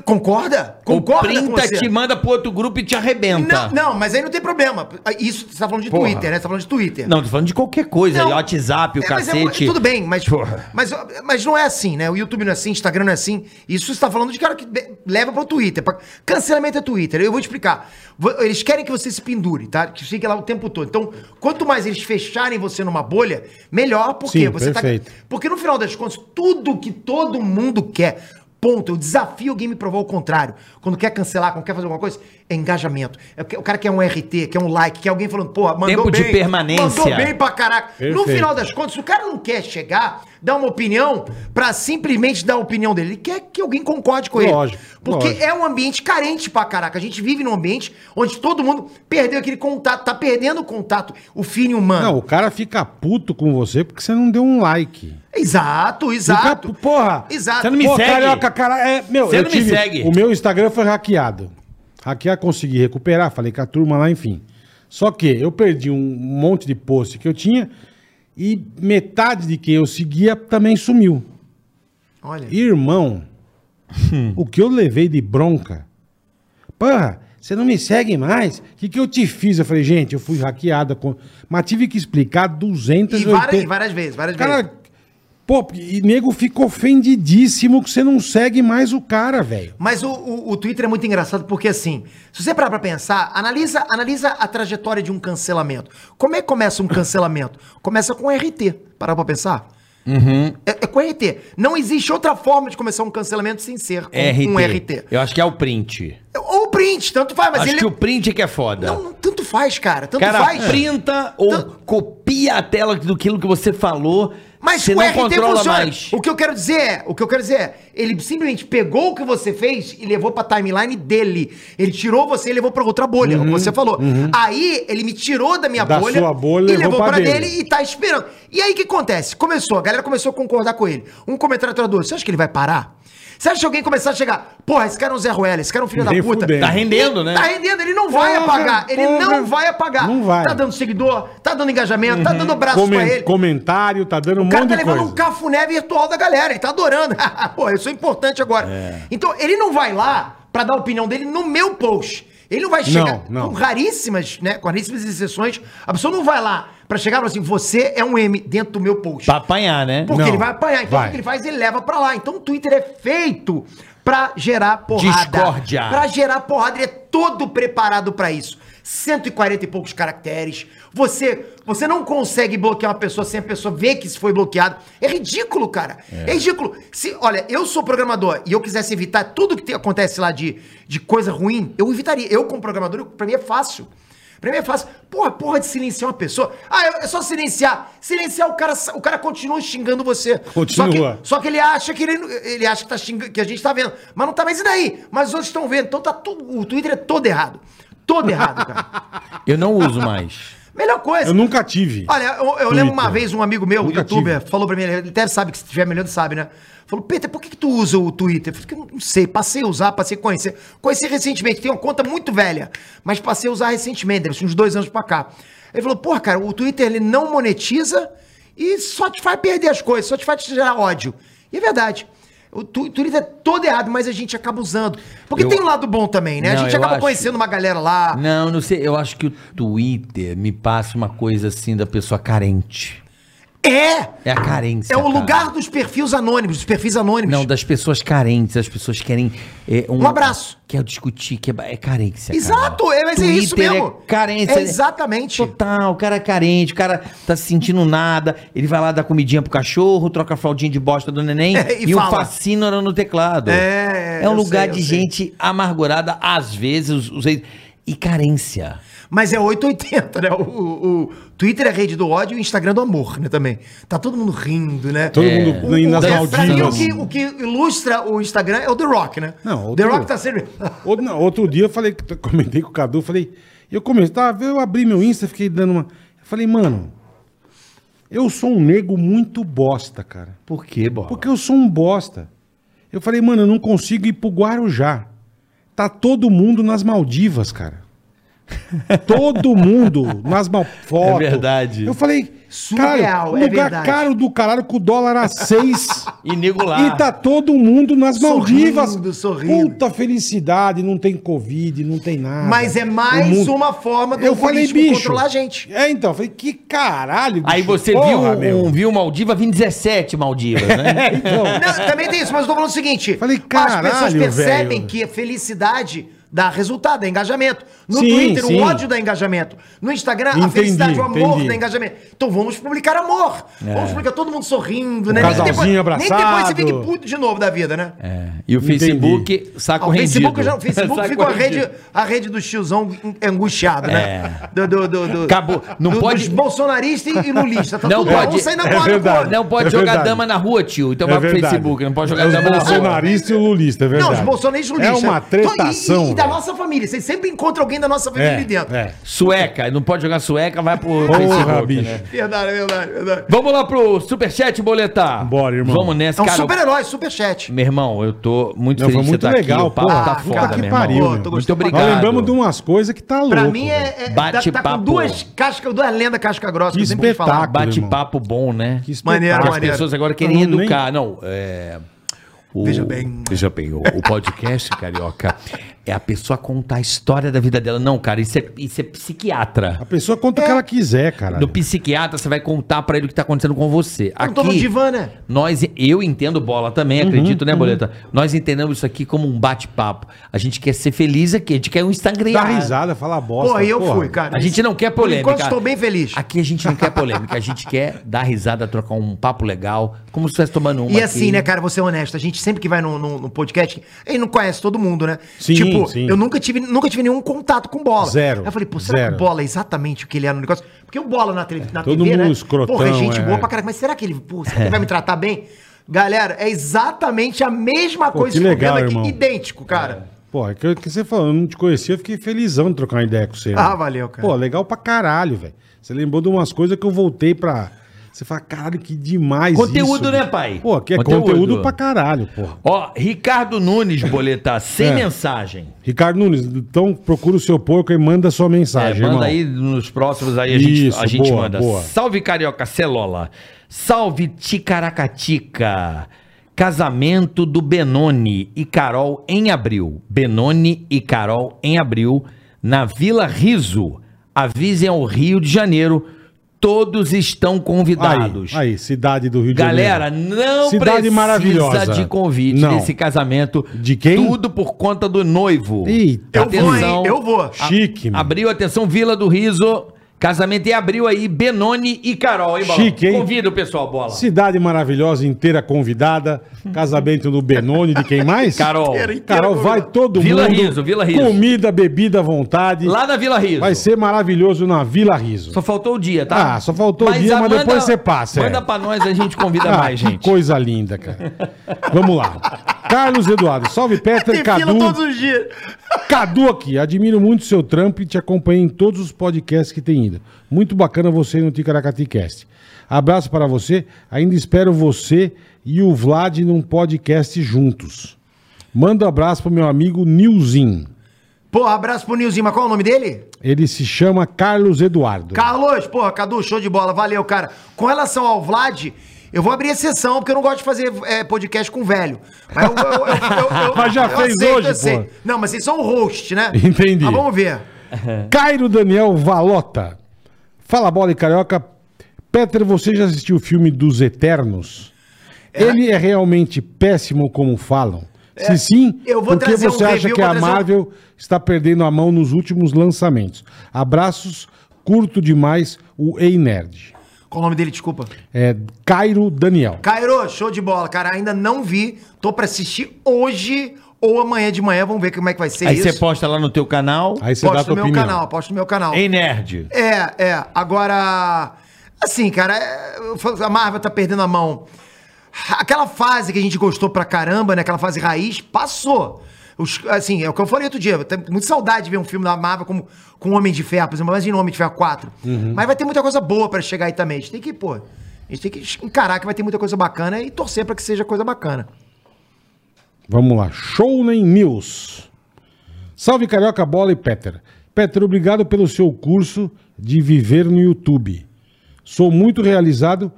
B: Concorda? Concorda
D: Ou printa, te manda pro outro grupo e te arrebenta.
B: Não, não, mas aí não tem problema. Isso você tá falando de
D: Porra.
B: Twitter, né? Você tá falando de Twitter.
D: Não, tô falando de qualquer coisa.
B: Não.
D: aí, WhatsApp, o
B: É, mas é-
D: cacete.
B: tudo bem, mas,
D: Porra.
B: mas, mas não é assim, né? O YouTube não é assim, Instagram não é assim. Isso você tá falando de cara que be- leva pro Twitter. pra- Cancelamento é Twitter. Eu vou te explicar. Vo- Eles querem que você se pendure, tá? Que fique lá o tempo todo. Então, quanto mais eles fecharem você numa bolha, melhor, porque
C: Sim,
B: você
C: perfeito.
B: tá. Porque no final das contas, tudo que todo mundo quer, ponto, eu desafio alguém me provar o contrário. Quando quer cancelar, quando quer fazer alguma coisa, é engajamento. É o que- O cara quer um RT, quer um like, quer alguém falando, porra, mandou
D: Tempo de
B: bem,
D: permanência.
B: Mandou bem pra caraca. No
C: Perfeito.
B: final das contas, o cara não quer chegar, dar uma opinião pra simplesmente dar a opinião dele. Ele quer que alguém concorde com
C: Lógico,
B: ele. Porque
C: lógico.
B: é um ambiente carente pra caraca. A gente vive num ambiente onde todo mundo perdeu aquele contato, tá perdendo o contato, o feeling humano.
C: Não, o cara fica puto com você porque você não deu um like.
B: Exato,
C: Fica,
B: exato.
C: pu- porra!
B: Exato.
D: Você não me
C: Pô,
D: segue?
C: carioca, cara, é, meu,
D: Você
C: eu
D: não me segue.
C: O meu Instagram foi hackeado. Hackear, consegui recuperar, falei com a turma lá, enfim. Só que eu perdi um monte de post que eu tinha e metade de quem eu seguia também sumiu.
B: Olha.
C: Irmão,
D: Hum.
C: o que eu levei de bronca? Porra, você não me segue mais? O que, que eu te fiz? Eu falei, gente, eu fui hackeada. Com... Mas tive que explicar
B: E
C: 280...
B: várias, e várias vezes, várias vezes.
C: Cara, pô, e nego fica ofendidíssimo que você não segue mais o cara, velho.
B: Mas o, o, o Twitter é muito engraçado porque, assim, se você parar pra pensar, analisa, analisa a trajetória de um cancelamento. Como é que começa um cancelamento? Começa com RT. Parar pra pensar?
D: Uhum.
B: É, é com RT. Não existe outra forma de começar um cancelamento sem ser com
D: RT.
B: um RT.
D: Eu acho que é o print.
B: Ou print, tanto faz, mas
D: acho
B: ele.
D: que o print é que é foda.
B: Não, não, tanto faz, cara. Tanto
D: cara
B: faz.
D: printa ou
B: Tanto-
D: copia a tela do aquilo que você falou.
B: Mas
D: você
B: o
D: não
B: RT
D: controla
B: funciona.
D: mais.
B: O que eu quero dizer é, o que eu quero dizer é, ele simplesmente pegou o que você fez e levou pra timeline dele. Ele tirou você e levou pra outra bolha, como você falou. Aí ele me tirou da minha
C: Uhum, Da
B: bolha,
C: sua bolha,
B: e levou
C: levou pra
B: pra
C: dele.
B: dele e tá esperando. E aí o que acontece? Começou, a galera começou a concordar com ele. Um comentário você acha que ele vai parar? Você acha que alguém começar a chegar, porra, esse cara é um Zé Ruela, esse cara é um filho
C: Nem
B: da puta.
C: fudendo.
D: Tá rendendo, né?
B: Tá rendendo, ele não vai
C: Porra,
B: apagar. Ele
C: porra.
B: não vai apagar.
C: Não vai.
B: Tá dando seguidor, tá dando engajamento, tá dando braço pra
C: Comen-
B: ele.
C: Comentário, tá dando um
B: O cara
C: monte
B: tá
C: de
B: levando
C: coisa.
B: um cafuné virtual da galera, ele tá adorando. Pô, eu sou importante agora.
C: É.
B: Então, ele não vai lá pra dar a opinião dele no meu post. Ele não vai chegar
C: Não, não.
B: com raríssimas, né, com raríssimas exceções. A pessoa não vai lá pra chegar e falar assim, você é um M dentro do meu post.
D: Pra apanhar, né?
B: Porque
C: Não,
B: ele vai apanhar. Então,
C: vai.
B: o que ele faz? Ele leva pra lá. Então, o Twitter é feito pra gerar porrada.
D: Discórdia.
B: Pra gerar porrada. Ele é todo preparado pra isso. 140 e poucos caracteres. Você, você não consegue bloquear uma pessoa sem a pessoa ver que isso foi bloqueado. É ridículo, cara. É, ridículo. Se, olha, eu sou programador e eu quisesse evitar tudo que te- acontece lá de, de coisa ruim, eu evitaria. Eu, como programador, eu- pra mim é fácil. Pra mim é fácil. Porra, porra de silenciar uma pessoa. Ah, é- é só silenciar. Silenciar, o cara, o cara continua xingando você. Só
C: Continua.
B: que, só que ele acha que ele, ele acha que, tá xingando, que a gente tá vendo. Mas não tá mais e daí? Mas os outros estão vendo. Então tá tudo. O Twitter é todo errado. Todo errado, cara.
D: Eu não uso mais.
B: Melhor coisa.
C: Eu nunca tive.
B: Olha, eu, eu
C: Twitter.
B: lembro uma vez um amigo meu,
C: Nunca
B: youtuber, falou pra mim, ele até sabe que se tiver melhor, sabe, né? Falou, Peter, por que, que tu usa o Twitter? Eu falei, "Eu não sei, passei a usar, passei a conhecer. Conheci recentemente, tem uma conta muito velha, mas passei a usar recentemente, deve ser uns dois anos pra cá. Ele falou, porra, cara, o Twitter ele não monetiza e só te faz perder as coisas, só te faz te gerar ódio. E é verdade. O tu- Twitter é todo errado, mas a gente acaba usando. Porque
D: Eu-
B: tem um lado bom também, né?
D: Não,
B: a gente
D: eu
B: acaba
D: acho-
B: conhecendo uma galera lá.
D: Não, não sei. Eu acho que o Twitter me passa uma coisa assim da pessoa carente.
B: É!
D: É a carência.
B: É o
D: cara.
B: lugar dos perfis anônimos, dos perfis anônimos.
D: Não, das pessoas carentes. As pessoas querem. é,
B: Um abraço.
D: Quer discutir, que é, ba- é carência.
B: Exato,
D: cara.
B: é, mas é isso
D: Twitter
B: mesmo.
D: É carência.
B: É exatamente.
D: Total, o cara é carente, o cara tá se sentindo nada. Ele vai lá dar comidinha pro cachorro, troca a fraldinha de bosta do neném
B: É,
D: e,
B: e
D: o
B: fala.
D: fascino era no teclado.
B: É,
D: É um
B: eu
D: lugar
B: sei, eu
D: de
B: sei.
D: gente amargurada, às vezes, os, os- e carência.
B: Mas é 880, né? O, o- o Twitter é a rede do ódio e o Instagram do amor, né? Também. Tá todo mundo rindo, né?
C: Todo
B: É.
C: mundo
B: O-
C: indo nas
B: o- pra mim,
C: Maldivas.
B: o que, o que ilustra o Instagram é o The Rock, né?
C: Não, o Ah,
B: The
C: do-
B: Rock tá sendo.
C: Outro, não, outro dia eu falei, que- comentei com o Cadu, falei, eu comecei, tava, eu abri meu Insta, fiquei dando uma. Eu falei, mano, eu sou um nego muito bosta, cara.
D: Por quê, Bob?
C: Porque eu sou um bosta. Eu falei, mano, eu não consigo ir pro Guarujá. Tá todo mundo nas Maldivas, cara. Todo mundo nas Maldivas.
D: É verdade.
C: Eu falei,
B: Surreal,
C: cara, um
B: é
C: lugar
B: verdade.
C: caro do caralho com o dólar a seis.
D: E nego lá.
C: E tá todo mundo nas
B: Sorrindo,
C: Maldivas.
B: sorrindo.
C: Puta felicidade, não tem Covid, não tem nada.
B: Mas é mais
C: O
B: uma forma do
C: eu falei,
B: algoritmo
C: bicho,
B: controlar a gente.
C: É, então, eu falei, que caralho, bicho,
D: Aí você
C: porra,
D: viu, um,
C: meu.
D: viu Maldiva, vim 17 Maldivas, né?
C: É, então.
B: Não, também tem isso, mas eu tô falando o seguinte:
C: Falei,
B: as pessoas
C: caralho,
B: percebem
C: velho.
B: que a felicidade dá resultado, dá engajamento. No
C: Sim,
B: Twitter,
C: sim.
B: o ódio dá engajamento. No Instagram, a
C: Entendi,
B: felicidade, o amor
C: entendi. É.
B: dá engajamento. Então vamos publicar amor. Vamos publicar todo mundo sorrindo, né?
C: Um casalzinho
B: nem depois você
C: abraçado. É.
B: fica puto de novo da vida, né?
D: E o Facebook, saco
B: Ah, o
D: rendido.
B: Facebook, já, o Facebook
D: Saco
B: ficou a rede,
D: rendido.
B: a rede do tiozão angustiado,
C: É.
B: né? Do, do, do, do-
D: Acabou. Não
B: do- Dos
D: pode-
B: bolsonaristas e- e lulistas. Tá
D: Não
B: tudo
D: pode.
B: um saindo
D: É
B: na porta do
C: verdade.
B: outro.
D: Não pode
C: É
D: jogar
C: verdade. É
D: dama na rua, tio. Então vai pro
C: verdade. É
D: Facebook. Não pode jogar
C: Os
D: dama na rua.
C: bolsonaristas e o lulista, é verdade.
B: Não, os bolsonaristas
C: É
B: lulistas.
C: uma
B: Então,
C: tretação.
B: E, e da
C: velho.
B: nossa família. Você sempre encontra alguém da nossa família
C: É,
B: ali dentro.
C: é.
D: Sueca, não pode jogar sueca, vai pro
C: Porra,
D: Facebook,
C: bicho.
D: né?
B: Verdade, verdade, verdade.
D: Vamos lá pro Superchat, boletar.
C: Bora, irmão.
D: Vamos
B: É
D: nessa,
B: um
D: cara.
B: super-herói, superchat.
D: Meu irmão, eu tô muito
C: Não,
D: feliz
C: foi
D: de
C: muito
D: você estar aqui.
C: legal,
D: O papo
C: porra.
D: tá
C: Puta
D: foda,
C: que
D: meu irmão.
C: pariu, meu.
D: Muito
B: Gostei pra
D: obrigado.
C: Nós lembramos de umas coisas que tá louco.
B: Pra mim
C: velho.
B: é. é
D: Bate
B: tá, tá com
D: papo.
B: duas cascas, duas lendas casca grossa.
C: Que
B: eu sempre gosto de
C: espetáculo.
D: Bate-papo bom, né?
C: Que
B: Maneiro,
C: espetáculo.
D: As
B: maneiro.
D: pessoas agora querem
C: Não, nem-
D: educar. Não, é. o-
B: Veja bem.
D: Veja bem, o, o podcast, carioca, é a pessoa contar a história da vida dela. Não, cara, isso é, isso é psiquiatra.
C: A pessoa conta
B: É.
C: o que ela quiser, cara.
D: Do psiquiatra, você vai contar pra ele o que tá acontecendo com você.
B: Eu tô no Uhum, divã, né?
D: Nós, eu entendo bola também, acredito, né, Boleta? Nós entendemos isso aqui como um bate-papo. A gente quer ser feliz aqui, a gente quer um Instagram.
C: Dá risada, fala bosta.
B: Pô, aí eu
C: porra.
B: fui, cara.
D: A gente não quer
B: Por
D: polêmica.
B: enquanto estou bem feliz.
D: Aqui a gente não quer polêmica, a gente quer dar risada, trocar um papo legal, como se estivesse tomando uma.
B: E assim,
D: aqui.
B: né, cara, você é honesto. A gente sempre que vai num, num- num podcast, ele não conhece todo mundo, né?
C: Sim,
B: tipo,
C: sim.
B: eu nunca tive, nunca tive nenhum contato com bola.
C: Zero.
B: Aí eu falei, pô, será que
C: Zero.
B: o bola é exatamente o que ele é no negócio? Porque o bola na, tele, na
C: todo
B: TV,
C: mundo
B: né?
C: escrotão,
B: porra, é gente
C: é.
B: boa pra caralho. Mas será que ele, pô, será que ele vai me tratar bem? Galera, é exatamente a mesma
C: Pô,
B: coisa
C: que legal,
B: vendo
C: irmão.
B: idêntico, cara.
C: Pô, é que, é que você falou, eu não te conhecia, eu fiquei felizão de trocar uma ideia com você.
B: Ah,
C: né?
B: valeu, cara.
C: Pô, legal pra caralho, velho. Você lembrou de umas coisas que eu voltei pra. Você fala, caralho, que demais
D: Conteúdo,
C: isso,
D: né,
C: bicho.
D: pai?
C: Pô, que é
D: Conteúdo.
C: conteúdo, pra caralho, porra.
D: Ó, Ricardo Nunes, Boleta, sem
C: É.
D: mensagem.
C: Ricardo Nunes, então procura o seu porco e manda sua mensagem,
D: É, manda
C: irmão.
D: aí nos próximos, aí a gente,
C: Isso,
D: a gente
C: boa,
D: manda.
C: boa.
D: Salve Carioca Celola. Salve Ticaracatica. Casamento do Benoni e Carol em abril. Benoni e Carol em abril, na Vila Riso. Avisem ao Rio de Janeiro. Todos estão
C: Aí,
D: convidados.
C: aí, cidade do Rio de
D: Galera,
C: Janeiro.
D: não
C: Cidade maravilhosa.
D: de convite
C: Não.
D: nesse casamento.
C: De quem?
D: Tudo por conta do noivo.
C: Eita,
B: Eu vou, hein? Eu vou.
C: Chique, mano.
D: Abriu, atenção, Vila do Riso. Casamento em abril aí, Benoni e Carol, hein, Bola?
C: Chique, hein?
D: Convida o pessoal, Bola.
C: Cidade maravilhosa, inteira convidada. Casamento do Benoni, de quem mais?
D: Carol.
C: Carol, vai todo
D: Vila
C: mundo.
D: Riso, Vila Riso.
C: Comida, bebida à vontade.
D: Lá na Vila Riso.
C: Vai ser maravilhoso na Vila Riso.
D: Só faltou o dia, tá?
C: Ah, só faltou o dia, mas depois você passa, é.
D: Manda pra nós, a gente convida
C: Ah,
D: mais,
C: que
D: gente.
C: coisa linda, cara. Vamos lá. Carlos Eduardo, salve Peter,
B: Tem fila
C: Cadu.
B: todos os dias.
C: Cadu aqui, admiro muito o seu trampo e te acompanhei em todos os podcasts que tem ido. Muito bacana você no Ticaracati Cast. Abraço para você, ainda espero você e o Vlad num podcast juntos. Manda um abraço pro meu amigo Nilzin.
B: Porra, abraço pro Nilzinho, mas qual é o nome dele?
C: Ele se chama Carlos Eduardo.
B: Carlos, porra, Cadu, show de bola, valeu, cara. Com relação ao Vlad, eu vou abrir exceção, porque eu não gosto de fazer é, podcast com velho. Mas, eu, eu- eu- eu- eu-
C: Mas já
B: eu
C: fez hoje,
B: aceito.
C: pô.
B: Não, mas vocês são o host, né?
C: Entendi.
B: Mas vamos ver.
C: Cairo Daniel Valota. Fala bola e carioca. Peter, você já assistiu o filme dos Eternos? Ele é realmente péssimo como falam? Se sim,
B: É. Eu vou
C: por que
B: trazer um
C: você acha
B: review,
C: que
B: vou
C: a
B: trazer um-
C: Marvel está perdendo a mão nos últimos lançamentos? Abraços, curto demais o Ei Nerd.
B: Qual o nome dele, desculpa?
C: É Cairo Daniel.
B: Cairo, show de bola, cara. Ainda não vi. Tô pra assistir hoje ou amanhã de manhã. Vamos ver como é que vai ser
D: Aí
B: isso.
D: você posta lá no teu canal.
C: Aí você
B: Posto
C: dá a
B: no
C: tua
B: meu
C: opinião.
B: canal, posto no meu canal.
D: Ei, nerd.
B: É, é. Agora, assim, cara, é, a Marvel tá perdendo a mão. Aquela fase que a gente gostou pra caramba, né? Aquela fase raiz, passou. Os- assim, é o que eu falei outro dia. Eu tenho muita saudade de ver um filme da Marvel como, com Homem de Ferro, por exemplo. Imagina Homem de Ferro 4. Mas vai ter muita coisa boa pra chegar aí também. A gente tem que, pô... A gente tem que encarar que vai ter muita coisa bacana e torcer pra que seja coisa bacana.
C: Vamos lá, Shownen News. Salve Carioca Bola e Peter. Peter, obrigado pelo seu curso de viver no YouTube. Sou muito realizado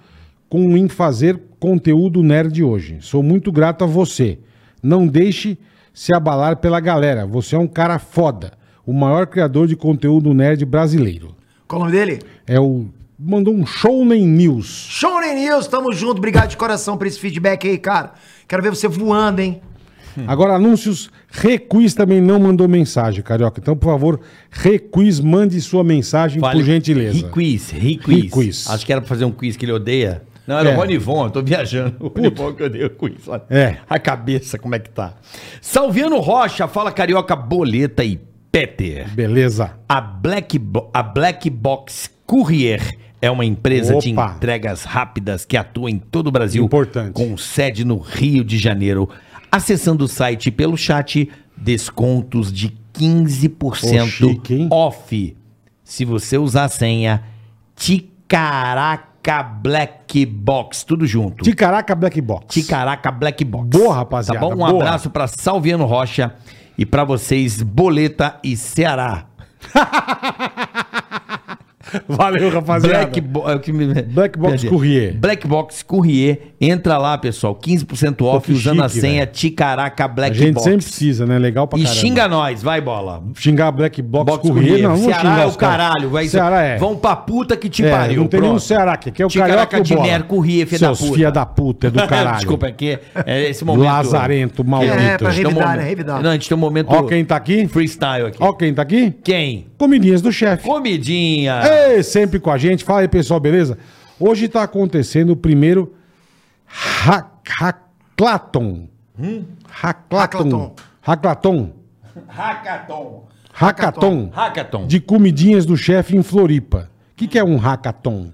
C: com em fazer conteúdo nerd hoje. Sou muito grato a você. Não deixe se abalar pela galera. Você é um cara foda, o maior criador de conteúdo nerd brasileiro.
B: Qual o nome dele?
C: É o mandou um Shownen News.
B: Shonen News, tamo junto. Obrigado de coração por esse feedback aí, cara. Quero ver você voando, hein?
C: Hum. Agora, anúncios, Requiz também não mandou mensagem, Carioca. Então, por favor, Requiz, mande sua mensagem, por gentileza.
D: Riquiz, Riquiz.
C: Riquiz.
D: Acho que era pra fazer um quiz que ele odeia. Não, era
C: É.
D: o Ronivon, eu tô viajando. O Ronivon que odeia o quiz. Olha.
C: É.
D: A cabeça, como é que tá? Salviano Rocha, fala carioca, boleta e Peter.
C: Beleza.
D: A Black, Bo- a Black Box Courier é uma empresa de
C: Opa.
D: entregas rápidas que atua em todo o Brasil.
C: Importante.
D: Com sede no Rio de Janeiro. Acessando o site pelo chat, descontos de 15%
C: Ô, chique, hein?
D: off. Se você usar a senha Ticaraca Black Box. Tudo junto.
C: Ticaraca Black Box.
D: Ticaraca Black Box.
C: Boa, rapaziada,
D: Tá bom? Um
C: boa.
D: abraço pra Salviano Rocha e pra vocês, Boleta e Ceará.
C: Valeu, rapaziada.
D: Black, Bo- é o que me-
C: Black Box
D: Perdi.
C: Courier.
D: Black Box Courier. Entra lá, pessoal. 15% off
C: que
D: usando a
C: chique,
D: senha Ticaraca
C: A
D: Black
C: gente
D: Box.
C: sempre precisa, né? Legal pra
D: e
C: caramba.
D: xinga nós, vai bola.
C: Xingar Black Box,
D: Box
C: Correia.
D: Courier.
C: Não, não vou
D: Ceará
C: xingar
D: é o
C: os caras.
D: caralho. Vai,
C: Ceará é.
D: Vão pra puta que te
C: É,
D: pariu.
C: não tem nenhum
D: pronto.
C: Ceará aqui. Aqui é o
D: Ticaraca
C: Carioca e o
D: de
C: Bola.
D: Nero Courier, filha da
C: Seus
D: puta.
C: filha da puta do caralho.
D: Desculpa, é que é esse momento.
C: Lazarento, maldito.
B: É, pra
D: A gente tem um
B: revidar,
D: momento-
B: né? Revidar.
D: Não, a gente tem um momento
C: Ó quem tá aqui.
D: freestyle aqui.
C: Ó quem tá aqui.
D: Quem?
C: Comidinhas do chefe.
D: Comidinha.
C: Ei, sempre com a gente. Fala aí, pessoal, beleza? Hoje tá acontecendo o primeiro ha- Hacklathon. Hacklathon.
B: Hacklathon.
C: Hacklathon.
D: Hackathon.
C: Hackathon.
D: Hackathon.
C: De comidinhas do chefe em Floripa. O que, que é um hackathon?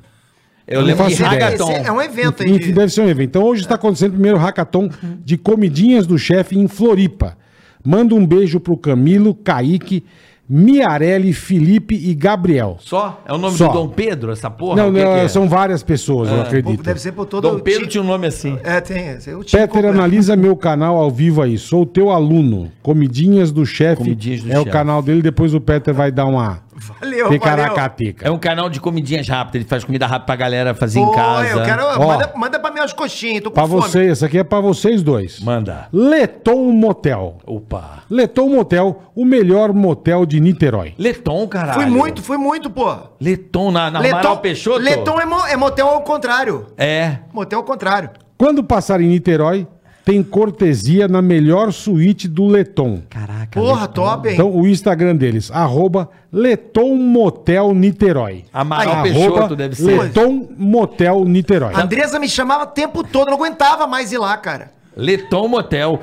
D: Eu
C: Não
D: lembro de
C: faço ideia.
D: Hackathon.
B: Esse é um evento aí.
C: Enfim,
B: de-
C: deve ser um evento. Então hoje está acontecendo o primeiro hackathon de comidinhas do chefe em Floripa. Manda um beijo pro Camilo, Kaique, Miarelli, Felipe e Gabriel.
D: Só? É o nome
C: Só.
D: do Dom Pedro, essa porra?
C: não,
D: O que
C: não,
D: que é?
C: são várias pessoas, eu
B: O povo
C: acredito.
B: deve ser por todo
D: Dom
B: o
D: Pedro
B: time.
D: tinha um nome assim.
B: É, tem. esse é o time
C: Peter,
B: completo.
C: analisa meu canal ao vivo aí. Sou teu aluno. Comidinhas do chefe.
D: Comidinhas do
C: é o
D: Chefe.
C: canal dele, depois o Peter vai dar uma
B: Valeu, valeu.
C: picaracateca.
D: É um canal de comidinhas rápidas, ele faz comida rápida pra galera fazer
B: Pô,
D: em casa.
B: eu quero.
C: Ó.
B: Manda, manda pra mim umas coxinhas, tô com
C: Pra
B: fome.
C: você, essa aqui é pra vocês dois.
D: Manda.
C: Leton Motel.
D: Opa.
C: Leton Motel, o melhor motel de Niterói.
D: Leton, caralho.
B: Fui muito, fui muito, pô.
D: Leton na, na Amaral Peixoto?
B: Leton é, mo- é motel ao contrário.
D: É.
B: Motel ao contrário.
C: Quando passar em Niterói, tem cortesia na melhor suíte do Ah, Leton.
D: Caraca.
B: Porra,
D: Leton.
B: top, hein?
C: Então, o Instagram deles, arroba Leton Motel Niterói.
D: Amaral
B: Aí,
D: Peixoto
C: Arroba
D: deve ser.
C: Leton Motel Niterói.
B: A Andresa me chamava o tempo todo, não aguentava mais ir lá, cara.
D: Leton Motel.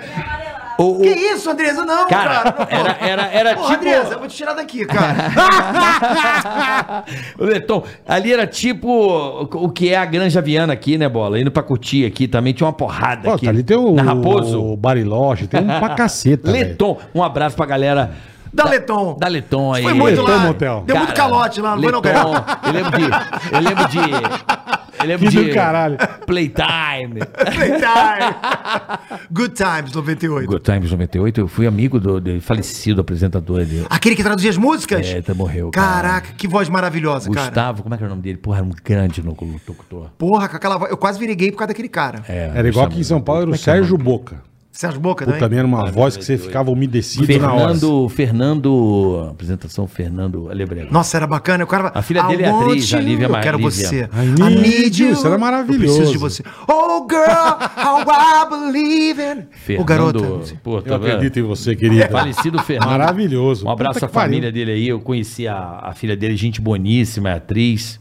D: O, o-
B: Que isso, Andresa? Não,
D: Cara,
B: não,
D: era-
B: pô.
D: era- era
B: Porra,
D: tipo-
B: Andresa, eu vou te tirar daqui, cara.
D: o Leton, ali era tipo o o que é a Granja Viana aqui, né, Bola? Indo pra curtir aqui também, tinha uma porrada
C: Pô,
D: aqui.
C: tá ali tem o,
D: Na Raposo.
C: o Bariloche, tem um pra caceta. velho.
D: Leton, um abraço pra galera
B: Da Leton.
D: da Leton aí.
B: Foi muito
C: Leton é
B: lá.
C: Motel.
B: Deu muito
D: Cara,
B: calote lá, não foi não,
D: Leton,
B: cara?
D: Eu lembro de. Eu lembro de. Eu lembro
C: Que do
D: de.
C: caralho.
D: Playtime.
B: Good time. Good times, 98.
D: Good Times 98, eu fui amigo do, do falecido apresentador ali.
B: Aquele que traduzia as músicas?
D: É, tá, morreu, cara.
B: Caraca, que voz maravilhosa, cara.
D: Gustavo, como é que era o nome dele? Porra, era um grande no locutor.
B: Porra, com aquela voz. Eu quase virei gay por causa daquele cara.
D: É,
C: Era igual aqui em São Paulo, era o Sérgio Boca.
B: Sérgio Boca,
C: Pô,
B: né?
C: também era uma voz que você ficava umedecido na hora.
D: Fernando, Fernando, apresentação Fernando Alebrega.
B: Nossa, era bacana. O cara
D: A filha dele é
B: I want
D: atriz, a
B: you.
D: Lívia
B: Eu quero
D: Lívia.
B: você.
C: I need you. Isso era
B: Eu preciso
C: maravilhoso.
B: de você. Oh, girl, how I believe in...
D: Fernando,
B: Ô, garota.
D: Pô, tá
C: Eu acredito
D: vendo?
C: em você, querida.
D: É Falecido Fernando.
C: Maravilhoso.
D: Um abraço
C: Puta
D: à
C: que pariu.
D: família dele aí. Eu conheci a, a filha dele, gente boníssima, é atriz.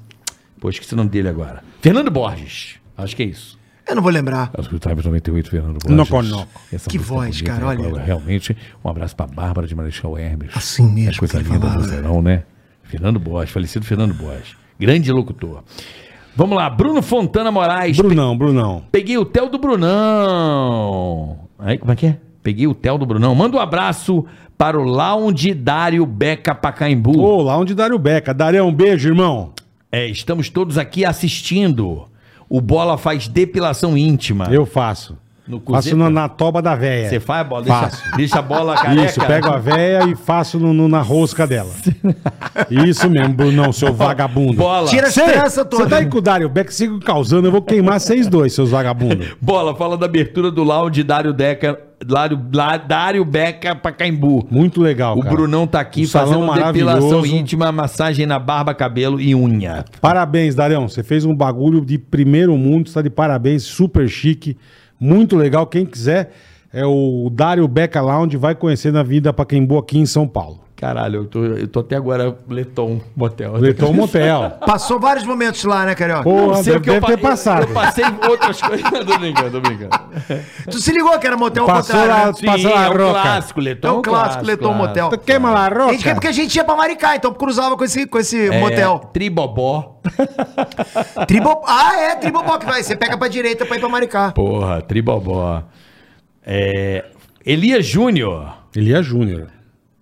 D: Pô, esqueci o nome dele agora. Fernando Borges. Acho que é isso.
B: Eu não vou lembrar.
D: É o Good Times 98, Fernando Borges.
C: Noco, noco.
D: Essa
B: Que
D: música
B: voz,
D: bonita,
B: cara,
D: né?
B: olha.
D: Agora, Realmente, um abraço pra Bárbara de Marechal Hermes.
B: Assim mesmo
D: É coisa
B: que ele
D: linda do
B: falava.
D: verão, né? Fernando Borges, falecido Fernando Borges. Grande locutor. Vamos lá, Bruno Fontana Moraes.
C: Brunão, Brunão.
D: Peguei o Theo do Brunão. Aí, como é que é? Peguei o Theo do Brunão. Manda um abraço para o Lounge Dário Beca Pacaembu.
C: Ô, lá onde Dário Beca. Daria um beijo, irmão.
D: É, estamos todos aqui assistindo. O Bola faz depilação íntima.
C: Eu faço.
D: Ah. No cuzeta?
C: faço na, na toba da véia.
D: Você faz a bola?
C: Faço.
D: Deixa, deixa a bola careca.
C: Isso, pego a véia e faço no- no- na rosca dela. Isso mesmo, Brunão, seu vagabundo.
D: Bola.
B: Tira as tranças
C: Você
B: todas.
C: tá aí com o Dário Beck, sigo causando, eu vou queimar vocês dois, seus vagabundos.
D: Bola, fala da abertura do Lounge Dário Deca. Dário, Lá- Dário Beca Pacaembu.
C: Muito legal,
D: O
C: cara.
D: Brunão tá aqui
C: Um salão
D: fazendo depilação
C: maravilhoso.
D: íntima, massagem na barba, cabelo e unha.
C: Parabéns, Darião. Você fez um bagulho de primeiro mundo, está de parabéns, super chique, muito legal. Quem quiser é o Dário Beca Lounge, vai conhecer na Vida Paquembu aqui em São Paulo.
D: Caralho, eu tô, eu tô até agora Leton Motel.
C: Letou um motel.
B: Passou vários momentos lá, né, Carioca?
C: Porra,
D: Não sei
C: deve,
D: o que eu
C: deve
D: pa-
C: ter passado.
D: Eu, eu passei outras coisas. tô brincando, tô brincando.
B: Tu se ligou que era motel ao
C: Passou
B: contrário,
C: lá-
B: né?
C: Passou a roca.
D: Leton.
B: É um clássico, Leton Motel.
C: Tu Queima lá, roca.
B: A gente, porque a gente ia pra Maricá, então cruzava com esse, com esse
D: É,
B: motel.
D: Tribobó.
B: Tribo... Ah, é, Tribobó que vai. Você pega pra direita pra ir pra Maricá.
D: Porra, Tribobó. É, Elias Júnior.
C: Elias Júnior.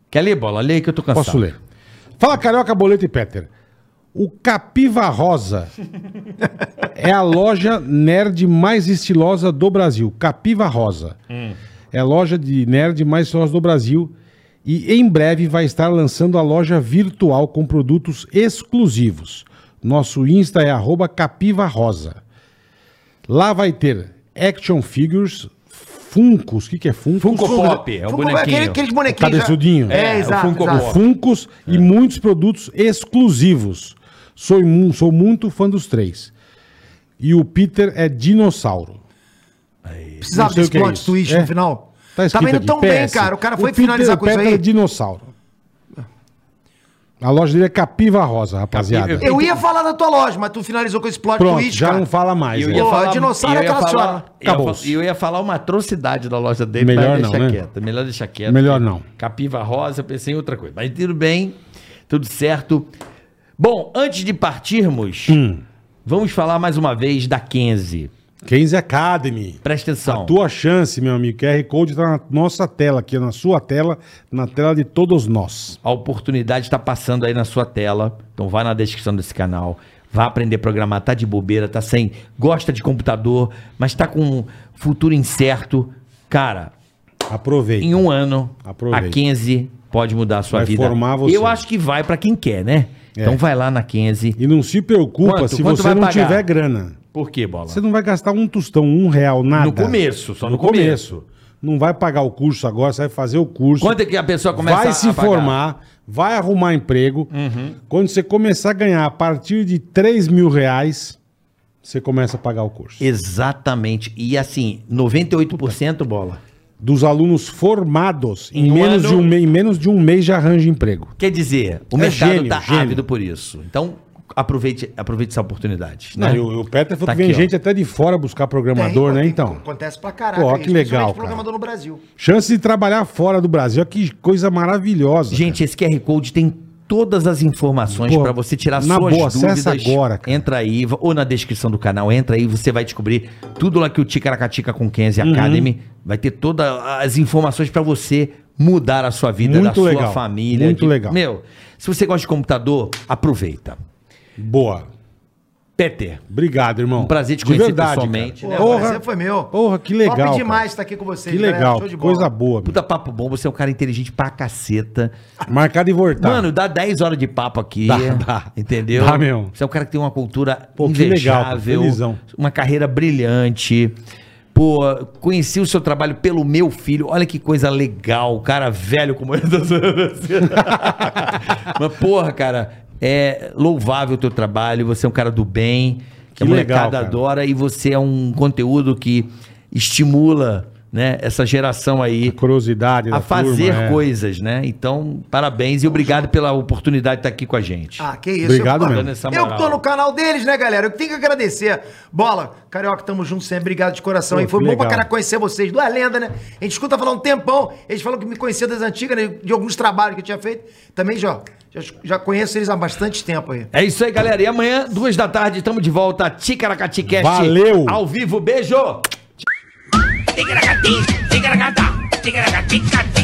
D: Quer ler, Bola? Lê aí que eu tô cansado.
C: Posso ler. Fala, Carioca, Boleto e Peter. O Capiva Rosa é a loja nerd mais estilosa do Brasil. Capiva Rosa. É a loja de nerd mais estilosa do Brasil. E em breve vai estar lançando a loja virtual com produtos exclusivos. Nosso Insta é arroba Capiva Rosa. Lá vai ter action figures, funcos. O que, que é funko?
D: Funko Pop, é o
B: Funko-
D: bonequinho.
B: Aquele, aqueles bonequinhos.
C: Cabeçudinho.
B: já- É,
D: É, o
B: exato.
D: Funko
B: exato. É.
D: Pop.
C: Funcos e muitos produtos exclusivos. Sou, imu- sou muito fã dos três. E o Peter é dinossauro. Tá
B: Precisava
C: Não sei
B: desse
C: o que é
B: plot
C: isso.
B: twist
C: É.
B: no final.
C: Tá escrito
B: Tava indo
C: aqui,
B: tão bem,
C: PS.
B: cara. O cara foi
C: Peter
B: finalizar com isso
C: Peter é
B: aí.
C: dinossauro. A loja dele é Capiva Rosa, rapaziada.
D: Capiva-
B: Eu ia falar da tua loja, mas tu finalizou com esse plot
C: Pronto,
B: twist,
C: já
B: cara.
C: não fala mais.
D: Eu
C: né?
D: ia
B: Porra,
D: falar,
B: dinossauro
D: eu
B: é
D: ia
B: aquela
D: falar,
B: senhora.
D: eu ia,
C: Acabou.
D: fa- eu ia falar uma atrocidade da loja dele,
C: Melhor
D: mas deixa
C: não, né?
D: quieto. Melhor deixar quieto.
C: Melhor não.
D: Capiva rosa, eu pensei em outra coisa. Mas tudo bem, tudo certo. Bom, antes de partirmos, vamos falar mais uma vez da Kenzie.
C: Kenzie Academy.
D: Presta atenção.
C: Tua chance, meu amigo. QR Code tá na nossa tela aqui, na sua tela, na tela de todos nós.
D: A oportunidade está passando aí na sua tela. Então vai na descrição desse canal. Vá aprender a programar, tá de bobeira, tá sem. Gosta de computador, mas tá com um futuro incerto. Cara,
C: Aproveita.
D: em um ano,
C: Aproveita.
D: a 15 pode mudar a sua
C: Vai
D: vida.
C: formar você. É.
D: Eu acho que vai pra quem quer, né? Então vai lá na 15.
C: E não se preocupa
D: Quanto?
C: se
D: Quanto
C: você
D: vai
C: não
D: pagar?
C: tiver grana.
D: Por quê, bola?
C: Você não vai gastar um tostão, um real, nada.
D: No começo, só no, começo.
C: começo. Não vai pagar o curso agora, você vai fazer o curso.
D: Quanto é que a pessoa começa
C: vai se
D: a pagar? Uhum.
C: formar, vai arrumar emprego. Quando você começar a ganhar a partir de 3 mil reais, você começa a pagar o curso.
D: Exatamente. E assim, 98% bola.
C: Dos alunos formados, em,
D: Em um
C: menos
D: ano-
C: de um mês, em menos de um mês já arranja emprego.
D: Quer dizer, o
C: É
D: mercado
C: gênio,
D: tá
C: gênio.
D: ávido por isso. Então, aproveite, aproveite essa oportunidade.
C: Não,
D: né?
C: e o, o Petra falou
D: Tá
C: que vem
D: aqui, ó.
C: gente até de fora buscar
B: Tem,
C: programador, né?
B: tem-
C: Então,
B: Acontece pra caraca.
C: Pô,
B: isso,
C: que
B: principalmente
C: legal, cara.
B: programador no Brasil.
C: chance de trabalhar fora do Brasil. Olha que coisa maravilhosa.
D: Gente, esse QR Code tem todas as informações
C: Pô,
D: para você tirar
C: na
D: suas
C: boa,
D: dúvidas.
C: acessa agora, cara.
D: Entra aí, ou na descrição do canal, entra aí, você vai descobrir tudo lá que o Ticaracatica com Kenzie
C: Uhum.
D: Academy vai ter todas as informações para você mudar a sua vida,
C: Muito
D: da sua
C: legal,
D: família.
C: muito legal.
D: Meu, se você gosta de computador, aproveita.
C: Boa.
D: Peter,
C: Obrigado, irmão.
D: um prazer te
C: De
D: conhecer
C: verdade,
D: pessoalmente. né,
C: cara.
B: Pô,
C: Porra.
B: prazer foi meu.
C: Porra, que legal,
B: Top
C: cara.
B: demais estar aqui com vocês.
C: Que
B: galera.
C: legal,
B: Show de bola.
C: coisa boa.
D: Puta papo bom, você é um cara inteligente pra caceta.
C: Marcado e voltar.
D: Mano, dá 10 horas de papo aqui.
C: Dá, dá.
D: Entendeu?
C: Dá mesmo.
D: Você é um cara que tem uma cultura
C: Pô, que legal, cara,
D: invejável.
C: felizão.
D: uma carreira brilhante. Pô, conheci o seu trabalho pelo meu filho. Olha que coisa legal. Cara velho como eu. tô zoando assim. Mas, porra, cara, é louvável o teu trabalho. Você é um cara do bem. Que a
C: legal,
D: molecada
C: cara.
D: adora. E você é um conteúdo que estimula né, essa geração aí
C: curiosidade da
D: a fazer
C: turma, é.
D: coisas, né? Então, parabéns e obrigado pela oportunidade de estar aqui com a gente.
B: Ah, que isso.
C: Obrigado
B: eu,
C: mesmo.
D: Essa
B: Eu
D: moral.
B: que tô no canal deles, né, galera? Eu que tenho que agradecer. Bola, Carioca, tamo junto sempre. Obrigado de coração.
C: Pô,
B: hein? foi
C: que
B: bom pra
C: legal.
B: cara conhecer vocês. Não é lenda, né? A gente escuta falar um tempão. Eles falam que me conhecia das antigas, né, de alguns trabalhos que eu tinha feito. Também já, já, já conheço eles há bastante tempo aí.
D: É isso aí, galera. E amanhã, duas da tarde, estamos de volta. Ticaracaticast.
C: Valeu!
D: Ao vivo. Beijo!
A: Tigra gatinho, tigra gata, tigra gatica,